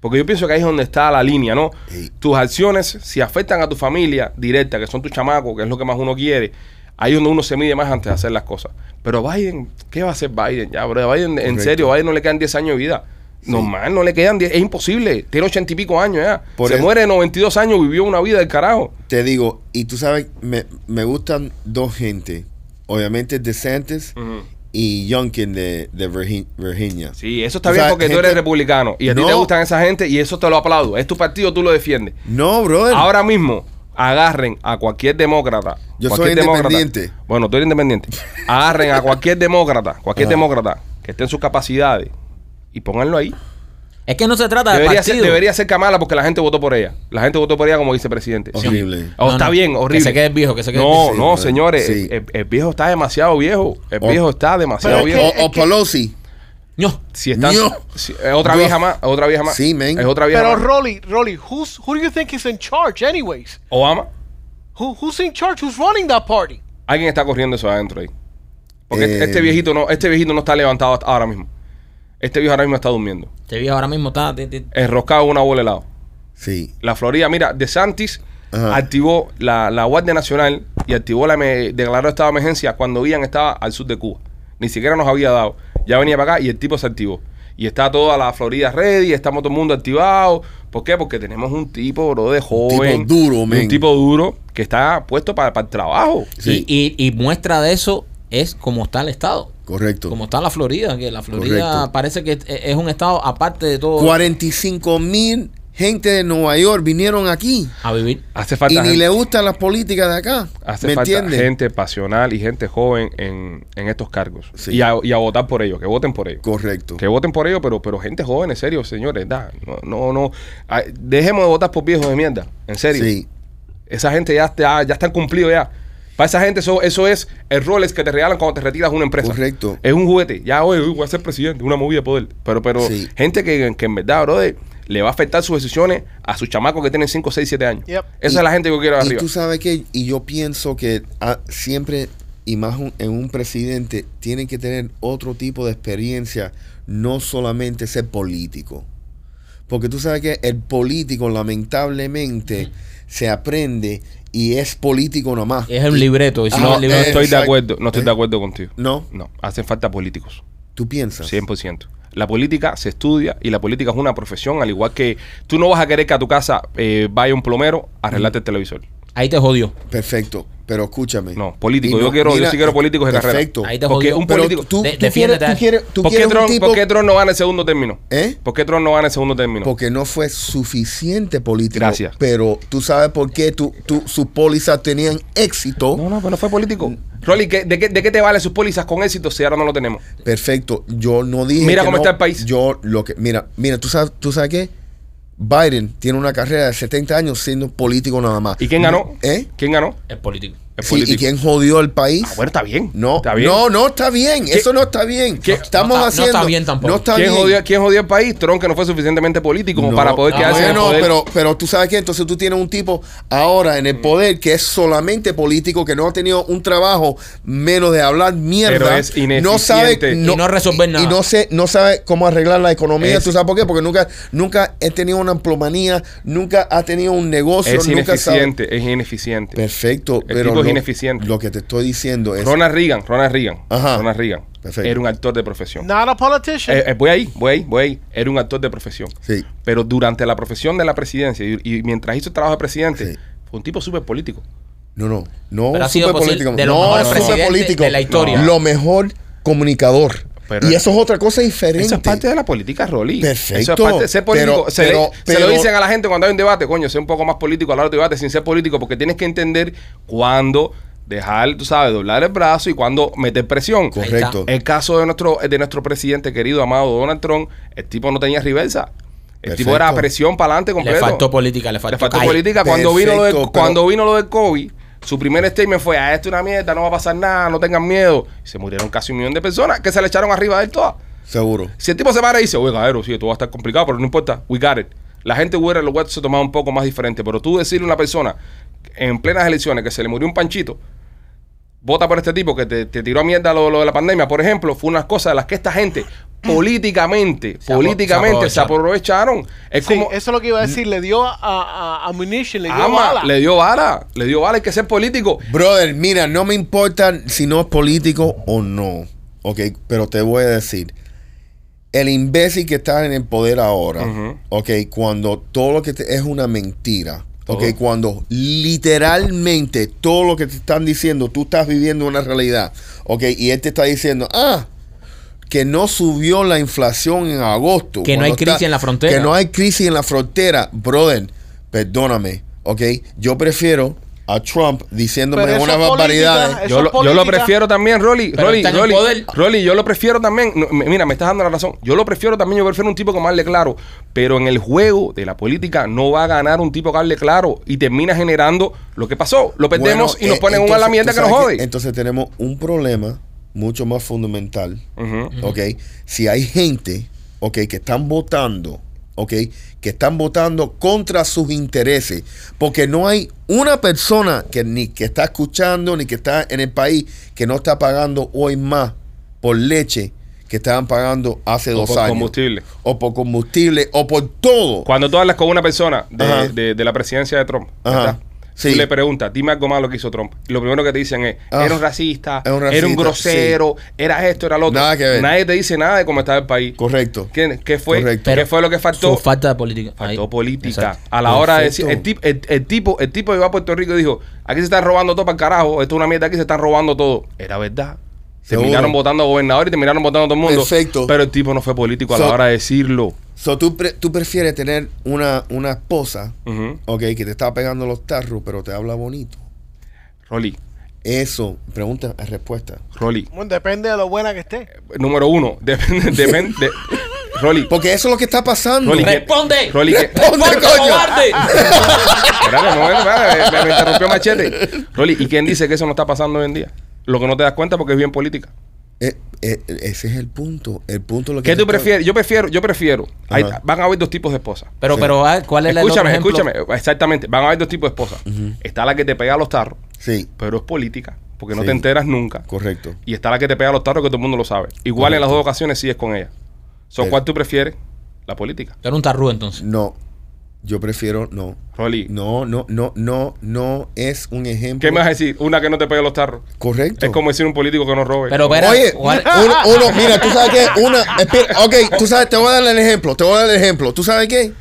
Speaker 1: Porque yo pienso que ahí es donde está la línea, ¿no?
Speaker 3: Sí.
Speaker 1: Tus acciones, si afectan a tu familia directa, que son tus chamacos, que es lo que más uno quiere, ahí es donde uno se mide más antes de hacer las cosas. Pero Biden, ¿qué va a hacer Biden? Ya, bro, Biden, en
Speaker 3: Correcto.
Speaker 1: serio, Biden no le quedan 10 años de vida. Normal, no le quedan 10, es imposible. Tiene 80 y pico años ya.
Speaker 3: Por
Speaker 1: se
Speaker 3: eso-
Speaker 1: muere de 92 años, vivió una vida del carajo.
Speaker 3: Te digo, y tú sabes, me, me gustan dos gente. Obviamente DeSantis y Youngkin de, de Virgin- Virginia.
Speaker 1: Sí, eso está
Speaker 3: O
Speaker 1: bien
Speaker 3: sea,
Speaker 1: porque tú
Speaker 3: gente-
Speaker 1: eres republicano y a ti
Speaker 3: No.
Speaker 1: te gustan esa gente y eso te lo aplaudo. Es tu partido, tú lo defiendes.
Speaker 3: No, brother.
Speaker 1: Ahora mismo, agarren a cualquier demócrata.
Speaker 3: Yo soy
Speaker 1: cualquier demócrata-
Speaker 3: independiente.
Speaker 1: Bueno, tú eres independiente. Agarren a cualquier demócrata, cualquier
Speaker 3: Ajá.
Speaker 1: demócrata que esté en sus capacidades y pónganlo ahí.
Speaker 2: Es que no se trata de
Speaker 1: Debería
Speaker 2: partido.
Speaker 1: ser, debería ser Kamala porque la gente votó por ella. La gente votó por ella como vicepresidente.
Speaker 3: Horrible.
Speaker 1: Oh,
Speaker 2: No,
Speaker 1: está
Speaker 2: no,
Speaker 1: bien,
Speaker 2: que
Speaker 1: horrible.
Speaker 2: se quede el viejo, que se quede el
Speaker 1: No,
Speaker 2: viejo.
Speaker 3: Sí,
Speaker 1: no,
Speaker 3: bueno,
Speaker 1: señores.
Speaker 3: sí.
Speaker 1: El, el viejo está demasiado viejo. El
Speaker 3: Oh.
Speaker 1: viejo está
Speaker 3: O,
Speaker 1: demasiado
Speaker 4: Pero es
Speaker 1: viejo.
Speaker 4: que-
Speaker 3: o- o Pelosi.
Speaker 2: No.
Speaker 1: Si están,
Speaker 3: Ño.
Speaker 1: si- es otra
Speaker 3: Ño.
Speaker 1: vieja más, es otra vieja más.
Speaker 3: Sí, men.
Speaker 1: Es otra vieja
Speaker 4: Pero
Speaker 1: más.
Speaker 4: Rolly, Rolly, who's, who do you think is in charge anyways?
Speaker 1: Obama,
Speaker 4: Who, who's in charge? Who's running that party?
Speaker 1: alguien está corriendo eso adentro ahí. Porque
Speaker 3: Eh.
Speaker 1: este viejito no, este viejito no está levantado hasta ahora mismo. Este viejo ahora mismo está durmiendo.
Speaker 2: Este viejo ahora mismo está. de- de-
Speaker 1: Enroscado en una bola de helado.
Speaker 3: Sí.
Speaker 1: La Florida, mira, De Santis
Speaker 3: Ajá.
Speaker 1: activó la, la Guardia Nacional y activó la me- declaró estado de emergencia cuando Ian estaba al sur de Cuba. Ni siquiera nos había dado. Ya venía para acá y el tipo se activó. Y está toda la Florida ready, estamos todo el mundo activado. ¿Por qué? Porque tenemos un tipo, bro, de joven.
Speaker 3: duro,
Speaker 1: y Un
Speaker 3: men.
Speaker 1: tipo duro que está puesto para, para el trabajo.
Speaker 3: Sí.
Speaker 2: Y, y- y muestra de eso es cómo está el estado.
Speaker 3: correcto.
Speaker 2: Como está la Florida, que la Florida
Speaker 3: Correcto.
Speaker 2: parece que es- es un estado aparte de todo
Speaker 3: 45 mil gente de Nueva York vinieron aquí.
Speaker 2: a vivir.
Speaker 1: Hace falta,
Speaker 3: y ni
Speaker 1: gente,
Speaker 3: le gustan las políticas de acá.
Speaker 1: hace
Speaker 3: ¿Me
Speaker 1: falta
Speaker 3: entiendes?
Speaker 1: gente pasional y gente joven en, en estos cargos.
Speaker 3: Sí.
Speaker 1: Y, a, y a votar por ellos, que voten por ellos.
Speaker 3: Correcto.
Speaker 1: Que voten por ellos, pero, pero gente joven, en serio, señores, da, no, no, no. Ay, Dejemos de votar por viejos de mierda, en serio.
Speaker 3: Sí.
Speaker 1: Esa gente ya está, ya están cumplido ya. Para esa gente eso, eso es el roles que te regalan cuando te retiras de una empresa.
Speaker 3: Correcto.
Speaker 1: Es un juguete. Ya hoy voy a ser presidente, una movida de poder. Pero, pero
Speaker 3: Sí.
Speaker 1: gente que, que en verdad, brother, le va a afectar sus decisiones a sus chamacos que tienen 5, 6, 7 años.
Speaker 4: Yep.
Speaker 1: Esa
Speaker 3: Y-
Speaker 1: es la gente que yo quiero
Speaker 3: Y
Speaker 1: arriba.
Speaker 3: tú sabes que, y yo pienso que ah, siempre, y más un- en un presidente, tienen que tener otro tipo de experiencia, no solamente ser político. Porque tú sabes que el político, lamentablemente, se aprende y es político nomás.
Speaker 2: Es un libreto. Y si
Speaker 3: Ah,
Speaker 2: no,
Speaker 1: No,
Speaker 2: el
Speaker 1: no
Speaker 2: libreto-
Speaker 1: estoy de
Speaker 3: Exacto.
Speaker 1: acuerdo, no estoy de
Speaker 3: ¿Eh?
Speaker 1: acuerdo contigo.
Speaker 3: ¿No?
Speaker 1: No, hacen falta políticos.
Speaker 3: ¿Tú piensas?
Speaker 1: 100%. La política se estudia y la política es una profesión, al igual que tú no vas a querer que a tu casa eh, vaya un plomero a arreglarte
Speaker 3: Mm.
Speaker 1: el televisor.
Speaker 2: Ahí te jodió.
Speaker 3: Perfecto. Pero escúchame.
Speaker 1: No, político.
Speaker 3: Y eh,
Speaker 1: Yo quiero- yo sí quiero políticos de carrera.
Speaker 3: Perfecto.
Speaker 2: Ahí te
Speaker 1: Porque
Speaker 2: jodió.
Speaker 1: un
Speaker 3: Pero
Speaker 1: político...
Speaker 3: tú, tú
Speaker 2: De-
Speaker 3: quieres,
Speaker 2: defiéndete.
Speaker 3: tú quieres, tú
Speaker 1: ¿Por, qué
Speaker 3: quieres
Speaker 1: Trump,
Speaker 3: un tipo...
Speaker 1: por qué Trump no gana el segundo término?
Speaker 3: ¿Eh?
Speaker 1: ¿Por qué Trump no gana el segundo término?
Speaker 3: Porque no fue suficiente político.
Speaker 1: Gracias.
Speaker 3: Pero tú sabes por qué tú, tú- sus pólizas tenían éxito.
Speaker 1: No, no, pero no fue
Speaker 3: Mm.
Speaker 1: político. Rolly, ¿qué- de, qué, ¿de qué te valen sus pólizas con éxito si ahora no lo tenemos?
Speaker 3: Perfecto. Yo no dije.
Speaker 1: Mira
Speaker 3: que
Speaker 1: cómo
Speaker 3: no.
Speaker 1: está el país.
Speaker 3: Yo lo que. Mira, mira, tú sabes, tú sabes qué. Biden tiene una carrera de 70 años siendo político nada más.
Speaker 1: ¿Y quién ganó?
Speaker 3: ¿Eh?
Speaker 1: ¿Quién ganó?
Speaker 2: Es político.
Speaker 1: El
Speaker 3: Sí, ¿Y quién jodió el país?
Speaker 1: Ah, bueno, está bien.
Speaker 3: No,
Speaker 1: está bien.
Speaker 3: no, no está bien. Eso no está bien.
Speaker 1: ¿Qué?
Speaker 3: Estamos
Speaker 2: No está- no
Speaker 3: haciendo.
Speaker 2: está bien tampoco.
Speaker 3: No está
Speaker 1: ¿Quién,
Speaker 3: bien.
Speaker 1: jodió, ¿Quién jodió el país? Trump, que no fue suficientemente político como
Speaker 3: No,
Speaker 1: para poder
Speaker 2: ah,
Speaker 1: quedarse en el
Speaker 3: Bueno,
Speaker 1: poder.
Speaker 3: pero, pero tú sabes que entonces tú tienes un tipo ahora en el
Speaker 1: Mm.
Speaker 3: poder que es solamente político, que no ha tenido un trabajo menos de hablar mierda.
Speaker 1: Pero es ineficiente.
Speaker 3: No sabe
Speaker 1: Y
Speaker 2: no resolver nada.
Speaker 3: Y no, sé, no sabe cómo arreglar la economía.
Speaker 1: Es-
Speaker 3: ¿Tú sabes por qué? Porque nunca, nunca he tenido una emplomanía, nunca ha tenido un negocio.
Speaker 1: es
Speaker 3: nunca sabe-
Speaker 1: ineficiente, es ineficiente.
Speaker 3: Perfecto, pero
Speaker 1: tipo es
Speaker 3: lo-
Speaker 1: ineficiente.
Speaker 3: Lo que te estoy diciendo es.
Speaker 1: Ronald Reagan, Ronald Reagan.
Speaker 3: Ajá.
Speaker 1: Ronald Reagan.
Speaker 3: Perfecto.
Speaker 1: Era un actor de profesión.
Speaker 4: Not a politician.
Speaker 1: Eh, eh, voy ahí, voy ahí, voy ahí. Era un actor de profesión.
Speaker 3: Sí.
Speaker 1: Pero durante la profesión de la presidencia y, y mientras hizo el trabajo de presidente,
Speaker 3: Sí.
Speaker 1: fue un tipo súper político.
Speaker 3: No, no. No,
Speaker 2: Pero ha sido
Speaker 3: superpolítico.
Speaker 2: posible- de los
Speaker 3: no,
Speaker 2: mejores presidentes
Speaker 3: superpolítico.
Speaker 2: de la historia.
Speaker 3: Lo mejor comunicador.
Speaker 1: Pero-
Speaker 3: y eso es otra cosa diferente.
Speaker 1: Eso es parte de la política, Rolly.
Speaker 3: Perfecto,
Speaker 1: Eso es parte de ser político.
Speaker 3: pero-
Speaker 1: se, le-
Speaker 3: pero-
Speaker 1: se lo
Speaker 3: pero-
Speaker 1: dicen a la gente cuando hay un debate, coño, sé un poco más político a la hora de debate sin ser político, porque tienes que entender cuándo dejar, tú sabes, doblar el brazo y cuándo meter presión.
Speaker 3: Correcto.
Speaker 1: El caso de nuestro, de nuestro presidente querido, amado Donald Trump, el tipo no tenía reversa. El
Speaker 3: Perfecto.
Speaker 1: tipo era presión para adelante completo.
Speaker 2: Le faltó política, le faltó,
Speaker 1: Le faltó
Speaker 2: calle.
Speaker 1: política. Cuando vino, lo del,
Speaker 3: Perfecto, pero-
Speaker 1: cuando vino lo del COVID, su primer statement fue: a esto es una mierda, no va a pasar nada, no tengan miedo. Y se murieron casi un millón de personas que se le echaron arriba a él todas.
Speaker 3: Seguro.
Speaker 1: Si el tipo se para y dice, oye, cabrón, sí, esto va a estar complicado, pero no importa, we got it. La gente hubiera lo hubiera se tomaba un poco más diferente, pero tú decirle a una persona en plenas elecciones que se le murió un panchito, vota por este tipo que te, te tiró a mierda lo, lo de la pandemia, por ejemplo, fue una cosa de las que esta
Speaker 4: (clears throat)
Speaker 1: gente políticamente,
Speaker 2: Se apro-
Speaker 1: políticamente se
Speaker 2: se
Speaker 1: aprovecharon. Es
Speaker 4: Sí,
Speaker 1: como
Speaker 4: eso es lo que iba a decir. Le dio a, a, a ammunition, le dio
Speaker 1: ama,
Speaker 4: bala.
Speaker 1: le dio vara, le dio vara, hay que ser político.
Speaker 3: Brother, mira, no me importa si no es político o no. Ok, pero te voy a decir. El imbécil que está en el poder ahora,
Speaker 1: Ujú.
Speaker 3: ok, cuando todo lo que te- es una mentira, ok,
Speaker 1: Todo.
Speaker 3: cuando literalmente todo lo que te están diciendo, tú estás viviendo una realidad, ok, y él te está diciendo, ah, que no subió la inflación en agosto.
Speaker 2: Que no hay
Speaker 3: cuando
Speaker 2: crisis en la frontera.
Speaker 3: Que no hay crisis en la frontera. Brother, perdóname, ¿ok? Yo prefiero a Trump diciéndome
Speaker 4: Pero eso
Speaker 3: unas
Speaker 4: es política,
Speaker 3: barbaridades.
Speaker 4: eso
Speaker 1: Yo
Speaker 4: es
Speaker 1: lo, yo
Speaker 4: política.
Speaker 1: lo prefiero también, Rolly.
Speaker 2: Pero
Speaker 1: Rolly,
Speaker 2: está en el
Speaker 1: Rolly,
Speaker 2: poder.
Speaker 1: Rolly, yo lo prefiero también. No, me- mira, me estás dando la razón. Yo lo prefiero también. Yo prefiero un tipo que hable claro. Pero en el juego de la política no va a ganar un tipo que hable claro y termina generando lo que pasó. Lo perdemos
Speaker 3: Bueno,
Speaker 1: y nos
Speaker 3: eh,
Speaker 1: ponen una
Speaker 3: entonces,
Speaker 1: la
Speaker 3: tú
Speaker 1: mierda que nos
Speaker 3: sabes
Speaker 1: jode.
Speaker 3: entonces tenemos un problema mucho más fundamental,
Speaker 1: Ujú.
Speaker 3: ¿ok? Si hay gente, ¿ok? Que están votando, ¿ok? Que están votando contra sus intereses. Porque no hay una persona que ni que está escuchando, ni que está en el país, que no está pagando hoy más por leche que estaban pagando hace
Speaker 1: O
Speaker 3: dos
Speaker 1: por
Speaker 3: años.
Speaker 1: combustible.
Speaker 3: O por combustible, o por todo.
Speaker 1: Cuando tú hablas con una persona
Speaker 3: Ajá.
Speaker 1: de, de- de la presidencia de Trump,
Speaker 3: Ajá.
Speaker 1: ¿verdad?
Speaker 3: Sí.
Speaker 1: Tú le preguntas, dime algo malo que hizo Trump. Y Lo primero que te dicen es,
Speaker 3: Ah,
Speaker 1: era un racista,
Speaker 3: era un
Speaker 1: era un
Speaker 3: racista,
Speaker 1: grosero, era esto, era lo otro.
Speaker 3: Nada que ver.
Speaker 1: Nadie te dice nada de cómo estaba el país.
Speaker 3: Correcto.
Speaker 1: ¿Qué, qué fue,
Speaker 3: Correcto.
Speaker 1: ¿Qué fue lo que faltó?
Speaker 2: Su falta de política.
Speaker 1: Faltó
Speaker 2: Ahí.
Speaker 1: política.
Speaker 2: Exacto.
Speaker 1: A la hora de decir,
Speaker 3: Perfecto.
Speaker 1: el, tip- el- el tipo, el tipo llegó a Puerto Rico y dijo, aquí se están robando todo para el carajo, esto es una mierda, aquí se están robando todo. Era verdad.
Speaker 3: Seguro.
Speaker 1: Terminaron votando a gobernador y terminaron votando a todo el mundo.
Speaker 3: Perfecto.
Speaker 1: Pero el tipo no fue político a la
Speaker 3: So-
Speaker 1: hora de decirlo.
Speaker 3: So, tú, pre- tú prefieres tener una, una esposa,
Speaker 1: Ujú.
Speaker 3: ok, que te está pegando los tarros, pero te habla bonito.
Speaker 1: Rolly,
Speaker 3: Eso, pregunta a respuesta.
Speaker 1: Rolly.
Speaker 4: Bueno, depende de lo buena que esté.
Speaker 1: Número uno, (laughs) depende, depende. de- Rolly.
Speaker 3: Porque eso es lo que está pasando.
Speaker 1: Rolly, que-
Speaker 2: ¡Responde!
Speaker 1: Rolly, que-
Speaker 3: ¡Responde, coño!
Speaker 2: cobarde!
Speaker 1: Espérame, un momento, espérame, me, me interrumpió Machete. Rolly, ¿y quién dice que eso no está pasando hoy en día? Lo que no te das cuenta porque es bien política.
Speaker 3: Eh, eh, ese es el punto. El punto es lo que
Speaker 1: ¿Qué tú
Speaker 3: te estoy-
Speaker 1: prefieres? Yo prefiero, yo prefiero. Hay-
Speaker 3: Ajá.
Speaker 1: van a haber dos tipos de esposas.
Speaker 2: Pero, pero, ah, ¿cuál es la
Speaker 1: Escúchame, escúchame. Exactamente. Van a haber dos tipos de esposas. Está la que te pega los tarros,
Speaker 3: Sí,
Speaker 1: pero es política, porque no
Speaker 3: Sí.
Speaker 1: te enteras nunca.
Speaker 3: correcto.
Speaker 1: Y está la que te pega los tarros, que todo el mundo lo sabe. Igual en las dos ocasiones sigues con ella. So,
Speaker 3: Pero-
Speaker 1: ¿Cuál tú prefieres? La política.
Speaker 2: Era un tarrú entonces.
Speaker 3: No, yo prefiero no.
Speaker 1: Rolly,
Speaker 3: No, no, no, no, no es un ejemplo.
Speaker 1: ¿qué me vas a decir? Una que no te pega los tarros.
Speaker 3: Correcto.
Speaker 1: Es como decir un político que no robe.
Speaker 2: Pero, espera,
Speaker 1: (laughs)
Speaker 3: Oye,
Speaker 2: ¿cuál-
Speaker 3: (laughs) uno, uno, mira, tú sabes qué, una, espera, ok, tú sabes, te voy a dar el ejemplo, te voy a dar el ejemplo, tú sabes qué,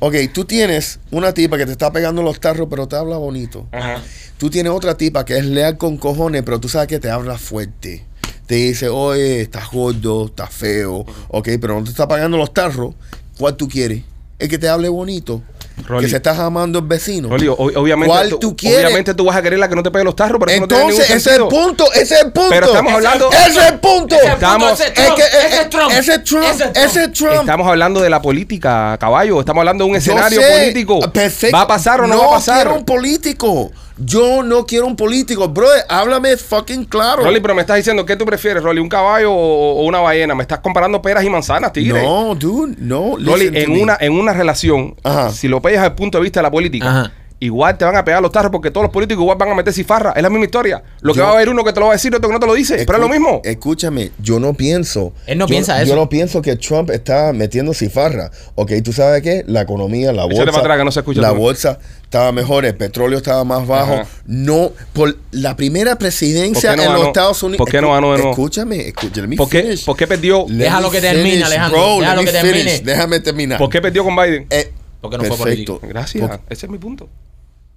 Speaker 3: ok, tú tienes una tipa que te está pegando los tarros, pero te habla bonito,
Speaker 1: Ajá.
Speaker 3: tú tienes otra tipa que es leal con cojones, pero tú sabes que te habla fuerte, te dice, oye, estás gordo, estás feo, ok, pero no te está pagando los tarros, ¿cuál tú quieres? El que te hable bonito,
Speaker 1: Rolly.
Speaker 3: que se está amando el vecino.
Speaker 1: Rolly, o- obviamente,
Speaker 3: ¿Cuál
Speaker 1: tú,
Speaker 3: tú quieres?
Speaker 1: obviamente tú vas a querer la que no te pegue los tarros, pero eso no tiene
Speaker 3: Entonces,
Speaker 1: ningún
Speaker 3: ese es el
Speaker 1: sentido.
Speaker 3: punto, ese es el punto.
Speaker 1: Pero estamos hablando-
Speaker 3: Ese es el punto.
Speaker 2: Ese es el punto,
Speaker 1: Estamos-
Speaker 2: ese es
Speaker 3: Es
Speaker 2: Trump,
Speaker 3: que, eh,
Speaker 2: ese es Trump.
Speaker 3: Ese es Trump.
Speaker 2: Ese es Trump.
Speaker 3: Ese es Trump.
Speaker 1: Estamos hablando de la política, caballo. Estamos hablando de un
Speaker 3: Yo
Speaker 1: escenario
Speaker 3: sé,
Speaker 1: político.
Speaker 3: perfecto.
Speaker 1: ¿Va a pasar o no, va a pasar?
Speaker 3: quiero un político. Yo no quiero un político. Brother, háblame fucking claro.
Speaker 1: Rolly, pero me estás diciendo, ¿qué tú prefieres, Rolly? ¿Un caballo o, o una ballena? Me estás comparando peras y manzanas, tigre.
Speaker 3: no, dude, no.
Speaker 1: Rolly,
Speaker 3: listen to
Speaker 1: en
Speaker 3: me.
Speaker 1: una, en una relación,
Speaker 3: Ajá.
Speaker 1: si lo pegas desde el punto de vista de la política,
Speaker 2: Ajá.
Speaker 1: igual te van a pegar los tarros porque todos los políticos igual van a meter cifarra. Es la misma historia. Lo que
Speaker 3: Yo-
Speaker 1: va a haber uno que te lo va a decir y otro que no te lo dice. pero es lo
Speaker 3: Escu-
Speaker 1: mismo.
Speaker 3: Escúchame, yo no pienso.
Speaker 2: Él no
Speaker 3: yo-
Speaker 2: piensa eso.
Speaker 3: Yo no pienso que Trump está metiendo cifarra. Ok, tú sabes qué? La economía, la
Speaker 1: Échale
Speaker 3: bolsa.
Speaker 1: para atrás que no se escucha
Speaker 3: la
Speaker 1: todo.
Speaker 3: bolsa estaba mejor, el petróleo estaba más bajo.
Speaker 1: Ajá.
Speaker 3: No, por la primera presidencia
Speaker 1: ¿Por qué no
Speaker 3: en los
Speaker 1: ganó?
Speaker 3: Estados Unidos.
Speaker 1: ¿Por qué no
Speaker 3: Escu-
Speaker 1: ganó de nuevo?
Speaker 3: Escúchame, escúchame.
Speaker 1: ¿Por qué, por qué perdió,
Speaker 2: Déjalo que termine, Alejandro, déjalo que termine.
Speaker 3: Déjame terminar.
Speaker 1: ¿Por qué perdió con Biden?
Speaker 3: Eh,
Speaker 2: Porque no fue
Speaker 3: perfecto.
Speaker 1: Gracias.
Speaker 3: Por-
Speaker 1: Ese es mi punto.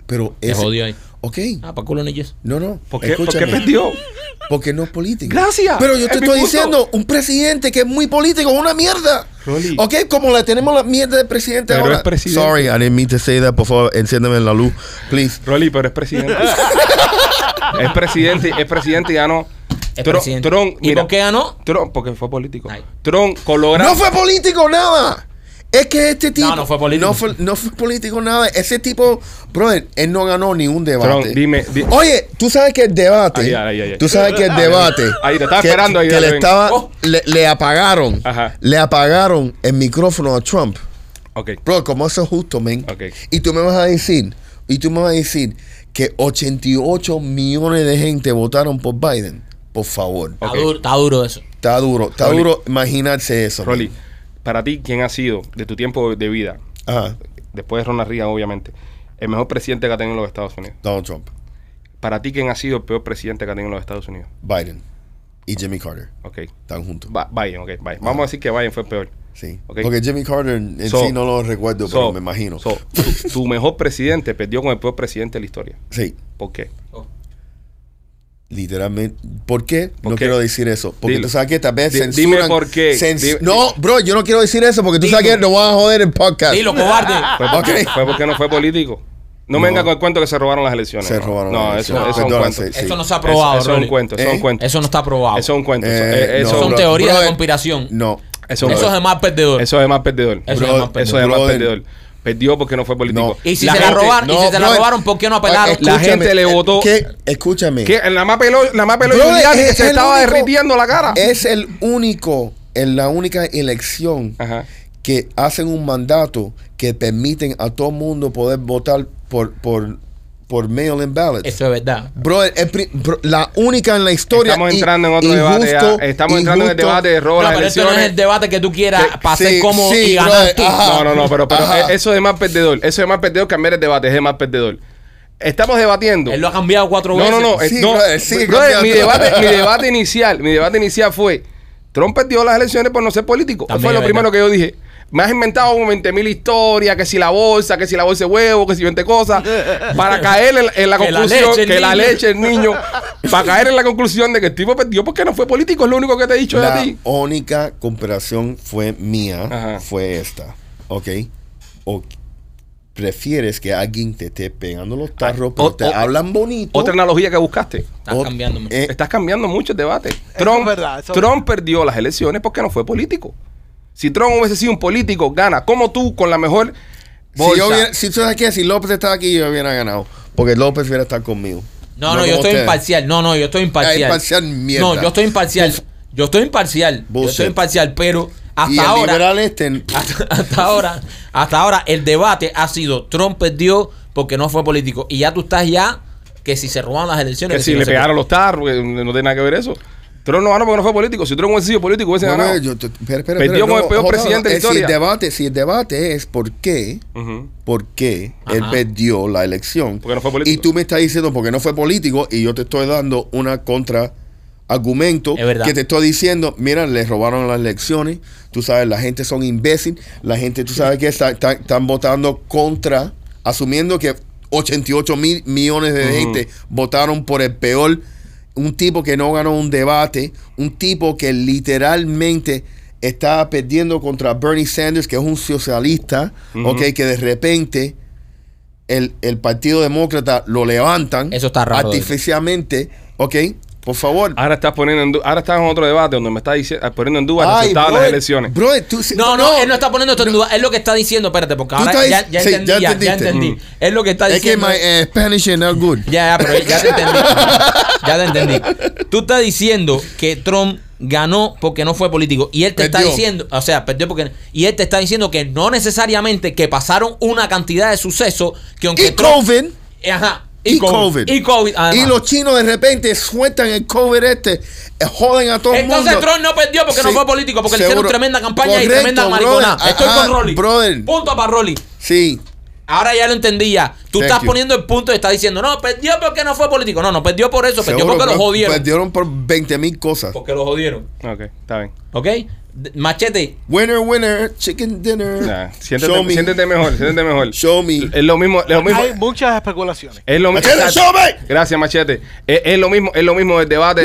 Speaker 3: Pero
Speaker 2: Te
Speaker 3: ese-
Speaker 2: jodió ahí.
Speaker 3: Ok.
Speaker 2: Ah, para culo ni yes.
Speaker 3: No,
Speaker 1: ¿Por
Speaker 3: no.
Speaker 1: qué, por qué
Speaker 3: escúchame.
Speaker 1: perdió?
Speaker 3: Porque no es político.
Speaker 1: Gracias.
Speaker 3: Pero yo te
Speaker 1: Es mi
Speaker 3: estoy
Speaker 1: punto.
Speaker 3: diciendo, un presidente que es muy político es una mierda.
Speaker 1: Rolly.
Speaker 3: Ok, como la tenemos la mierda del presidente
Speaker 1: Pero
Speaker 3: ahora.
Speaker 1: es presidente.
Speaker 3: Sorry, I didn't mean to say that. Por favor, enciéndeme la luz, please.
Speaker 1: Rolly, pero es
Speaker 2: (laughs)
Speaker 1: presidente. es presidente, es presidente y ya no.
Speaker 2: Es
Speaker 1: Tron-
Speaker 2: presidente.
Speaker 1: Tron,
Speaker 2: ¿Y
Speaker 1: mira,
Speaker 2: por qué ganó?
Speaker 1: Tron, porque fue político.
Speaker 2: Ay.
Speaker 1: Tron, colorado.
Speaker 3: No fue político nada. Es que este tipo.
Speaker 2: no fue político.
Speaker 3: No fue, no fue político nada. Ese tipo, brother, él no ganó ni un debate.
Speaker 1: Tron, dime, di-
Speaker 3: Oye, tú sabes que el debate.
Speaker 1: Ahí, ahí, ahí, ahí.
Speaker 3: Tú sabes que el debate.
Speaker 1: Ahí, te estaba
Speaker 3: que-
Speaker 1: esperando ahí,
Speaker 3: Que
Speaker 1: dale,
Speaker 3: le
Speaker 1: ven.
Speaker 3: estaba.
Speaker 2: Oh.
Speaker 3: Le, le apagaron.
Speaker 1: Ajá.
Speaker 3: Le apagaron el micrófono a Trump.
Speaker 1: Ok.
Speaker 3: Bro, como eso es justo, men.
Speaker 1: Ok.
Speaker 3: Y tú me vas a decir, y tú me vas a decir que 88 millones de gente votaron por Biden. Por favor.
Speaker 1: Ok.
Speaker 2: Está, duro, está duro eso.
Speaker 3: Está duro, está
Speaker 1: Rolly.
Speaker 3: duro imaginarse eso. men.
Speaker 1: Rolly, para ti, ¿quién ha sido de tu tiempo de vida,
Speaker 3: Ajá.
Speaker 1: después de Ronald Reagan, obviamente, el mejor presidente que ha tenido los Estados Unidos?
Speaker 3: Donald Trump,
Speaker 1: Para ti, ¿quién ha sido el peor presidente que ha tenido los Estados Unidos?
Speaker 3: Biden y Jimmy Carter
Speaker 1: Ok.
Speaker 3: están juntos.
Speaker 1: Ba- Biden, ok, Biden. Vamos a decir que Biden fue el peor.
Speaker 3: Sí.
Speaker 1: Ok.
Speaker 3: Porque Jimmy Carter en
Speaker 1: So-
Speaker 3: sí no lo recuerdo, pero
Speaker 1: So,
Speaker 3: me imagino.
Speaker 1: so, tu, tu mejor presidente perdió con el peor presidente de la historia.
Speaker 3: sí.
Speaker 1: ¿Por qué?
Speaker 3: Literalmente. ¿Por qué?
Speaker 1: ¿Por
Speaker 3: no
Speaker 1: qué?
Speaker 3: quiero decir eso. Porque
Speaker 1: Dilo.
Speaker 3: tú sabes que tal vez
Speaker 1: Di- dime
Speaker 3: censuran.
Speaker 1: por qué.
Speaker 3: censu-
Speaker 1: Dime-
Speaker 3: no, bro, yo no quiero decir eso porque tú
Speaker 2: Dilo.
Speaker 3: sabes que nos van a joder el podcast.
Speaker 2: Dilo, cobarde.
Speaker 1: Fue porque,
Speaker 3: Ok.
Speaker 1: fue porque no fue político. No, me
Speaker 3: No.
Speaker 1: venga con el cuento que se robaron las elecciones.
Speaker 3: Se
Speaker 1: no.
Speaker 3: robaron
Speaker 1: no,
Speaker 3: las
Speaker 1: eso- Eso,
Speaker 3: elecciones.
Speaker 1: es un
Speaker 3: Perdona,
Speaker 1: cuento.
Speaker 3: se-
Speaker 1: Eso,
Speaker 3: sí.
Speaker 2: Eso no está aprobado,
Speaker 1: eso es un
Speaker 2: Rolly.
Speaker 1: cuento. Eso es
Speaker 3: ¿Eh?
Speaker 1: un cuento.
Speaker 2: Eso no está aprobado.
Speaker 1: Eso es un cuento. eso-
Speaker 3: Eh,
Speaker 1: eh, eso-
Speaker 3: no,
Speaker 2: Son
Speaker 3: bro.
Speaker 2: teorías de
Speaker 3: Brother,
Speaker 2: conspiración.
Speaker 3: No.
Speaker 1: Eso,
Speaker 2: eso es de más perdedor.
Speaker 1: eso es más perdedor.
Speaker 2: Eso
Speaker 1: Bro,
Speaker 2: es más
Speaker 1: eso es
Speaker 3: perdedor.
Speaker 1: más
Speaker 3: Brother.
Speaker 1: perdedor. Perdió porque no fue político.
Speaker 3: No.
Speaker 2: Y si
Speaker 1: La
Speaker 2: se la
Speaker 1: gente-
Speaker 2: robaron, y si se la
Speaker 3: brother.
Speaker 2: robaron, ¿por qué no apelaron?
Speaker 1: La
Speaker 3: Escúchame,
Speaker 1: gente le
Speaker 3: eh,
Speaker 1: votó-
Speaker 3: ¿qué? Escúchame.
Speaker 1: ¿Qué? En la más pelo, la más pelo
Speaker 3: Brother,
Speaker 1: mundial que
Speaker 3: es
Speaker 1: se
Speaker 3: el
Speaker 1: estaba
Speaker 3: único-
Speaker 1: derritiendo la cara.
Speaker 3: Es el único, es la única elección
Speaker 1: Ajá.
Speaker 3: que hacen un mandato que permiten a todo mundo poder votar por, por, por mail-in ballots.
Speaker 2: Eso es verdad.
Speaker 3: Brother, el pri- bro, la única en la historia.
Speaker 1: Estamos
Speaker 3: y-
Speaker 1: entrando en otro debate. ya.
Speaker 3: injusto,
Speaker 1: Estamos entrando en el
Speaker 3: injusto.
Speaker 1: debate de robo
Speaker 2: No,
Speaker 1: a las
Speaker 2: pero esto no es
Speaker 1: elecciones.
Speaker 2: el debate que tú quieras
Speaker 1: Que-
Speaker 2: para
Speaker 3: sí,
Speaker 2: ser cómodo
Speaker 3: sí,
Speaker 2: y ganar
Speaker 3: brother,
Speaker 2: tú.
Speaker 3: ajá.
Speaker 1: No, no, no, pero, pero
Speaker 3: Ajá.
Speaker 1: eh, eso es de más perdedor. Eso es de más perdedor cambiar el debate, es de más perdedor. Estamos debatiendo.
Speaker 2: Él lo ha cambiado cuatro
Speaker 1: No,
Speaker 2: veces.
Speaker 1: no, no. eh,
Speaker 3: Sí,
Speaker 1: no,
Speaker 3: brother, sigue
Speaker 1: brother, mi,
Speaker 3: cambiando.
Speaker 1: debate, mi debate inicial, mi debate inicial fue Trump perdió las elecciones por no ser político.
Speaker 2: También
Speaker 1: fue
Speaker 2: es
Speaker 1: lo primero
Speaker 2: verdad.
Speaker 1: que yo dije. Me has inventado como 20 mil historias, que si la bolsa, que si la bolsa de huevo, que si 20 cosas, para
Speaker 2: (laughs)
Speaker 1: caer en, en la
Speaker 2: Que la
Speaker 1: conclusión,
Speaker 2: leche, el
Speaker 1: que la
Speaker 2: niño.
Speaker 1: leche, el
Speaker 2: (laughs)
Speaker 1: niño, para caer en la conclusión de que el tipo perdió porque no fue político, es lo único que te he dicho de
Speaker 3: La
Speaker 1: ti.
Speaker 3: única comparación fue mía,
Speaker 1: Ajá.
Speaker 3: fue esta. ¿Ok? O prefieres que alguien te esté pegando los tarros,
Speaker 1: Ah,
Speaker 3: pero
Speaker 1: o-
Speaker 3: te
Speaker 1: o-
Speaker 3: hablan bonito.
Speaker 1: Otra analogía que buscaste.
Speaker 2: Estás
Speaker 3: o-
Speaker 2: cambiando. man.
Speaker 3: eh,
Speaker 1: Estás cambiando mucho el debate.
Speaker 4: es
Speaker 1: Trump,
Speaker 4: verdad, eso-
Speaker 1: Trump perdió las elecciones porque no fue político. Si Trump hubiese sido un político, gana. Como tú, con la mejor bolsa.
Speaker 3: Si, yo hubiera- si tú sabes que si López estaba aquí, yo hubiera ganado. Porque López hubiera estado conmigo.
Speaker 2: No, no, yo
Speaker 3: como
Speaker 2: estoy
Speaker 3: ustedes.
Speaker 2: imparcial. No, no, yo estoy imparcial.
Speaker 3: Ah, imparcial, mierda.
Speaker 2: No, yo estoy imparcial. Yo estoy imparcial. Yo
Speaker 3: Bullshit.
Speaker 2: estoy imparcial, pero
Speaker 3: y
Speaker 2: hasta
Speaker 3: el
Speaker 2: ahora.
Speaker 3: liberal este.
Speaker 2: (laughs) Hasta, hasta ahora, hasta ahora el debate ha sido Trump perdió porque no fue político. Y ya tú estás ya que si se roban las elecciones.
Speaker 1: Que si le
Speaker 2: no se-
Speaker 1: pegaron los tarros, que no tiene nada que ver eso. Trump no ganó porque no fue político. Si Trump hubiese sido político, hubiese
Speaker 3: No, no,
Speaker 1: ganado.
Speaker 3: yo te- espera, espera,
Speaker 1: Perdió
Speaker 3: espera,
Speaker 1: con el
Speaker 3: no,
Speaker 1: peor
Speaker 3: hold on,
Speaker 1: presidente de
Speaker 3: eh,
Speaker 1: la historia.
Speaker 3: Si el debate, si el debate es por qué,
Speaker 1: Ujú.
Speaker 3: por qué él
Speaker 2: Ajá.
Speaker 3: perdió la elección.
Speaker 1: Porque no fue político.
Speaker 3: Y tú me estás diciendo porque no fue político y yo te estoy dando una contra argumento
Speaker 2: Es verdad.
Speaker 3: que te estoy diciendo, mira, le robaron las elecciones, tú sabes, la gente son imbécil, la gente, tú sabes que está- está- están votando contra, asumiendo que 88 mil millones de gente votaron por el peor, un tipo que no ganó un debate, un tipo que literalmente está perdiendo contra Bernie Sanders, que es un socialista,
Speaker 1: Ujú.
Speaker 3: ok, que de repente el, el Partido Demócrata lo levantan
Speaker 2: Eso está raro,
Speaker 3: artificialmente, ok, por favor.
Speaker 1: Ahora estás poniendo en du- ahora estás en otro debate donde me estás diciendo, poniendo en duda el
Speaker 3: Ay,
Speaker 1: resultado de las
Speaker 3: brother,
Speaker 1: elecciones.
Speaker 3: brother, tú si-
Speaker 2: No, no, él no está poniendo esto en duda. Es lo que está diciendo. Espérate, porque
Speaker 3: Tú
Speaker 2: ahora
Speaker 3: estás-
Speaker 2: ya, ya
Speaker 3: sí,
Speaker 2: entendí.
Speaker 3: ya
Speaker 2: Ya, ya
Speaker 3: entendiste.
Speaker 2: entendí.
Speaker 1: Mm.
Speaker 2: Es lo que está
Speaker 3: Es que
Speaker 2: diciendo.
Speaker 3: my eh, Spanish is not good.
Speaker 2: Ya, ya, pero ya te entendí. Ya te entendí. Tú estás diciendo que Trump ganó porque no fue político. Y él te está
Speaker 3: Perdió.
Speaker 2: diciendo, o sea, perdió porque. Y él te está diciendo que no necesariamente que pasaron una cantidad de sucesos que aunque.
Speaker 3: Y
Speaker 2: Trump-
Speaker 3: COVID.
Speaker 2: Ajá.
Speaker 3: Y COVID.
Speaker 2: Y COVID. además.
Speaker 3: Y los chinos de repente sueltan el COVID este, eh, joden a todo el mundo.
Speaker 2: Entonces Trump no perdió porque no
Speaker 3: Sí,
Speaker 2: fue político, porque le
Speaker 3: seguro.
Speaker 2: hicieron tremenda campaña y
Speaker 3: Correcto,
Speaker 2: tremenda
Speaker 3: brother.
Speaker 2: mariconada. Estoy
Speaker 3: Ajá,
Speaker 2: con Rolly.
Speaker 3: brother.
Speaker 2: Punto para Rolly.
Speaker 3: Sí.
Speaker 2: Ahora ya lo entendí ya. Tú
Speaker 3: Thank
Speaker 2: estás
Speaker 3: you.
Speaker 2: poniendo el punto y estás diciendo, no, perdió porque no fue político. No, no, perdió por eso, perdió
Speaker 3: Seguro,
Speaker 2: porque lo
Speaker 3: pero
Speaker 2: jodieron.
Speaker 3: Perdieron por 20 mil cosas.
Speaker 2: Porque lo jodieron.
Speaker 1: Ok, está bien.
Speaker 2: ¿Ok? D- Machete,
Speaker 3: Winner, winner, chicken dinner.
Speaker 1: Nah,
Speaker 3: Show
Speaker 1: siéntete,
Speaker 3: me.
Speaker 1: siéntete mejor, siéntete mejor.
Speaker 3: Show me.
Speaker 1: Es lo mismo, es lo mismo.
Speaker 4: Hay muchas especulaciones.
Speaker 1: Es lo mi-
Speaker 3: Machete,
Speaker 1: Exacto.
Speaker 3: show me.
Speaker 1: Gracias, Machete. Es, es lo mismo, es lo mismo del debate.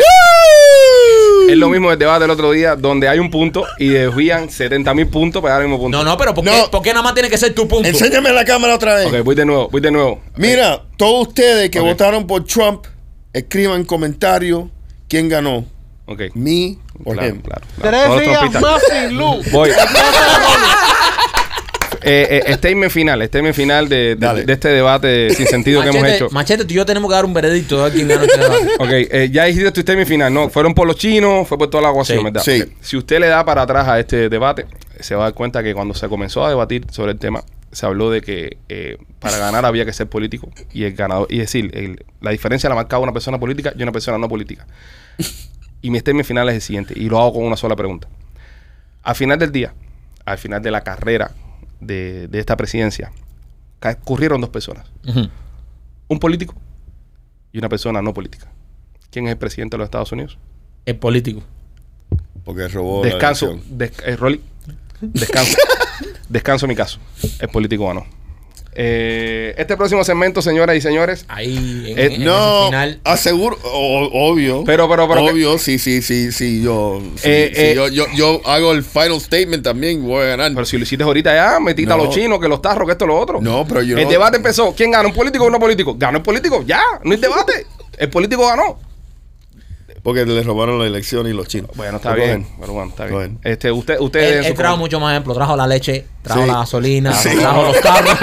Speaker 1: Es lo mismo del debate del otro día, donde hay un punto y desvían 70 mil puntos para dar el mismo punto.
Speaker 2: No, no, pero ¿por qué,
Speaker 3: No.
Speaker 2: por qué nada más tiene que ser tu punto?
Speaker 3: Enséñame la cámara otra vez.
Speaker 1: Ok, voy de nuevo, voy de nuevo.
Speaker 3: Mira, todos ustedes que
Speaker 1: Ok.
Speaker 3: votaron por Trump, escriban comentarios quién ganó.
Speaker 1: Ok.
Speaker 3: Me o
Speaker 1: Claro,
Speaker 3: him.
Speaker 1: claro, claro.
Speaker 4: Tres
Speaker 1: Todos los
Speaker 4: días
Speaker 1: trompistas.
Speaker 4: más sin
Speaker 1: (laughs)
Speaker 4: luz.
Speaker 1: Voy. eh, eh, statement final, statement final de, de,
Speaker 3: Dale.
Speaker 1: de este debate sin sentido que
Speaker 2: Machete,
Speaker 1: hemos hecho.
Speaker 2: Machete, tú y yo tenemos que dar un veredicto a quién ganó
Speaker 1: (laughs)
Speaker 2: este debate.
Speaker 1: Ok, eh, ya hiciste tu statement final, ¿no? Fueron por los chinos, fue por toda la aguación,
Speaker 2: Sí,
Speaker 1: ¿verdad?
Speaker 3: sí.
Speaker 1: Ok. Si usted le da para atrás a este debate, se va a dar cuenta que cuando se comenzó a debatir sobre el tema, se habló de que eh, para ganar había que ser político y el ganador, y es decir, el- la diferencia la marcaba una persona política y una persona no política. Y mi statement final es el siguiente, y lo hago con una sola pregunta. Al final del día, al final de la carrera de, de esta presidencia, ca- ocurrieron dos personas
Speaker 2: Ujú.
Speaker 1: un político y una persona no política. ¿Quién es el presidente de los Estados Unidos?
Speaker 2: El político.
Speaker 3: Porque robó. la
Speaker 1: Descanso,
Speaker 3: elección.
Speaker 1: des- eh, Rolly, descanso,
Speaker 3: (laughs)
Speaker 1: descanso mi caso. El político ganó. Eh, este próximo segmento, señoras y señores,
Speaker 3: Ah.
Speaker 2: Ahí en,
Speaker 1: Eh,
Speaker 2: en- en
Speaker 3: No,
Speaker 2: ese final.
Speaker 3: aseguro, o- obvio.
Speaker 1: Pero, pero, pero-
Speaker 3: Obvio, sí, sí, sí, sí, yo, sí,
Speaker 1: Eh,
Speaker 3: sí,
Speaker 1: eh.
Speaker 3: yo, yo, yo hago el final statement también, voy a ganar.
Speaker 1: pero si lo hiciste ahorita ya, metiste a
Speaker 3: No.
Speaker 1: los chinos, que los tarros, que esto, lo otro.
Speaker 3: No, pero yo
Speaker 1: El
Speaker 3: no-
Speaker 1: debate empezó. ¿Quién gana? ¿Un político o no político? Ganó el político, ya, no hay debate. El político ganó.
Speaker 3: Porque le robaron la elección y los chinos.
Speaker 1: Bueno, está
Speaker 3: Pero
Speaker 1: bien.
Speaker 3: bueno.
Speaker 1: Pero bueno, está bien.
Speaker 3: Bueno.
Speaker 1: Este, usted, usted en
Speaker 2: Él,
Speaker 1: su
Speaker 2: él trajo
Speaker 1: comentario.
Speaker 2: mucho más ejemplo. Trajo la leche, trajo
Speaker 3: Sí.
Speaker 2: la gasolina,
Speaker 3: Sí.
Speaker 2: trajo los
Speaker 1: (laughs)
Speaker 2: carros.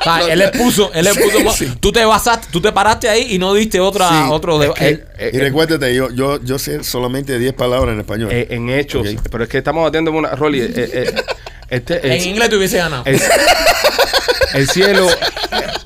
Speaker 2: O sea, él le puso, él le
Speaker 3: Sí,
Speaker 2: puso.
Speaker 3: sí.
Speaker 2: Tú te basaste, tú te paraste ahí y no diste otra,
Speaker 3: Sí,
Speaker 2: otro de-
Speaker 1: que-
Speaker 2: él-
Speaker 1: eh,
Speaker 3: Y recuérdate, yo, yo, yo sé solamente 10 palabras en español.
Speaker 1: Eh, en hechos,
Speaker 3: Ok.
Speaker 1: pero es que estamos atendiendo una. Rolly, eh, eh, este,
Speaker 2: (laughs) en
Speaker 1: el,
Speaker 2: inglés te hubiese ganado.
Speaker 1: el- el cielo,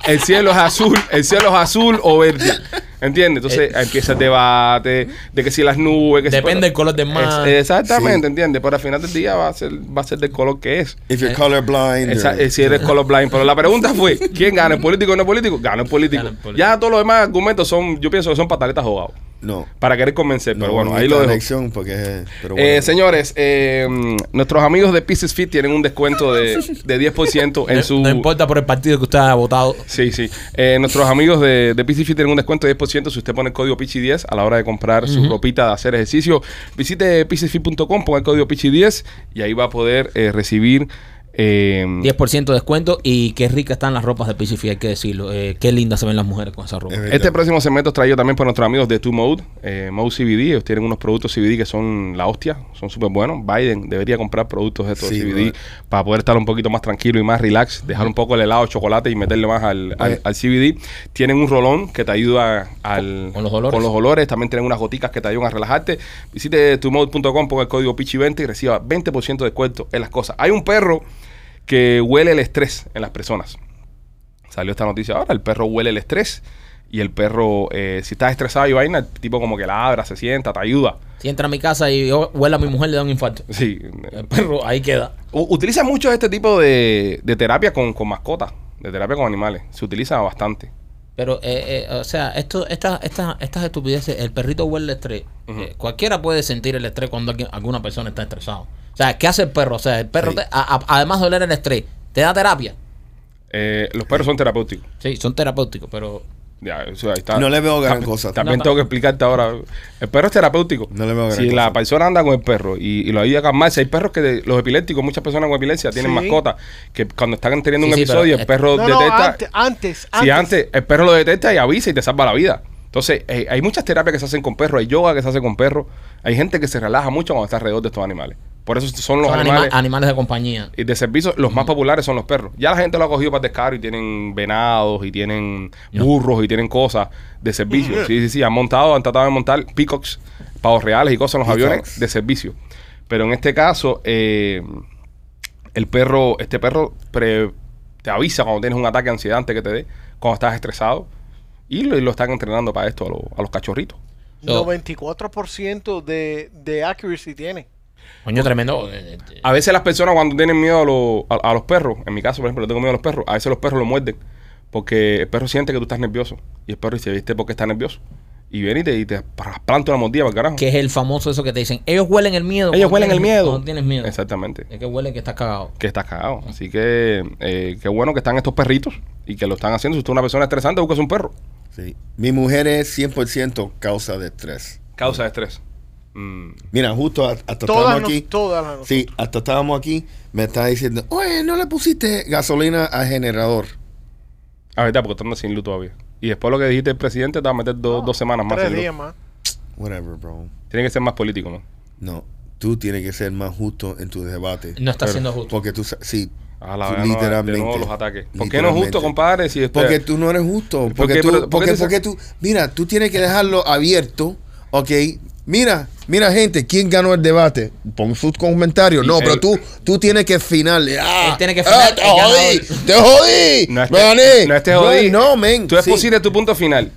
Speaker 1: el cielo es azul, el cielo es azul o verde. ¿Entiendes? Entonces empieza el debate de que si las nubes. Que si-
Speaker 2: Eh. Depende del color del mar.
Speaker 1: Es- exactamente,
Speaker 3: Sí.
Speaker 1: ¿entiendes? Pero al final del día va a ser, va a ser del color que es.
Speaker 3: If you're colorblind.
Speaker 1: Esa-
Speaker 3: or-
Speaker 1: eh, si eres colorblind. Pero la pregunta fue: ¿quién gana? ¿El político o no político? Gana el político.
Speaker 2: Gana el político.
Speaker 1: Ya todos los demás argumentos son, yo pienso que son pataletas jugados.
Speaker 3: no.
Speaker 1: Para querer convencer, eh, pero
Speaker 3: no,
Speaker 1: bueno,
Speaker 3: no
Speaker 1: ahí
Speaker 3: está
Speaker 1: lo
Speaker 3: la
Speaker 1: dejo.
Speaker 3: elección porque, pero
Speaker 1: Eh,
Speaker 3: bueno.
Speaker 1: señores, eh, mm, nuestros amigos de Pieces Fit tienen un descuento de, de 10% en
Speaker 2: No-
Speaker 1: su...
Speaker 2: No importa por el partido que usted ha votado.
Speaker 1: Sí, sí. Eh, nuestros amigos de, de Pieces Fit tienen un descuento de 10% si usted pone el código PICHI10 a la hora de comprar su ropita de hacer ejercicio. Visite pichifit.com, ponga el código PICHI10 y ahí va a poder eh, recibir... eh,
Speaker 2: 10% de descuento y qué ricas están las ropas de Pichifi, hay que decirlo. Eh, qué lindas se ven las mujeres con esa ropa.
Speaker 3: Es verdad.
Speaker 1: Este próximo segmento es traído también por nuestros amigos de Two Mode, eh, Mode CBD. Ellos tienen unos productos CBD que son la hostia, son súper buenos. Biden debería comprar productos de estos
Speaker 3: Sí,
Speaker 1: CBD
Speaker 3: brother.
Speaker 1: para poder estar un poquito más tranquilo y más relax, dejar un poco el helado de chocolate y meterle más al, al-
Speaker 3: Oye.
Speaker 1: al CBD. Tienen un rolón que te ayuda al,
Speaker 2: Con los olores.
Speaker 1: olores. También tienen unas goticas que te ayudan a relajarte. Visite tumode.com, ponga el código PICHI20 y reciba 20% de descuento en las cosas. Hay un perro que huele el estrés en las personas salió esta noticia ahora, el perro huele el estrés y el perro, eh, si estás estresado y vaina, el tipo como que labra, se sienta, te ayuda. (laughs)
Speaker 2: Si entra a mi casa y yo- huele a mi mujer, le da un infarto. (laughs)
Speaker 1: Sí.
Speaker 2: El perro ahí queda.
Speaker 1: U- utiliza mucho este tipo de, de terapia con, con mascotas, de terapia con animales. Se utiliza bastante.
Speaker 2: Pero, eh, eh, o sea, esto, esta, esta- estas estupideces, el perrito huele el estrés.
Speaker 1: Ujú.
Speaker 2: Eh, cualquiera puede sentir el estrés cuando alguien- alguna persona está estresada. O sea, ¿qué hace el perro? O sea, el perro,
Speaker 3: Sí.
Speaker 2: te- a- a- además de oler el estrés, ¿te da terapia?
Speaker 1: Eh, los perros son terapéuticos.
Speaker 2: Sí, son terapéuticos, pero...
Speaker 1: Ya, o sea, ahí está.
Speaker 3: No le veo gran
Speaker 1: También-
Speaker 3: cosa.
Speaker 1: También
Speaker 2: No,
Speaker 1: tengo que explicarte ahora. El perro es terapéutico.
Speaker 3: No le veo gran
Speaker 1: Si la
Speaker 3: cosa.
Speaker 1: persona anda con el perro y, y lo ayuda a calmarse, hay perros que de- los epilépticos, muchas personas con epilepsia tienen
Speaker 4: Sí.
Speaker 1: mascotas que cuando están teniendo
Speaker 2: Sí,
Speaker 1: un
Speaker 2: sí, pero
Speaker 1: episodio, el
Speaker 2: es-
Speaker 1: perro
Speaker 4: No, no,
Speaker 1: detecta.
Speaker 4: antes, antes,
Speaker 1: Si antes el perro lo detecta y avisa y te salva la vida. Entonces, eh, hay muchas terapias que se hacen con perros, hay yoga que se hace con perros, hay gente que se relaja mucho cuando está alrededor de estos animales. Por eso son los
Speaker 2: son anima-
Speaker 1: animales
Speaker 2: animales. de compañía.
Speaker 1: y de servicio, los más populares son los perros. Ya la gente lo ha cogido para descaro y tienen venados y tienen
Speaker 2: No.
Speaker 1: burros y tienen cosas de servicio. Sí, sí, sí, han montado, han tratado de montar peacocks, pavos reales y cosas en los aviones
Speaker 3: Peacocks.
Speaker 1: de servicio. Pero en este caso, eh, el perro, este perro pre- te avisa cuando tienes un ataque ansiedad antes que te dé, cuando estás estresado. Y lo, y lo están entrenando para esto a, los- a los cachorritos.
Speaker 2: So-
Speaker 4: 94% de, de accuracy tiene.
Speaker 2: Coño, tremendo. eh, eh,
Speaker 1: A veces las personas cuando tienen miedo a, lo- a- a los perros, en mi caso, por ejemplo, le tengo miedo a los perros, a veces los perros lo muerden porque el perro siente que tú estás nervioso y el perro dice, ¿viste por qué está nervioso? Y viene y te, y te planta una mordida para el carajo.
Speaker 2: Que es el famoso eso que te dicen. Ellos huelen el miedo.
Speaker 1: Ellos
Speaker 2: cuando
Speaker 1: huelen el
Speaker 2: tienes-
Speaker 1: miedo.
Speaker 2: Cuando tienes miedo.
Speaker 1: Exactamente.
Speaker 2: Es que huele que estás cagado.
Speaker 1: Que estás cagado. Así que eh, qué bueno que están estos perritos y que lo están haciendo. Si usted es una persona estresante, buscas un perro.
Speaker 3: Sí. Mi mujer es 100% causa de estrés.
Speaker 1: Causa de estrés. Mm.
Speaker 3: Mira, justo a- hasta
Speaker 4: Todas,
Speaker 3: estábamos aquí.
Speaker 4: nos- todas las
Speaker 3: Sí, hasta estábamos aquí. Me estaba diciendo, oye, no le pusiste gasolina al generador.
Speaker 1: A verdad, porque tú andas sin luz todavía. Y después lo que dijiste el presidente, te va a meter do- dos semanas más.
Speaker 4: Tres
Speaker 1: sin luz.
Speaker 4: días más.
Speaker 3: Whatever, bro.
Speaker 1: Tiene que ser más político, ¿no?
Speaker 3: No, tú tienes que ser más justo en tu debate.
Speaker 2: No está
Speaker 1: Pero-
Speaker 2: siendo justo.
Speaker 3: Porque tú, sa- sí,
Speaker 1: A la
Speaker 3: tú
Speaker 1: verdad, no, de nuevo los ataques. ¿Por qué no es
Speaker 3: Literalmente.
Speaker 1: justo, compadre? Si después-
Speaker 3: Porque tú no eres justo.
Speaker 1: ¿Por
Speaker 3: Porque
Speaker 1: qué?
Speaker 3: tú,
Speaker 1: Pero, ¿por
Speaker 3: porque,
Speaker 1: qué te-
Speaker 3: porque tú, mira, tú tienes que dejarlo abierto, ¿ok? Mira, mira gente, ¿quién ganó el debate? Pon sus comentarios. No,
Speaker 1: Y
Speaker 3: pero
Speaker 1: el-
Speaker 3: tú, tú tienes que final. Ah,
Speaker 2: Él tiene que
Speaker 3: ah,
Speaker 2: final,
Speaker 3: te
Speaker 2: el ganador.
Speaker 3: jodí, te jodí.
Speaker 1: No
Speaker 3: me gané.
Speaker 1: estés no estés
Speaker 3: Bro,
Speaker 1: jodido.
Speaker 3: No, men.
Speaker 1: Tú es
Speaker 3: sí.
Speaker 1: posible tu punto final,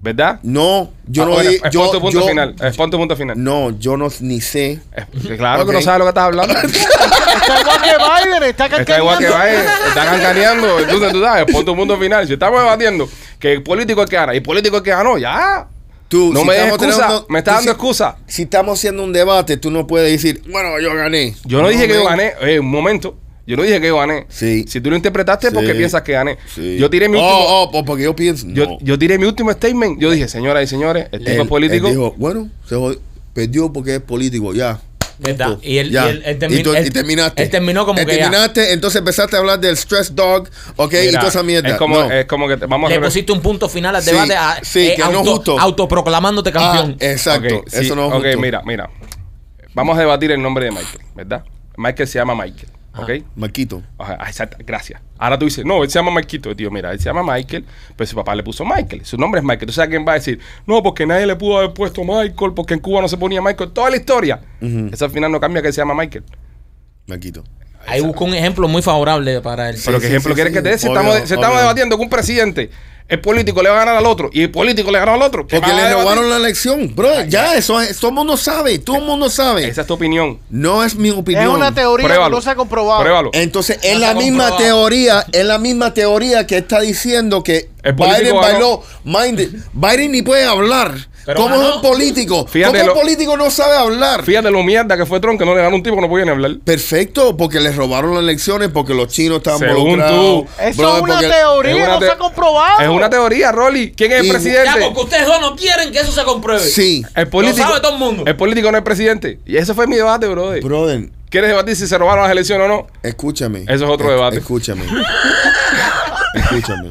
Speaker 1: ¿verdad?
Speaker 3: No, yo
Speaker 1: Ah,
Speaker 3: no
Speaker 1: bueno,
Speaker 3: di-
Speaker 1: expon
Speaker 3: yo,
Speaker 1: tu punto
Speaker 3: yo-
Speaker 1: final. Expon tu punto final.
Speaker 3: No, yo no ni sé.
Speaker 1: Es- Claro que no
Speaker 3: Ok.
Speaker 1: sabes lo que estás hablando.
Speaker 4: Está igual que Biden, está
Speaker 1: (laughs) Está igual que va, eh, están cancaneando. Entonces tú sabes, pon tu punto final. Si estamos debatiendo que el político es el que gana y el político es el que ganó, ya.
Speaker 3: Tú,
Speaker 1: no
Speaker 3: si
Speaker 1: me des
Speaker 3: estamos
Speaker 1: excusa.
Speaker 3: teniendo-
Speaker 1: me estás
Speaker 3: tú
Speaker 1: dando
Speaker 3: si-
Speaker 1: excusa.
Speaker 3: Si estamos haciendo un debate, tú no puedes decir, bueno, yo gané.
Speaker 1: Yo no, dije que yo
Speaker 3: men.
Speaker 1: gané. Eh, un momento. Yo no dije que yo gané.
Speaker 3: Sí.
Speaker 1: Si tú lo interpretaste,
Speaker 3: Sí.
Speaker 1: porque piensas que gané.
Speaker 3: Sí.
Speaker 1: Yo tiré mi
Speaker 3: Oh,
Speaker 1: último.
Speaker 3: oh, po- porque yo pienso.
Speaker 1: Yo,
Speaker 3: no.
Speaker 1: yo tiré mi último statement. Yo dije, señoras y señores, el
Speaker 3: Él-
Speaker 1: tipo es político.
Speaker 3: él dijo, bueno, se jod- perdió porque es político, ya.
Speaker 2: ¿Verdad?
Speaker 3: Punto.
Speaker 2: Y él,
Speaker 3: Ya.
Speaker 2: y él- él termin-
Speaker 3: tú-
Speaker 2: él-
Speaker 3: y terminaste.
Speaker 2: Él terminó como
Speaker 3: Él
Speaker 2: que ya.
Speaker 3: terminaste, entonces empezaste a hablar del stress dog, ok, y
Speaker 1: Mira,
Speaker 3: toda esa mierda.
Speaker 1: Es como,
Speaker 3: No.
Speaker 1: es como que te- vamos a
Speaker 2: Le
Speaker 1: rever-
Speaker 2: pusiste un punto final al
Speaker 3: Sí,
Speaker 2: debate a- eh,
Speaker 3: sí, que no justo.
Speaker 2: autoproclamándote
Speaker 3: Ah,
Speaker 2: campeón.
Speaker 3: exacto.
Speaker 1: Ok, sí,
Speaker 3: Eso no es
Speaker 1: Ok,
Speaker 3: justo.
Speaker 1: mira, mira. Vamos a debatir el nombre de Michael, ¿verdad? Michael se llama Michael, ¿ok?
Speaker 3: Marquito.
Speaker 1: Ajá, ah, exacto, gracias. Ahora tú dices, no, él se llama Marquito. Tío, mira, él se llama Michael, pero su papá le puso Michael. Su nombre es Michael. Entonces alguien va a decir, no, porque nadie le pudo haber puesto Michael, porque en Cuba no se ponía Michael. Toda la historia. Eso al final no cambia que él se llama Michael.
Speaker 3: Marquito.
Speaker 2: Ahí busco un ejemplo muy favorable para él.
Speaker 1: Pero
Speaker 3: Sí,
Speaker 1: ¿qué
Speaker 3: sí,
Speaker 1: ejemplo
Speaker 3: sí,
Speaker 1: quieres
Speaker 3: sí.
Speaker 1: que te dé? Si
Speaker 3: Obvio,
Speaker 1: estamos, si estamos
Speaker 3: obvio.
Speaker 1: debatiendo con un presidente, el político le va a ganar al otro y el político le ganó al otro. ¿Qué
Speaker 3: Porque
Speaker 1: vas a
Speaker 3: le
Speaker 1: debatir? Ah,
Speaker 3: robaron la elección, bro. ya, eso es- todo el mundo sabe, todo el mundo sabe.
Speaker 1: Esa es tu opinión.
Speaker 3: No es mi opinión.
Speaker 4: Es una teoría que
Speaker 1: Pruébalo.
Speaker 4: no se ha comprobado.
Speaker 1: Pruébalo.
Speaker 3: Entonces,
Speaker 2: No
Speaker 3: es
Speaker 2: se
Speaker 3: la
Speaker 2: ha
Speaker 3: misma
Speaker 2: comprobado.
Speaker 3: teoría, es la misma teoría que está diciendo que
Speaker 1: El
Speaker 3: Biden
Speaker 1: político
Speaker 3: bailó, Mind- Biden ni puede hablar.
Speaker 2: Pero
Speaker 3: ¿Cómo es
Speaker 2: ganó.
Speaker 3: un político?
Speaker 1: Fíjate
Speaker 3: ¿Cómo
Speaker 1: lo-
Speaker 3: un político no sabe hablar?
Speaker 1: Fíjate lo mierda que fue Trump, que no le ganó un tipo que no podía ni hablar.
Speaker 3: Perfecto, porque les robaron las elecciones, porque los chinos estaban
Speaker 1: Según tú.
Speaker 4: Eso
Speaker 3: Brother,
Speaker 4: es una
Speaker 3: porque-
Speaker 4: teoría,
Speaker 1: es una
Speaker 4: no
Speaker 1: te-
Speaker 4: se ha comprobado.
Speaker 1: Es una teoría, Rolly. ¿Quién es el
Speaker 3: Y-
Speaker 1: presidente?
Speaker 2: Ya, porque ustedes dos no quieren que eso se compruebe.
Speaker 3: Sí,
Speaker 1: El político,
Speaker 2: Lo sabe todo el mundo.
Speaker 1: político no es presidente. Y ese fue mi debate, brother.
Speaker 3: brother,
Speaker 1: ¿Quieres debatir si se robaron las elecciones o no?
Speaker 3: escúchame.
Speaker 1: Eso es otro
Speaker 3: Esc-
Speaker 1: debate. (laughs)
Speaker 3: Escúchame. escúchame.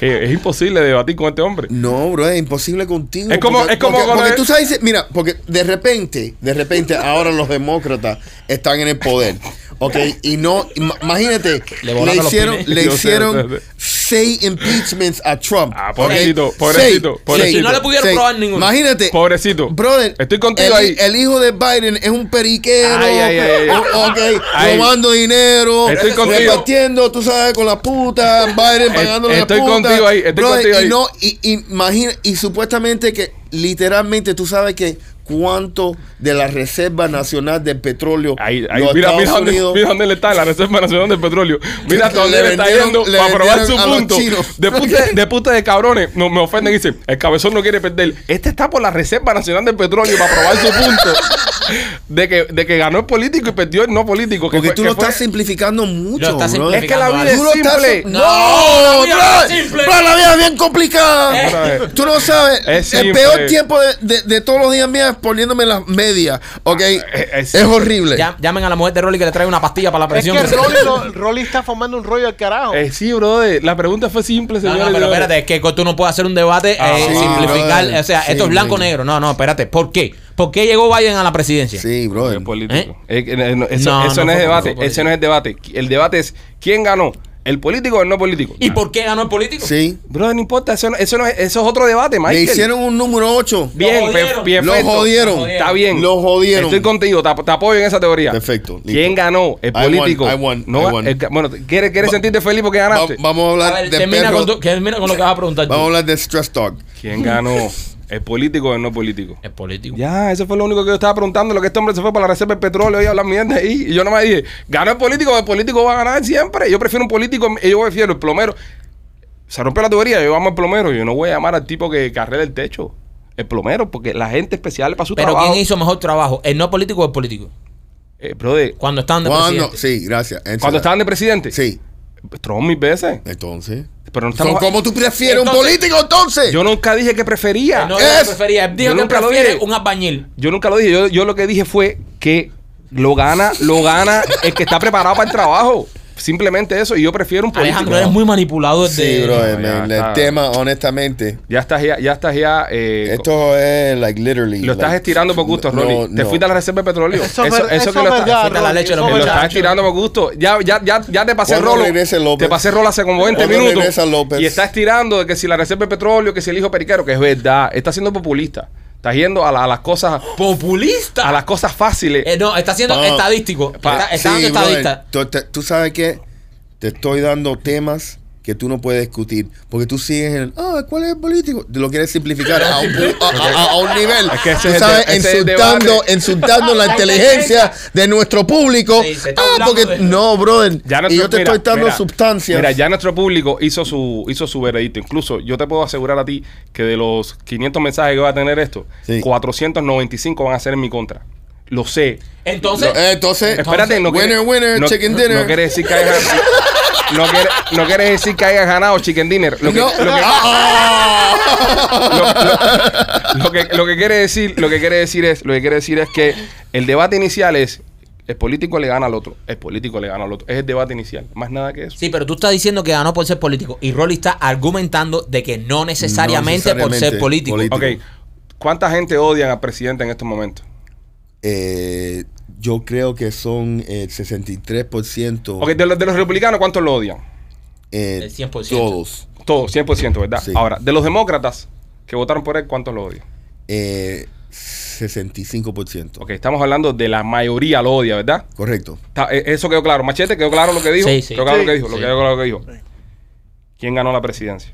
Speaker 1: Que es imposible debatir con este hombre.
Speaker 3: No, bro, es imposible contigo.
Speaker 1: Es como-
Speaker 3: porque,
Speaker 1: es como
Speaker 3: porque-
Speaker 1: con
Speaker 3: porque
Speaker 1: el-
Speaker 3: tú sabes, mira, porque de repente, de repente, ahora los demócratas están en el poder. Ok, y no, im- imagínate,
Speaker 2: Le
Speaker 3: le,
Speaker 2: volaron los
Speaker 3: hicieron,
Speaker 2: pines.
Speaker 1: (laughs)
Speaker 3: le
Speaker 1: Yo sé, yo sé,
Speaker 3: hicieron
Speaker 1: yo sé.
Speaker 3: seis impeachments a Trump.
Speaker 1: Ah,
Speaker 3: ok.
Speaker 1: pobrecito,
Speaker 3: Seis,
Speaker 1: pobrecito, pobrecito.
Speaker 2: Y no le pudieron probar ninguno.
Speaker 3: Imagínate.
Speaker 1: Pobrecito.
Speaker 3: Brother,
Speaker 1: Estoy contigo
Speaker 3: el,
Speaker 1: ahí.
Speaker 3: El hijo de Biden es un periquero.
Speaker 1: Ay, ay, ay, ay.
Speaker 3: o- ok,
Speaker 1: Ay.
Speaker 3: robando dinero.
Speaker 1: Estoy contigo. Eh,
Speaker 3: Repartiendo, tú sabes, con la puta. Biden pagándole la
Speaker 1: estoy
Speaker 3: puta.
Speaker 1: contigo ahí, estoy contigo
Speaker 3: y
Speaker 1: ahí.
Speaker 3: no, y, imagina, y supuestamente que literalmente tú sabes que cuánto de la Reserva Nacional del Petróleo
Speaker 1: Ahí, ahí,
Speaker 3: los
Speaker 1: mira,
Speaker 3: Estados
Speaker 1: mira, dónde,
Speaker 3: Unidos-
Speaker 1: mira dónde le está la Reserva Nacional del Petróleo. Mira hasta
Speaker 3: Le
Speaker 1: dónde le está
Speaker 3: vendieron-
Speaker 1: yendo
Speaker 3: le
Speaker 1: para probar su
Speaker 3: vendieron a los
Speaker 1: punto.
Speaker 3: chinos.
Speaker 1: De puta, de puta de cabrones, no, me ofenden y dicen, el cabezón no quiere perder. Este está por la Reserva Nacional del Petróleo para probar su punto. De que, de que ganó el político y perdió el no político. que
Speaker 3: Porque
Speaker 1: fue-
Speaker 3: tú
Speaker 1: que
Speaker 3: lo
Speaker 1: fue-
Speaker 3: estás simplificando mucho.
Speaker 2: Lo estás
Speaker 3: bro.
Speaker 1: Es que la
Speaker 2: simplificando
Speaker 1: vida es
Speaker 3: Tú lo estás-
Speaker 1: simple.
Speaker 3: No,
Speaker 2: No, la vida
Speaker 3: bro,
Speaker 2: es simple. Eh.
Speaker 3: bro, la vida es bien complicada.
Speaker 1: Otra vez.
Speaker 3: Tú no sabes.
Speaker 1: Es
Speaker 3: el
Speaker 1: simple.
Speaker 3: peor tiempo de, de- de todos los días míos es poniéndome las medias. ¿Ok?
Speaker 1: Ah, es
Speaker 3: Es,
Speaker 1: simple.
Speaker 3: horrible.
Speaker 2: Ya- llamen a la mujer de Rolly que le trae una pastilla para la
Speaker 4: Es
Speaker 2: presión.
Speaker 4: que Rolly, lo- Rolly está formando un rollo al carajo.
Speaker 1: Eh, sí, brother. La pregunta fue simple,
Speaker 2: No,
Speaker 1: señores.
Speaker 2: no, pero
Speaker 1: señores.
Speaker 2: espérate, es que tú no puedes hacer un debate
Speaker 1: Ah,
Speaker 2: eh,
Speaker 1: sí,
Speaker 2: simplificar.
Speaker 3: brother,
Speaker 2: o sea,
Speaker 3: sí,
Speaker 2: esto es
Speaker 3: brother.
Speaker 2: blanco-negro. No, no, espérate. ¿Por qué? ¿Por qué llegó Biden a la presidencia?
Speaker 3: Sí, bro.
Speaker 1: El político. Eh, que, eh, no, eso
Speaker 2: No,
Speaker 1: eso
Speaker 2: no
Speaker 1: no, es
Speaker 2: fue-
Speaker 1: debate.
Speaker 2: no fue
Speaker 1: ese no es el debate. El debate es quién ganó, el político o el no político.
Speaker 2: ¿Y por qué ganó el político?
Speaker 3: Sí.
Speaker 1: Brother, no importa. Eso, no- eso, no es, eso es otro debate, Michael.
Speaker 3: Le hicieron un número 8.
Speaker 1: Bien,
Speaker 2: Lo
Speaker 1: pe-
Speaker 2: jodieron.
Speaker 1: bien,
Speaker 3: Lo
Speaker 1: perfecto.
Speaker 3: jodieron.
Speaker 1: Está bien.
Speaker 3: Lo jodieron.
Speaker 1: Estoy contigo. Te, ap- te apoyo en esa teoría.
Speaker 3: Perfecto, listo.
Speaker 1: ¿Quién ganó? El
Speaker 3: I won,
Speaker 1: político.
Speaker 3: I won,
Speaker 1: No,
Speaker 3: I
Speaker 1: ga-
Speaker 3: won.
Speaker 1: el ga- bueno, ¿quieres, quieres
Speaker 3: Va-
Speaker 1: sentirte feliz porque
Speaker 3: Va-
Speaker 1: ganaste?
Speaker 3: vamos a
Speaker 2: A
Speaker 3: hablar
Speaker 2: ver,
Speaker 3: de
Speaker 2: termina,
Speaker 3: perro.
Speaker 2: con tu- termina con lo que vas a preguntar. tú.
Speaker 3: Vamos a hablar de stress talk.
Speaker 1: ¿Quién ganó? El político o el no político.
Speaker 2: Es político.
Speaker 1: Ya, eso fue lo único que yo estaba preguntando. Lo que este hombre se fue para la reserva del petróleo y hablar mierda ahí. Y yo nomás dije, ganó el político, el político va a ganar siempre. Yo prefiero un político, yo prefiero el plomero. Se rompió la tubería, yo llamo al plomero. Yo no voy a llamar al tipo que carrera el techo. El plomero, porque la gente especial para su
Speaker 2: Pero
Speaker 1: trabajo.
Speaker 2: ¿quién hizo mejor trabajo? ¿El no político o el político?
Speaker 1: Eh, brother,
Speaker 2: Cuando estaban de
Speaker 3: ¿Cuándo?
Speaker 2: presidente.
Speaker 3: Sí, gracias. Entonces-
Speaker 1: cuando estaban de presidente,
Speaker 3: Sí.
Speaker 1: Trump mis veces.
Speaker 3: Entonces.
Speaker 1: Pero no
Speaker 3: ¿Cómo-
Speaker 1: estamos.
Speaker 3: ¿Cómo tú prefieres un
Speaker 2: Entonces-
Speaker 3: político entonces?
Speaker 1: Yo nunca dije que prefería.
Speaker 2: Él No,
Speaker 3: Es-
Speaker 2: él prefería. él Dijo
Speaker 1: Yo
Speaker 2: que
Speaker 1: nunca lo
Speaker 2: prefiere
Speaker 1: dije.
Speaker 2: un albañil.
Speaker 1: Yo nunca lo dije. Yo, yo lo que dije fue que lo gana, lo gana el que está preparado para el trabajo. Simplemente eso. Y yo prefiero un político.
Speaker 2: Alejandro, eres muy manipulador
Speaker 3: Sí,
Speaker 2: de...
Speaker 3: bro,
Speaker 1: No, ya
Speaker 3: man,
Speaker 1: está.
Speaker 3: el tema, honestamente,
Speaker 1: Ya estás ya, ya estás ya. eh,
Speaker 3: esto es like literally.
Speaker 1: Lo estás
Speaker 3: like,
Speaker 1: estirando por gusto,
Speaker 3: no,
Speaker 1: Rolly. Te
Speaker 3: no.
Speaker 1: fuiste a la reserva de petróleo.
Speaker 4: Eso, es ver- eso
Speaker 1: que
Speaker 4: es
Speaker 1: lo,
Speaker 4: verdad,
Speaker 1: estás-
Speaker 2: fuiste a la
Speaker 4: Rolly,
Speaker 2: leche de
Speaker 4: eso
Speaker 2: los
Speaker 4: es
Speaker 1: lo
Speaker 4: verdad.
Speaker 1: estás estirando por gusto. Ya, ya, ya, ya te pasé
Speaker 3: ¿Cuándo
Speaker 1: rolo.
Speaker 3: regresa López?
Speaker 1: Te pasé rolo hace como 20
Speaker 3: ¿Cuándo
Speaker 1: minutos.
Speaker 3: regresa López?
Speaker 1: Y estás estirando de que si la reserva de petróleo, que si el hijo periquero, que es verdad. Estás siendo populista. Estás yendo a, la- a las cosas,
Speaker 2: Populista.
Speaker 1: a las cosas fáciles.
Speaker 2: Eh, no, está siendo
Speaker 3: Pa-
Speaker 2: estadístico.
Speaker 1: Eh, pa-
Speaker 2: está está
Speaker 3: Sí,
Speaker 2: dando
Speaker 3: brother,
Speaker 2: estadista.
Speaker 3: tú, te- tú sabes que te estoy dando temas que tú no puedes discutir porque tú sigues en ah cuál es el político Tú lo quieres simplificar a un, pu- a- a- a un nivel
Speaker 1: Es que ese
Speaker 3: tú
Speaker 1: es el
Speaker 3: sabes
Speaker 1: de- ese es el
Speaker 3: insultando
Speaker 1: debate.
Speaker 3: insultando (laughs) la
Speaker 2: La
Speaker 3: inteligencia de nuestro público
Speaker 2: Sí, se está
Speaker 3: ah
Speaker 2: hablando
Speaker 3: porque
Speaker 2: de-
Speaker 3: no brother
Speaker 1: Ya
Speaker 3: y
Speaker 1: nuestro-
Speaker 3: yo te
Speaker 1: mira,
Speaker 3: estoy dando
Speaker 1: mira,
Speaker 3: sustancias
Speaker 1: Mira, ya nuestro público hizo su, hizo su veredicto. Incluso yo te puedo asegurar a ti que de los 500 mensajes que va a tener esto,
Speaker 3: Sí.
Speaker 1: 495 van a ser en mi contra. Lo sé.
Speaker 2: Entonces,
Speaker 3: Eh, entonces
Speaker 1: Espérate, no
Speaker 3: winner
Speaker 1: quiere-
Speaker 3: winner
Speaker 1: no-
Speaker 3: chicken
Speaker 1: no-
Speaker 3: dinner
Speaker 1: No quiere decir que hayas no quiere, no quiere decir que hayas ganado chicken dinner. Lo que,
Speaker 3: No.
Speaker 1: lo que-
Speaker 3: Ah,
Speaker 1: (laughs)
Speaker 3: ah.
Speaker 1: lo que, lo que quiere decir, lo que quiere decir es, lo que quiere decir es que el debate inicial es el político le gana al otro, el político le gana al otro. Es el debate inicial, más nada que eso.
Speaker 2: sí, pero tú estás diciendo que ganó por ser político. Y Rolly está argumentando de que no necesariamente, por
Speaker 3: necesariamente
Speaker 2: ser político.
Speaker 3: político.
Speaker 1: Ok, ¿cuánta gente odian al presidente en estos momentos?
Speaker 3: Eh, yo creo que son eh, 63%
Speaker 1: Ok, de los, de los republicanos, ¿cuántos lo odian?
Speaker 3: eh,
Speaker 2: El 100%.
Speaker 3: todos.
Speaker 1: Todos, 100%, ¿verdad?
Speaker 3: Sí.
Speaker 1: Ahora, de los demócratas que votaron por él, ¿cuántos lo odian?
Speaker 3: Eh, 65%.
Speaker 1: Ok, estamos hablando de la mayoría lo odia, ¿verdad?
Speaker 3: Correcto.
Speaker 1: Está- eh, eso quedó claro. Machete, quedó claro lo que dijo.
Speaker 2: Sí, sí.
Speaker 1: Quedó claro lo que
Speaker 4: Sí.
Speaker 1: dijo. Lo
Speaker 2: Sí.
Speaker 1: quedó claro lo que dijo. ¿Quién ganó la presidencia?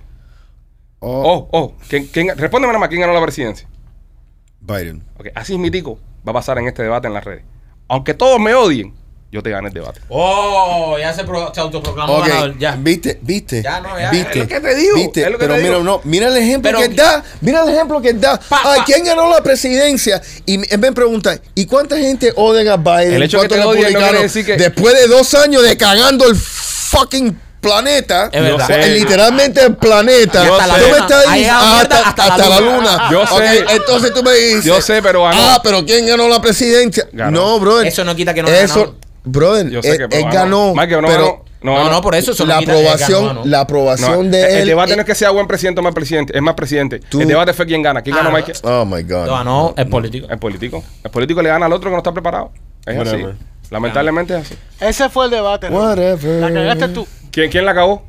Speaker 3: Oh,
Speaker 1: Oh, oh, ¿quién, quién, respóndeme nada más, ¿quién ganó la presidencia?
Speaker 3: Biden.
Speaker 1: Ok, así es mitico, va a pasar en este debate en las redes. Aunque todos me odien, yo te gané el debate.
Speaker 2: Oh, ya se, pro- se autoproclamó
Speaker 3: Ok,
Speaker 2: ganador. Ya.
Speaker 3: viste, viste,
Speaker 2: Ya, no, ya,
Speaker 3: viste,
Speaker 2: es lo
Speaker 1: que te digo,
Speaker 3: viste,
Speaker 1: es lo que
Speaker 3: pero
Speaker 1: te
Speaker 3: mira,
Speaker 1: digo.
Speaker 3: no, mira el ejemplo
Speaker 2: Pero-
Speaker 3: que da, mira el ejemplo que da.
Speaker 2: Pa,
Speaker 3: Ay,
Speaker 2: pa.
Speaker 3: ¿Quién ganó la presidencia? Y me- me pregunta, ¿y cuánta gente odia a Biden?
Speaker 1: El hecho que
Speaker 3: ¿Cuántos
Speaker 1: te odien no quiere
Speaker 3: republicanos?
Speaker 1: decir que-
Speaker 3: después de dos años de cagando el fucking planeta,
Speaker 2: Es verdad.
Speaker 1: Yo sé.
Speaker 3: Eh, literalmente el planeta.
Speaker 1: Yo sé.
Speaker 3: Tú me estás
Speaker 2: Ahí
Speaker 3: diciendo
Speaker 2: la mierda,
Speaker 3: hasta,
Speaker 2: hasta la
Speaker 3: hasta la
Speaker 2: luna.
Speaker 3: luna.
Speaker 1: Yo
Speaker 3: Ok,
Speaker 1: sé.
Speaker 3: Entonces tú me dices.
Speaker 1: Yo sé, pero ganó.
Speaker 3: Ah, pero ¿quién ganó la presidencia?
Speaker 1: Ganó.
Speaker 3: No, brother.
Speaker 2: Eso no quita que no haya
Speaker 3: Eso,
Speaker 2: ganado.
Speaker 3: brother,
Speaker 1: Yo sé
Speaker 3: él,
Speaker 1: que
Speaker 3: Eh, él ganó.
Speaker 1: Más que no
Speaker 3: pero
Speaker 1: ganó.
Speaker 2: No,
Speaker 1: ganó.
Speaker 2: no, por eso eso no
Speaker 3: la
Speaker 2: quita que ganó,
Speaker 3: aprobación,
Speaker 2: ¿no?
Speaker 3: la
Speaker 1: No,
Speaker 3: aprobación
Speaker 1: el-
Speaker 3: de él.
Speaker 1: El debate no
Speaker 3: eh,
Speaker 1: es que sea buen presidente o mal presidente, es más presidente.
Speaker 3: Tú-
Speaker 1: El debate fue quién gana. ¿Quién
Speaker 2: Ah,
Speaker 1: ganó Mike?
Speaker 3: Oh my God.
Speaker 2: Lo ganó el político.
Speaker 1: El político. El político le gana al otro que no está preparado. Es así.
Speaker 3: Whatever.
Speaker 1: Lamentablemente es así.
Speaker 4: Ese fue el debate. Rolly.
Speaker 3: Whatever.
Speaker 4: La cagaste tú.
Speaker 1: ¿Quién, quién la acabó?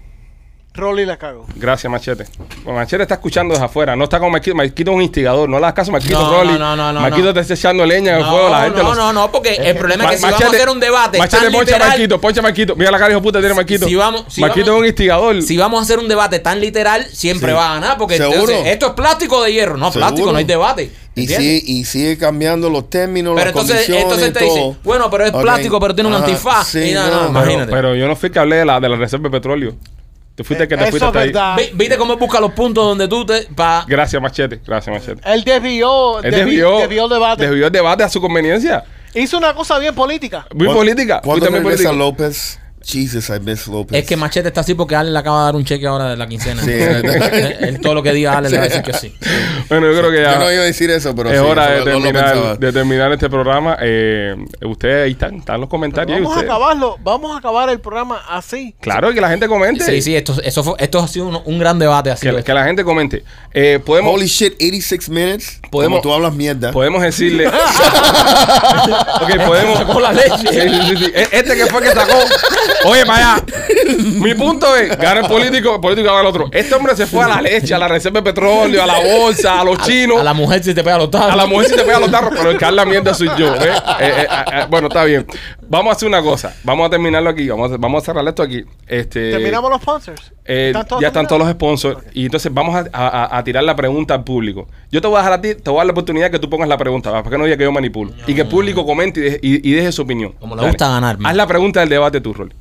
Speaker 4: Rolly la cagó.
Speaker 1: Gracias, Machete. Bueno, Machete está escuchando desde afuera. No está con Marquito. Marquito es un instigador. No le hagas caso, a Marquito
Speaker 2: No,
Speaker 1: Rolly.
Speaker 2: no, no, no,
Speaker 1: Marquito
Speaker 2: no.
Speaker 1: te está echando leña en el fuego. La
Speaker 2: No,
Speaker 1: gente
Speaker 2: no,
Speaker 1: lo-
Speaker 2: no,
Speaker 1: (laughs)
Speaker 2: no, porque el problema es que si
Speaker 1: Ma-
Speaker 2: vamos a hacer un debate
Speaker 1: Machete,
Speaker 2: tan
Speaker 1: poncha a
Speaker 2: literal,
Speaker 1: Marquito, poncha a Marquito. Mira la cara hijo puta que tiene Marquito.
Speaker 2: si vamos- si
Speaker 1: Marquito
Speaker 2: vamos-
Speaker 1: es un instigador.
Speaker 2: si vamos a hacer un debate tan literal, siempre
Speaker 3: Sí.
Speaker 2: va a ganar, porque
Speaker 3: Seguro.
Speaker 2: entonces, esto es plástico de hierro, no
Speaker 3: Seguro.
Speaker 2: plástico, no hay debate.
Speaker 3: Y
Speaker 2: ¿entiendes?
Speaker 3: sigue, y sigue cambiando los términos,
Speaker 2: Pero
Speaker 3: las
Speaker 2: entonces,
Speaker 3: condiciones,
Speaker 2: entonces te
Speaker 3: todo.
Speaker 2: dice, bueno, pero es
Speaker 3: Ok.
Speaker 2: plástico, pero tiene un
Speaker 3: Ajá,
Speaker 2: antifaz.
Speaker 3: sí,
Speaker 2: y no, no,
Speaker 3: no.
Speaker 2: imagínate.
Speaker 1: Pero yo no fui que hablé de la, de la reserva de petróleo. Tú fuiste el que te
Speaker 4: Eh, Eso
Speaker 1: fuiste
Speaker 4: es
Speaker 1: hasta ahí.
Speaker 4: verdad.
Speaker 2: Ve- Ah, ¿Viste cómo busca los puntos donde tú te... Pa,
Speaker 1: Gracias, Machete. Gracias, Machete.
Speaker 4: Él desvió,
Speaker 1: Él
Speaker 4: desvi-
Speaker 1: desvió,
Speaker 4: desvió el debate.
Speaker 1: desvió el debate a su conveniencia.
Speaker 4: Hizo una cosa bien política.
Speaker 1: Muy
Speaker 3: ¿Cuándo-
Speaker 1: política.
Speaker 3: ¿Cuándo
Speaker 1: fuiste muy
Speaker 3: regresa
Speaker 1: político.
Speaker 3: López? Jesus, I miss López.
Speaker 2: es que Machete está así porque Ale le acaba de dar un cheque ahora de la quincena.
Speaker 3: Sí,
Speaker 2: Él-
Speaker 3: ¿verdad?
Speaker 2: (laughs) él todo lo que diga Ale le va a decir que sí.
Speaker 1: (laughs) Bueno, yo creo que ya.
Speaker 3: Yo no iba a decir eso, pero
Speaker 1: es
Speaker 3: sí,
Speaker 1: hora
Speaker 3: eso
Speaker 1: de
Speaker 3: no- no lo
Speaker 1: terminar,
Speaker 3: pensaba.
Speaker 1: de terminar este programa. Eh, ustedes ahí están, están los
Speaker 4: Pero
Speaker 1: comentarios.
Speaker 4: vamos a
Speaker 1: ustedes-
Speaker 4: acabarlo. Vamos a acabar el programa así.
Speaker 1: Claro, que la gente comente.
Speaker 2: Sí, sí, esto, eso fue- esto ha sido un, un gran debate. Así
Speaker 1: Que, la- que la gente comente. Eh, podemos,
Speaker 3: Holy shit, 86 minutes.
Speaker 1: Podemos-
Speaker 3: Como tú hablas
Speaker 2: Ah.
Speaker 3: mierda.
Speaker 1: podemos
Speaker 2: (laughs)
Speaker 1: decirle. ok, podemos.
Speaker 2: Sacó la leche.
Speaker 1: Sí, sí, sí, sí. E- Este que fue que sacó. Oye, para allá. Mi punto es: gana el político, el político gana el otro. Este hombre se fue a la leche, a la reserva de petróleo, a la bolsa, a los chinos.
Speaker 2: A la mujer si te pega los
Speaker 1: A
Speaker 2: (laughs) tablos.
Speaker 1: la mujer si te pega los tarros, pero el que habla mierda soy yo. ¿eh? Eh, eh, eh, eh, bueno, está bien. Vamos a hacer una cosa. Vamos a terminarlo aquí. Vamos a, vamos a cerrar esto aquí. Este,
Speaker 4: Terminamos los sponsors.
Speaker 1: eh, ya están todos los sponsors. Y entonces vamos a, a- a tirar la pregunta al público. Yo te voy a dejar a ti, te voy a dar la oportunidad que tú pongas la pregunta. ¿Para que no diga que yo manipulo? Y que el público comente y deje, y- y deje su opinión.
Speaker 2: Como le gusta ganar, man.
Speaker 1: Haz la pregunta del debate tu rol.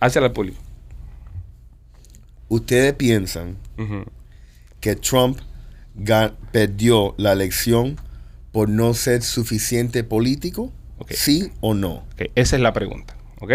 Speaker 1: Hazla al público.
Speaker 3: ¿Ustedes piensan
Speaker 1: Ujú.
Speaker 3: que Trump ga- perdió la elección por no ser suficiente político?
Speaker 1: Ok.
Speaker 3: ¿Sí o no?
Speaker 1: Ok, Esa es la pregunta. ¿Ok?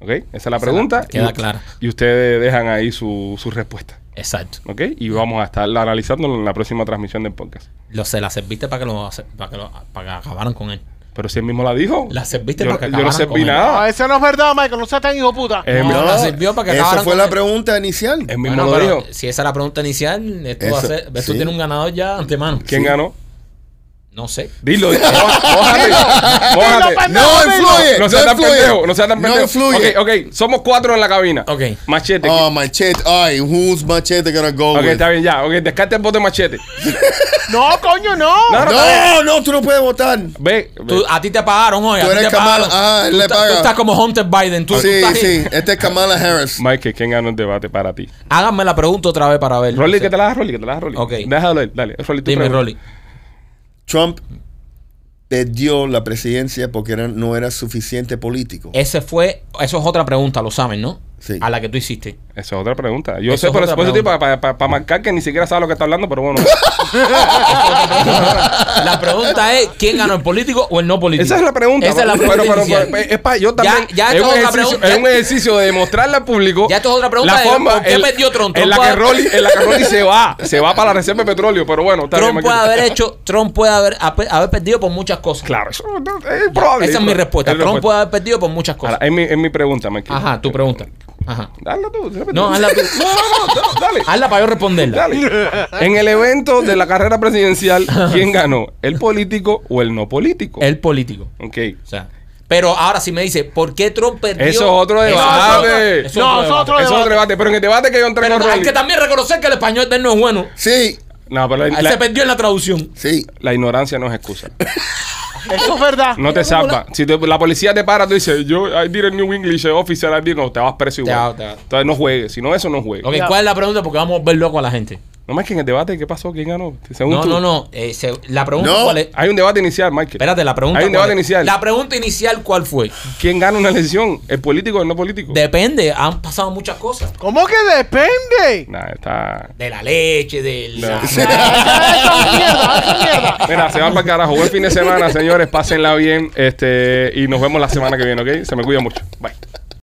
Speaker 1: ¿Ok? Esa es la pregunta.
Speaker 2: queda
Speaker 1: y,
Speaker 2: clara.
Speaker 1: Y ustedes dejan ahí su, su respuesta.
Speaker 2: Exacto.
Speaker 1: ¿Ok? Y vamos a estar analizándolo en la próxima transmisión del podcast.
Speaker 2: Lo, se la serviste para que lo, para que lo para que acabaran con él.
Speaker 1: Pero si él mismo la dijo.
Speaker 2: La serviste
Speaker 1: yo,
Speaker 2: para que
Speaker 1: Yo no
Speaker 2: acabaran
Speaker 1: serví
Speaker 2: con él.
Speaker 1: nada.
Speaker 4: Ah, eso no es verdad, Michael. No seas tan hijo puta.
Speaker 1: Eh,
Speaker 2: No,
Speaker 1: mi-
Speaker 2: la sirvió para que
Speaker 3: Ah, esa
Speaker 2: acabaran
Speaker 3: fue
Speaker 2: con
Speaker 3: la
Speaker 2: él.
Speaker 3: pregunta inicial.
Speaker 1: Él mismo
Speaker 2: Bueno,
Speaker 1: lo
Speaker 2: pero
Speaker 1: dijo.
Speaker 2: Si esa es la pregunta inicial, esto, va a
Speaker 3: Eso,
Speaker 2: ser- esto
Speaker 3: sí.
Speaker 2: tiene un ganador ya antemano.
Speaker 1: ¿Quién
Speaker 3: Sí.
Speaker 1: ganó?
Speaker 2: No sé.
Speaker 1: Dilo. (laughs) mó- Mójate. Mójate.
Speaker 4: pendejo.
Speaker 3: No influye.
Speaker 1: No seas tan
Speaker 3: influye.
Speaker 1: pendejo. No seas tan pendejo.
Speaker 3: No influye.
Speaker 1: Ok, ok. Somos cuatro en la cabina.
Speaker 2: Ok.
Speaker 1: Machete.
Speaker 3: Oh, machete. Ay, who's machete gonna go
Speaker 1: ok,
Speaker 3: with?
Speaker 1: está bien, ya. Ok, descarte el bote machete.
Speaker 4: No, coño, no.
Speaker 1: No,
Speaker 3: No, no, tú no puedes votar.
Speaker 1: Ve. ve.
Speaker 2: Tú- a ti te pagaron hoy. a
Speaker 3: Tú
Speaker 2: ti
Speaker 3: eres
Speaker 2: te
Speaker 3: Kamala.
Speaker 2: pagaron.
Speaker 3: Ah, él
Speaker 2: tú,
Speaker 3: le
Speaker 2: ta- tú
Speaker 3: paga. Ah,
Speaker 2: estás como Hunter Biden. Tú, tú
Speaker 3: Sí,
Speaker 2: estás-
Speaker 3: sí. Este es Kamala Harris.
Speaker 1: Michael, ¿quién ganó el debate para ti?
Speaker 2: Háganme la pregunta otra vez para ver.
Speaker 1: Rolly,
Speaker 2: No sé.
Speaker 1: que te la das, Rolly, que te la das, Rolly.
Speaker 2: Ok.
Speaker 1: Déjalo él, dale. Rolly, tú
Speaker 2: Dime,
Speaker 1: pregunta.
Speaker 2: Rolly.
Speaker 3: Trump perdió la presidencia porque era- no era suficiente político.
Speaker 1: Eh.
Speaker 2: Ese fue, eso es otra pregunta, lo saben, ¿no?
Speaker 3: Sí.
Speaker 2: A la que tú hiciste. (laughs)
Speaker 1: Eso es otra pregunta. Yo
Speaker 2: Eso
Speaker 1: sé,
Speaker 2: es
Speaker 1: pero
Speaker 2: otra
Speaker 1: por eso estoy
Speaker 2: pregunta.
Speaker 1: para marcar que ni siquiera sabe lo que está hablando, pero
Speaker 2: (laughs)
Speaker 1: bueno. (laughs)
Speaker 2: La pregunta es quién ganó, el político o el no político.
Speaker 1: Esa es la pregunta.
Speaker 2: Esa es la
Speaker 1: Pero-
Speaker 2: pregunta.
Speaker 1: pero-
Speaker 2: inicial.
Speaker 1: pero- es pa- yo también.
Speaker 2: Ya, ya
Speaker 1: es,
Speaker 2: esto
Speaker 1: un
Speaker 2: es otra
Speaker 1: ejercicio,
Speaker 2: pregunta.
Speaker 1: es un ejercicio de demostrarle al público.
Speaker 2: Ya esto es otra pregunta
Speaker 1: La
Speaker 2: de
Speaker 1: forma,
Speaker 2: por qué
Speaker 1: en-
Speaker 2: perdió Trump.
Speaker 1: En la
Speaker 2: Trump
Speaker 1: que
Speaker 2: ha-
Speaker 1: Rolly, en la que Rolly se va. Se va para la reserva de petróleo, pero bueno. está
Speaker 2: Trump
Speaker 1: bien,
Speaker 2: puede
Speaker 1: Marquito.
Speaker 2: haber hecho, Trump puede haber, haber haber perdido por muchas cosas.
Speaker 1: Claro, eso no- es probable.
Speaker 2: Esa es mi respuesta.
Speaker 1: Es
Speaker 2: Trump puede haber perdido por muchas cosas.
Speaker 1: Ahora, es, mi, es mi pregunta, Marquito.
Speaker 2: Ajá, tu pregunta. Ajá.
Speaker 1: Hazla tú. de repente.
Speaker 2: No, hazla tú.
Speaker 1: No, no, (laughs) no, no, dale.
Speaker 2: Hazla para yo responderla.
Speaker 1: Dale. En el evento de la carrera
Speaker 2: (laughs)
Speaker 1: presidencial, ¿quién ganó? ¿El político o el no político?
Speaker 2: El político.
Speaker 1: Ok.
Speaker 2: O sea. Pero ahora si me dice, ¿por qué Trump perdió?
Speaker 1: Eso es otro
Speaker 2: Eso
Speaker 1: debate.
Speaker 2: es otro- eso es
Speaker 4: No,
Speaker 2: otro
Speaker 4: eso es
Speaker 2: debate.
Speaker 4: otro
Speaker 1: Eso es otro debate, pero en el debate que yo entré
Speaker 2: Pero
Speaker 1: con
Speaker 2: hay
Speaker 1: Rolly.
Speaker 2: que también reconocer que el español de él no es bueno.
Speaker 3: Sí,
Speaker 1: No, pero la,
Speaker 2: Él se
Speaker 1: la-
Speaker 2: perdió en la traducción.
Speaker 3: sí.
Speaker 1: la ignorancia no es
Speaker 2: (laughs)
Speaker 1: excusa.
Speaker 4: Eso es verdad.
Speaker 1: No te salva. Si te- la policía te para, tú dices, yo, I did a new English eh, officer, I did, no, te vas preso
Speaker 2: Te
Speaker 1: igual.
Speaker 2: vas, te vas.
Speaker 1: Entonces no juegues, si no eso no juegues.
Speaker 2: Ok, ¿cuál es la pregunta? Porque vamos a ver loco a la gente.
Speaker 1: No más que en el debate, ¿qué pasó? ¿Quién ganó? Según
Speaker 2: No,
Speaker 1: tú.
Speaker 2: no, no. eh, se- la pregunta
Speaker 3: No.
Speaker 2: cuál es.
Speaker 1: Hay un debate inicial, Michael.
Speaker 2: Espérate, la pregunta.
Speaker 1: Hay un
Speaker 2: cuál
Speaker 1: debate
Speaker 2: es.
Speaker 1: inicial.
Speaker 2: La pregunta inicial, ¿cuál fue?
Speaker 1: ¿Quién gana una elección? ¿El político o el no político?
Speaker 2: Depende, han pasado muchas cosas.
Speaker 4: ¿Cómo que depende?
Speaker 1: Nah, está.
Speaker 2: De la leche, del.
Speaker 1: No.
Speaker 2: (laughs)
Speaker 1: (laughs)
Speaker 4: Eso es mierda, eso es mierda.
Speaker 1: Mira, se va para el carajo. Buen fin de semana, señores. Pásenla bien. Este, y nos vemos la semana que viene, ¿ok? Se me cuida mucho. Bye.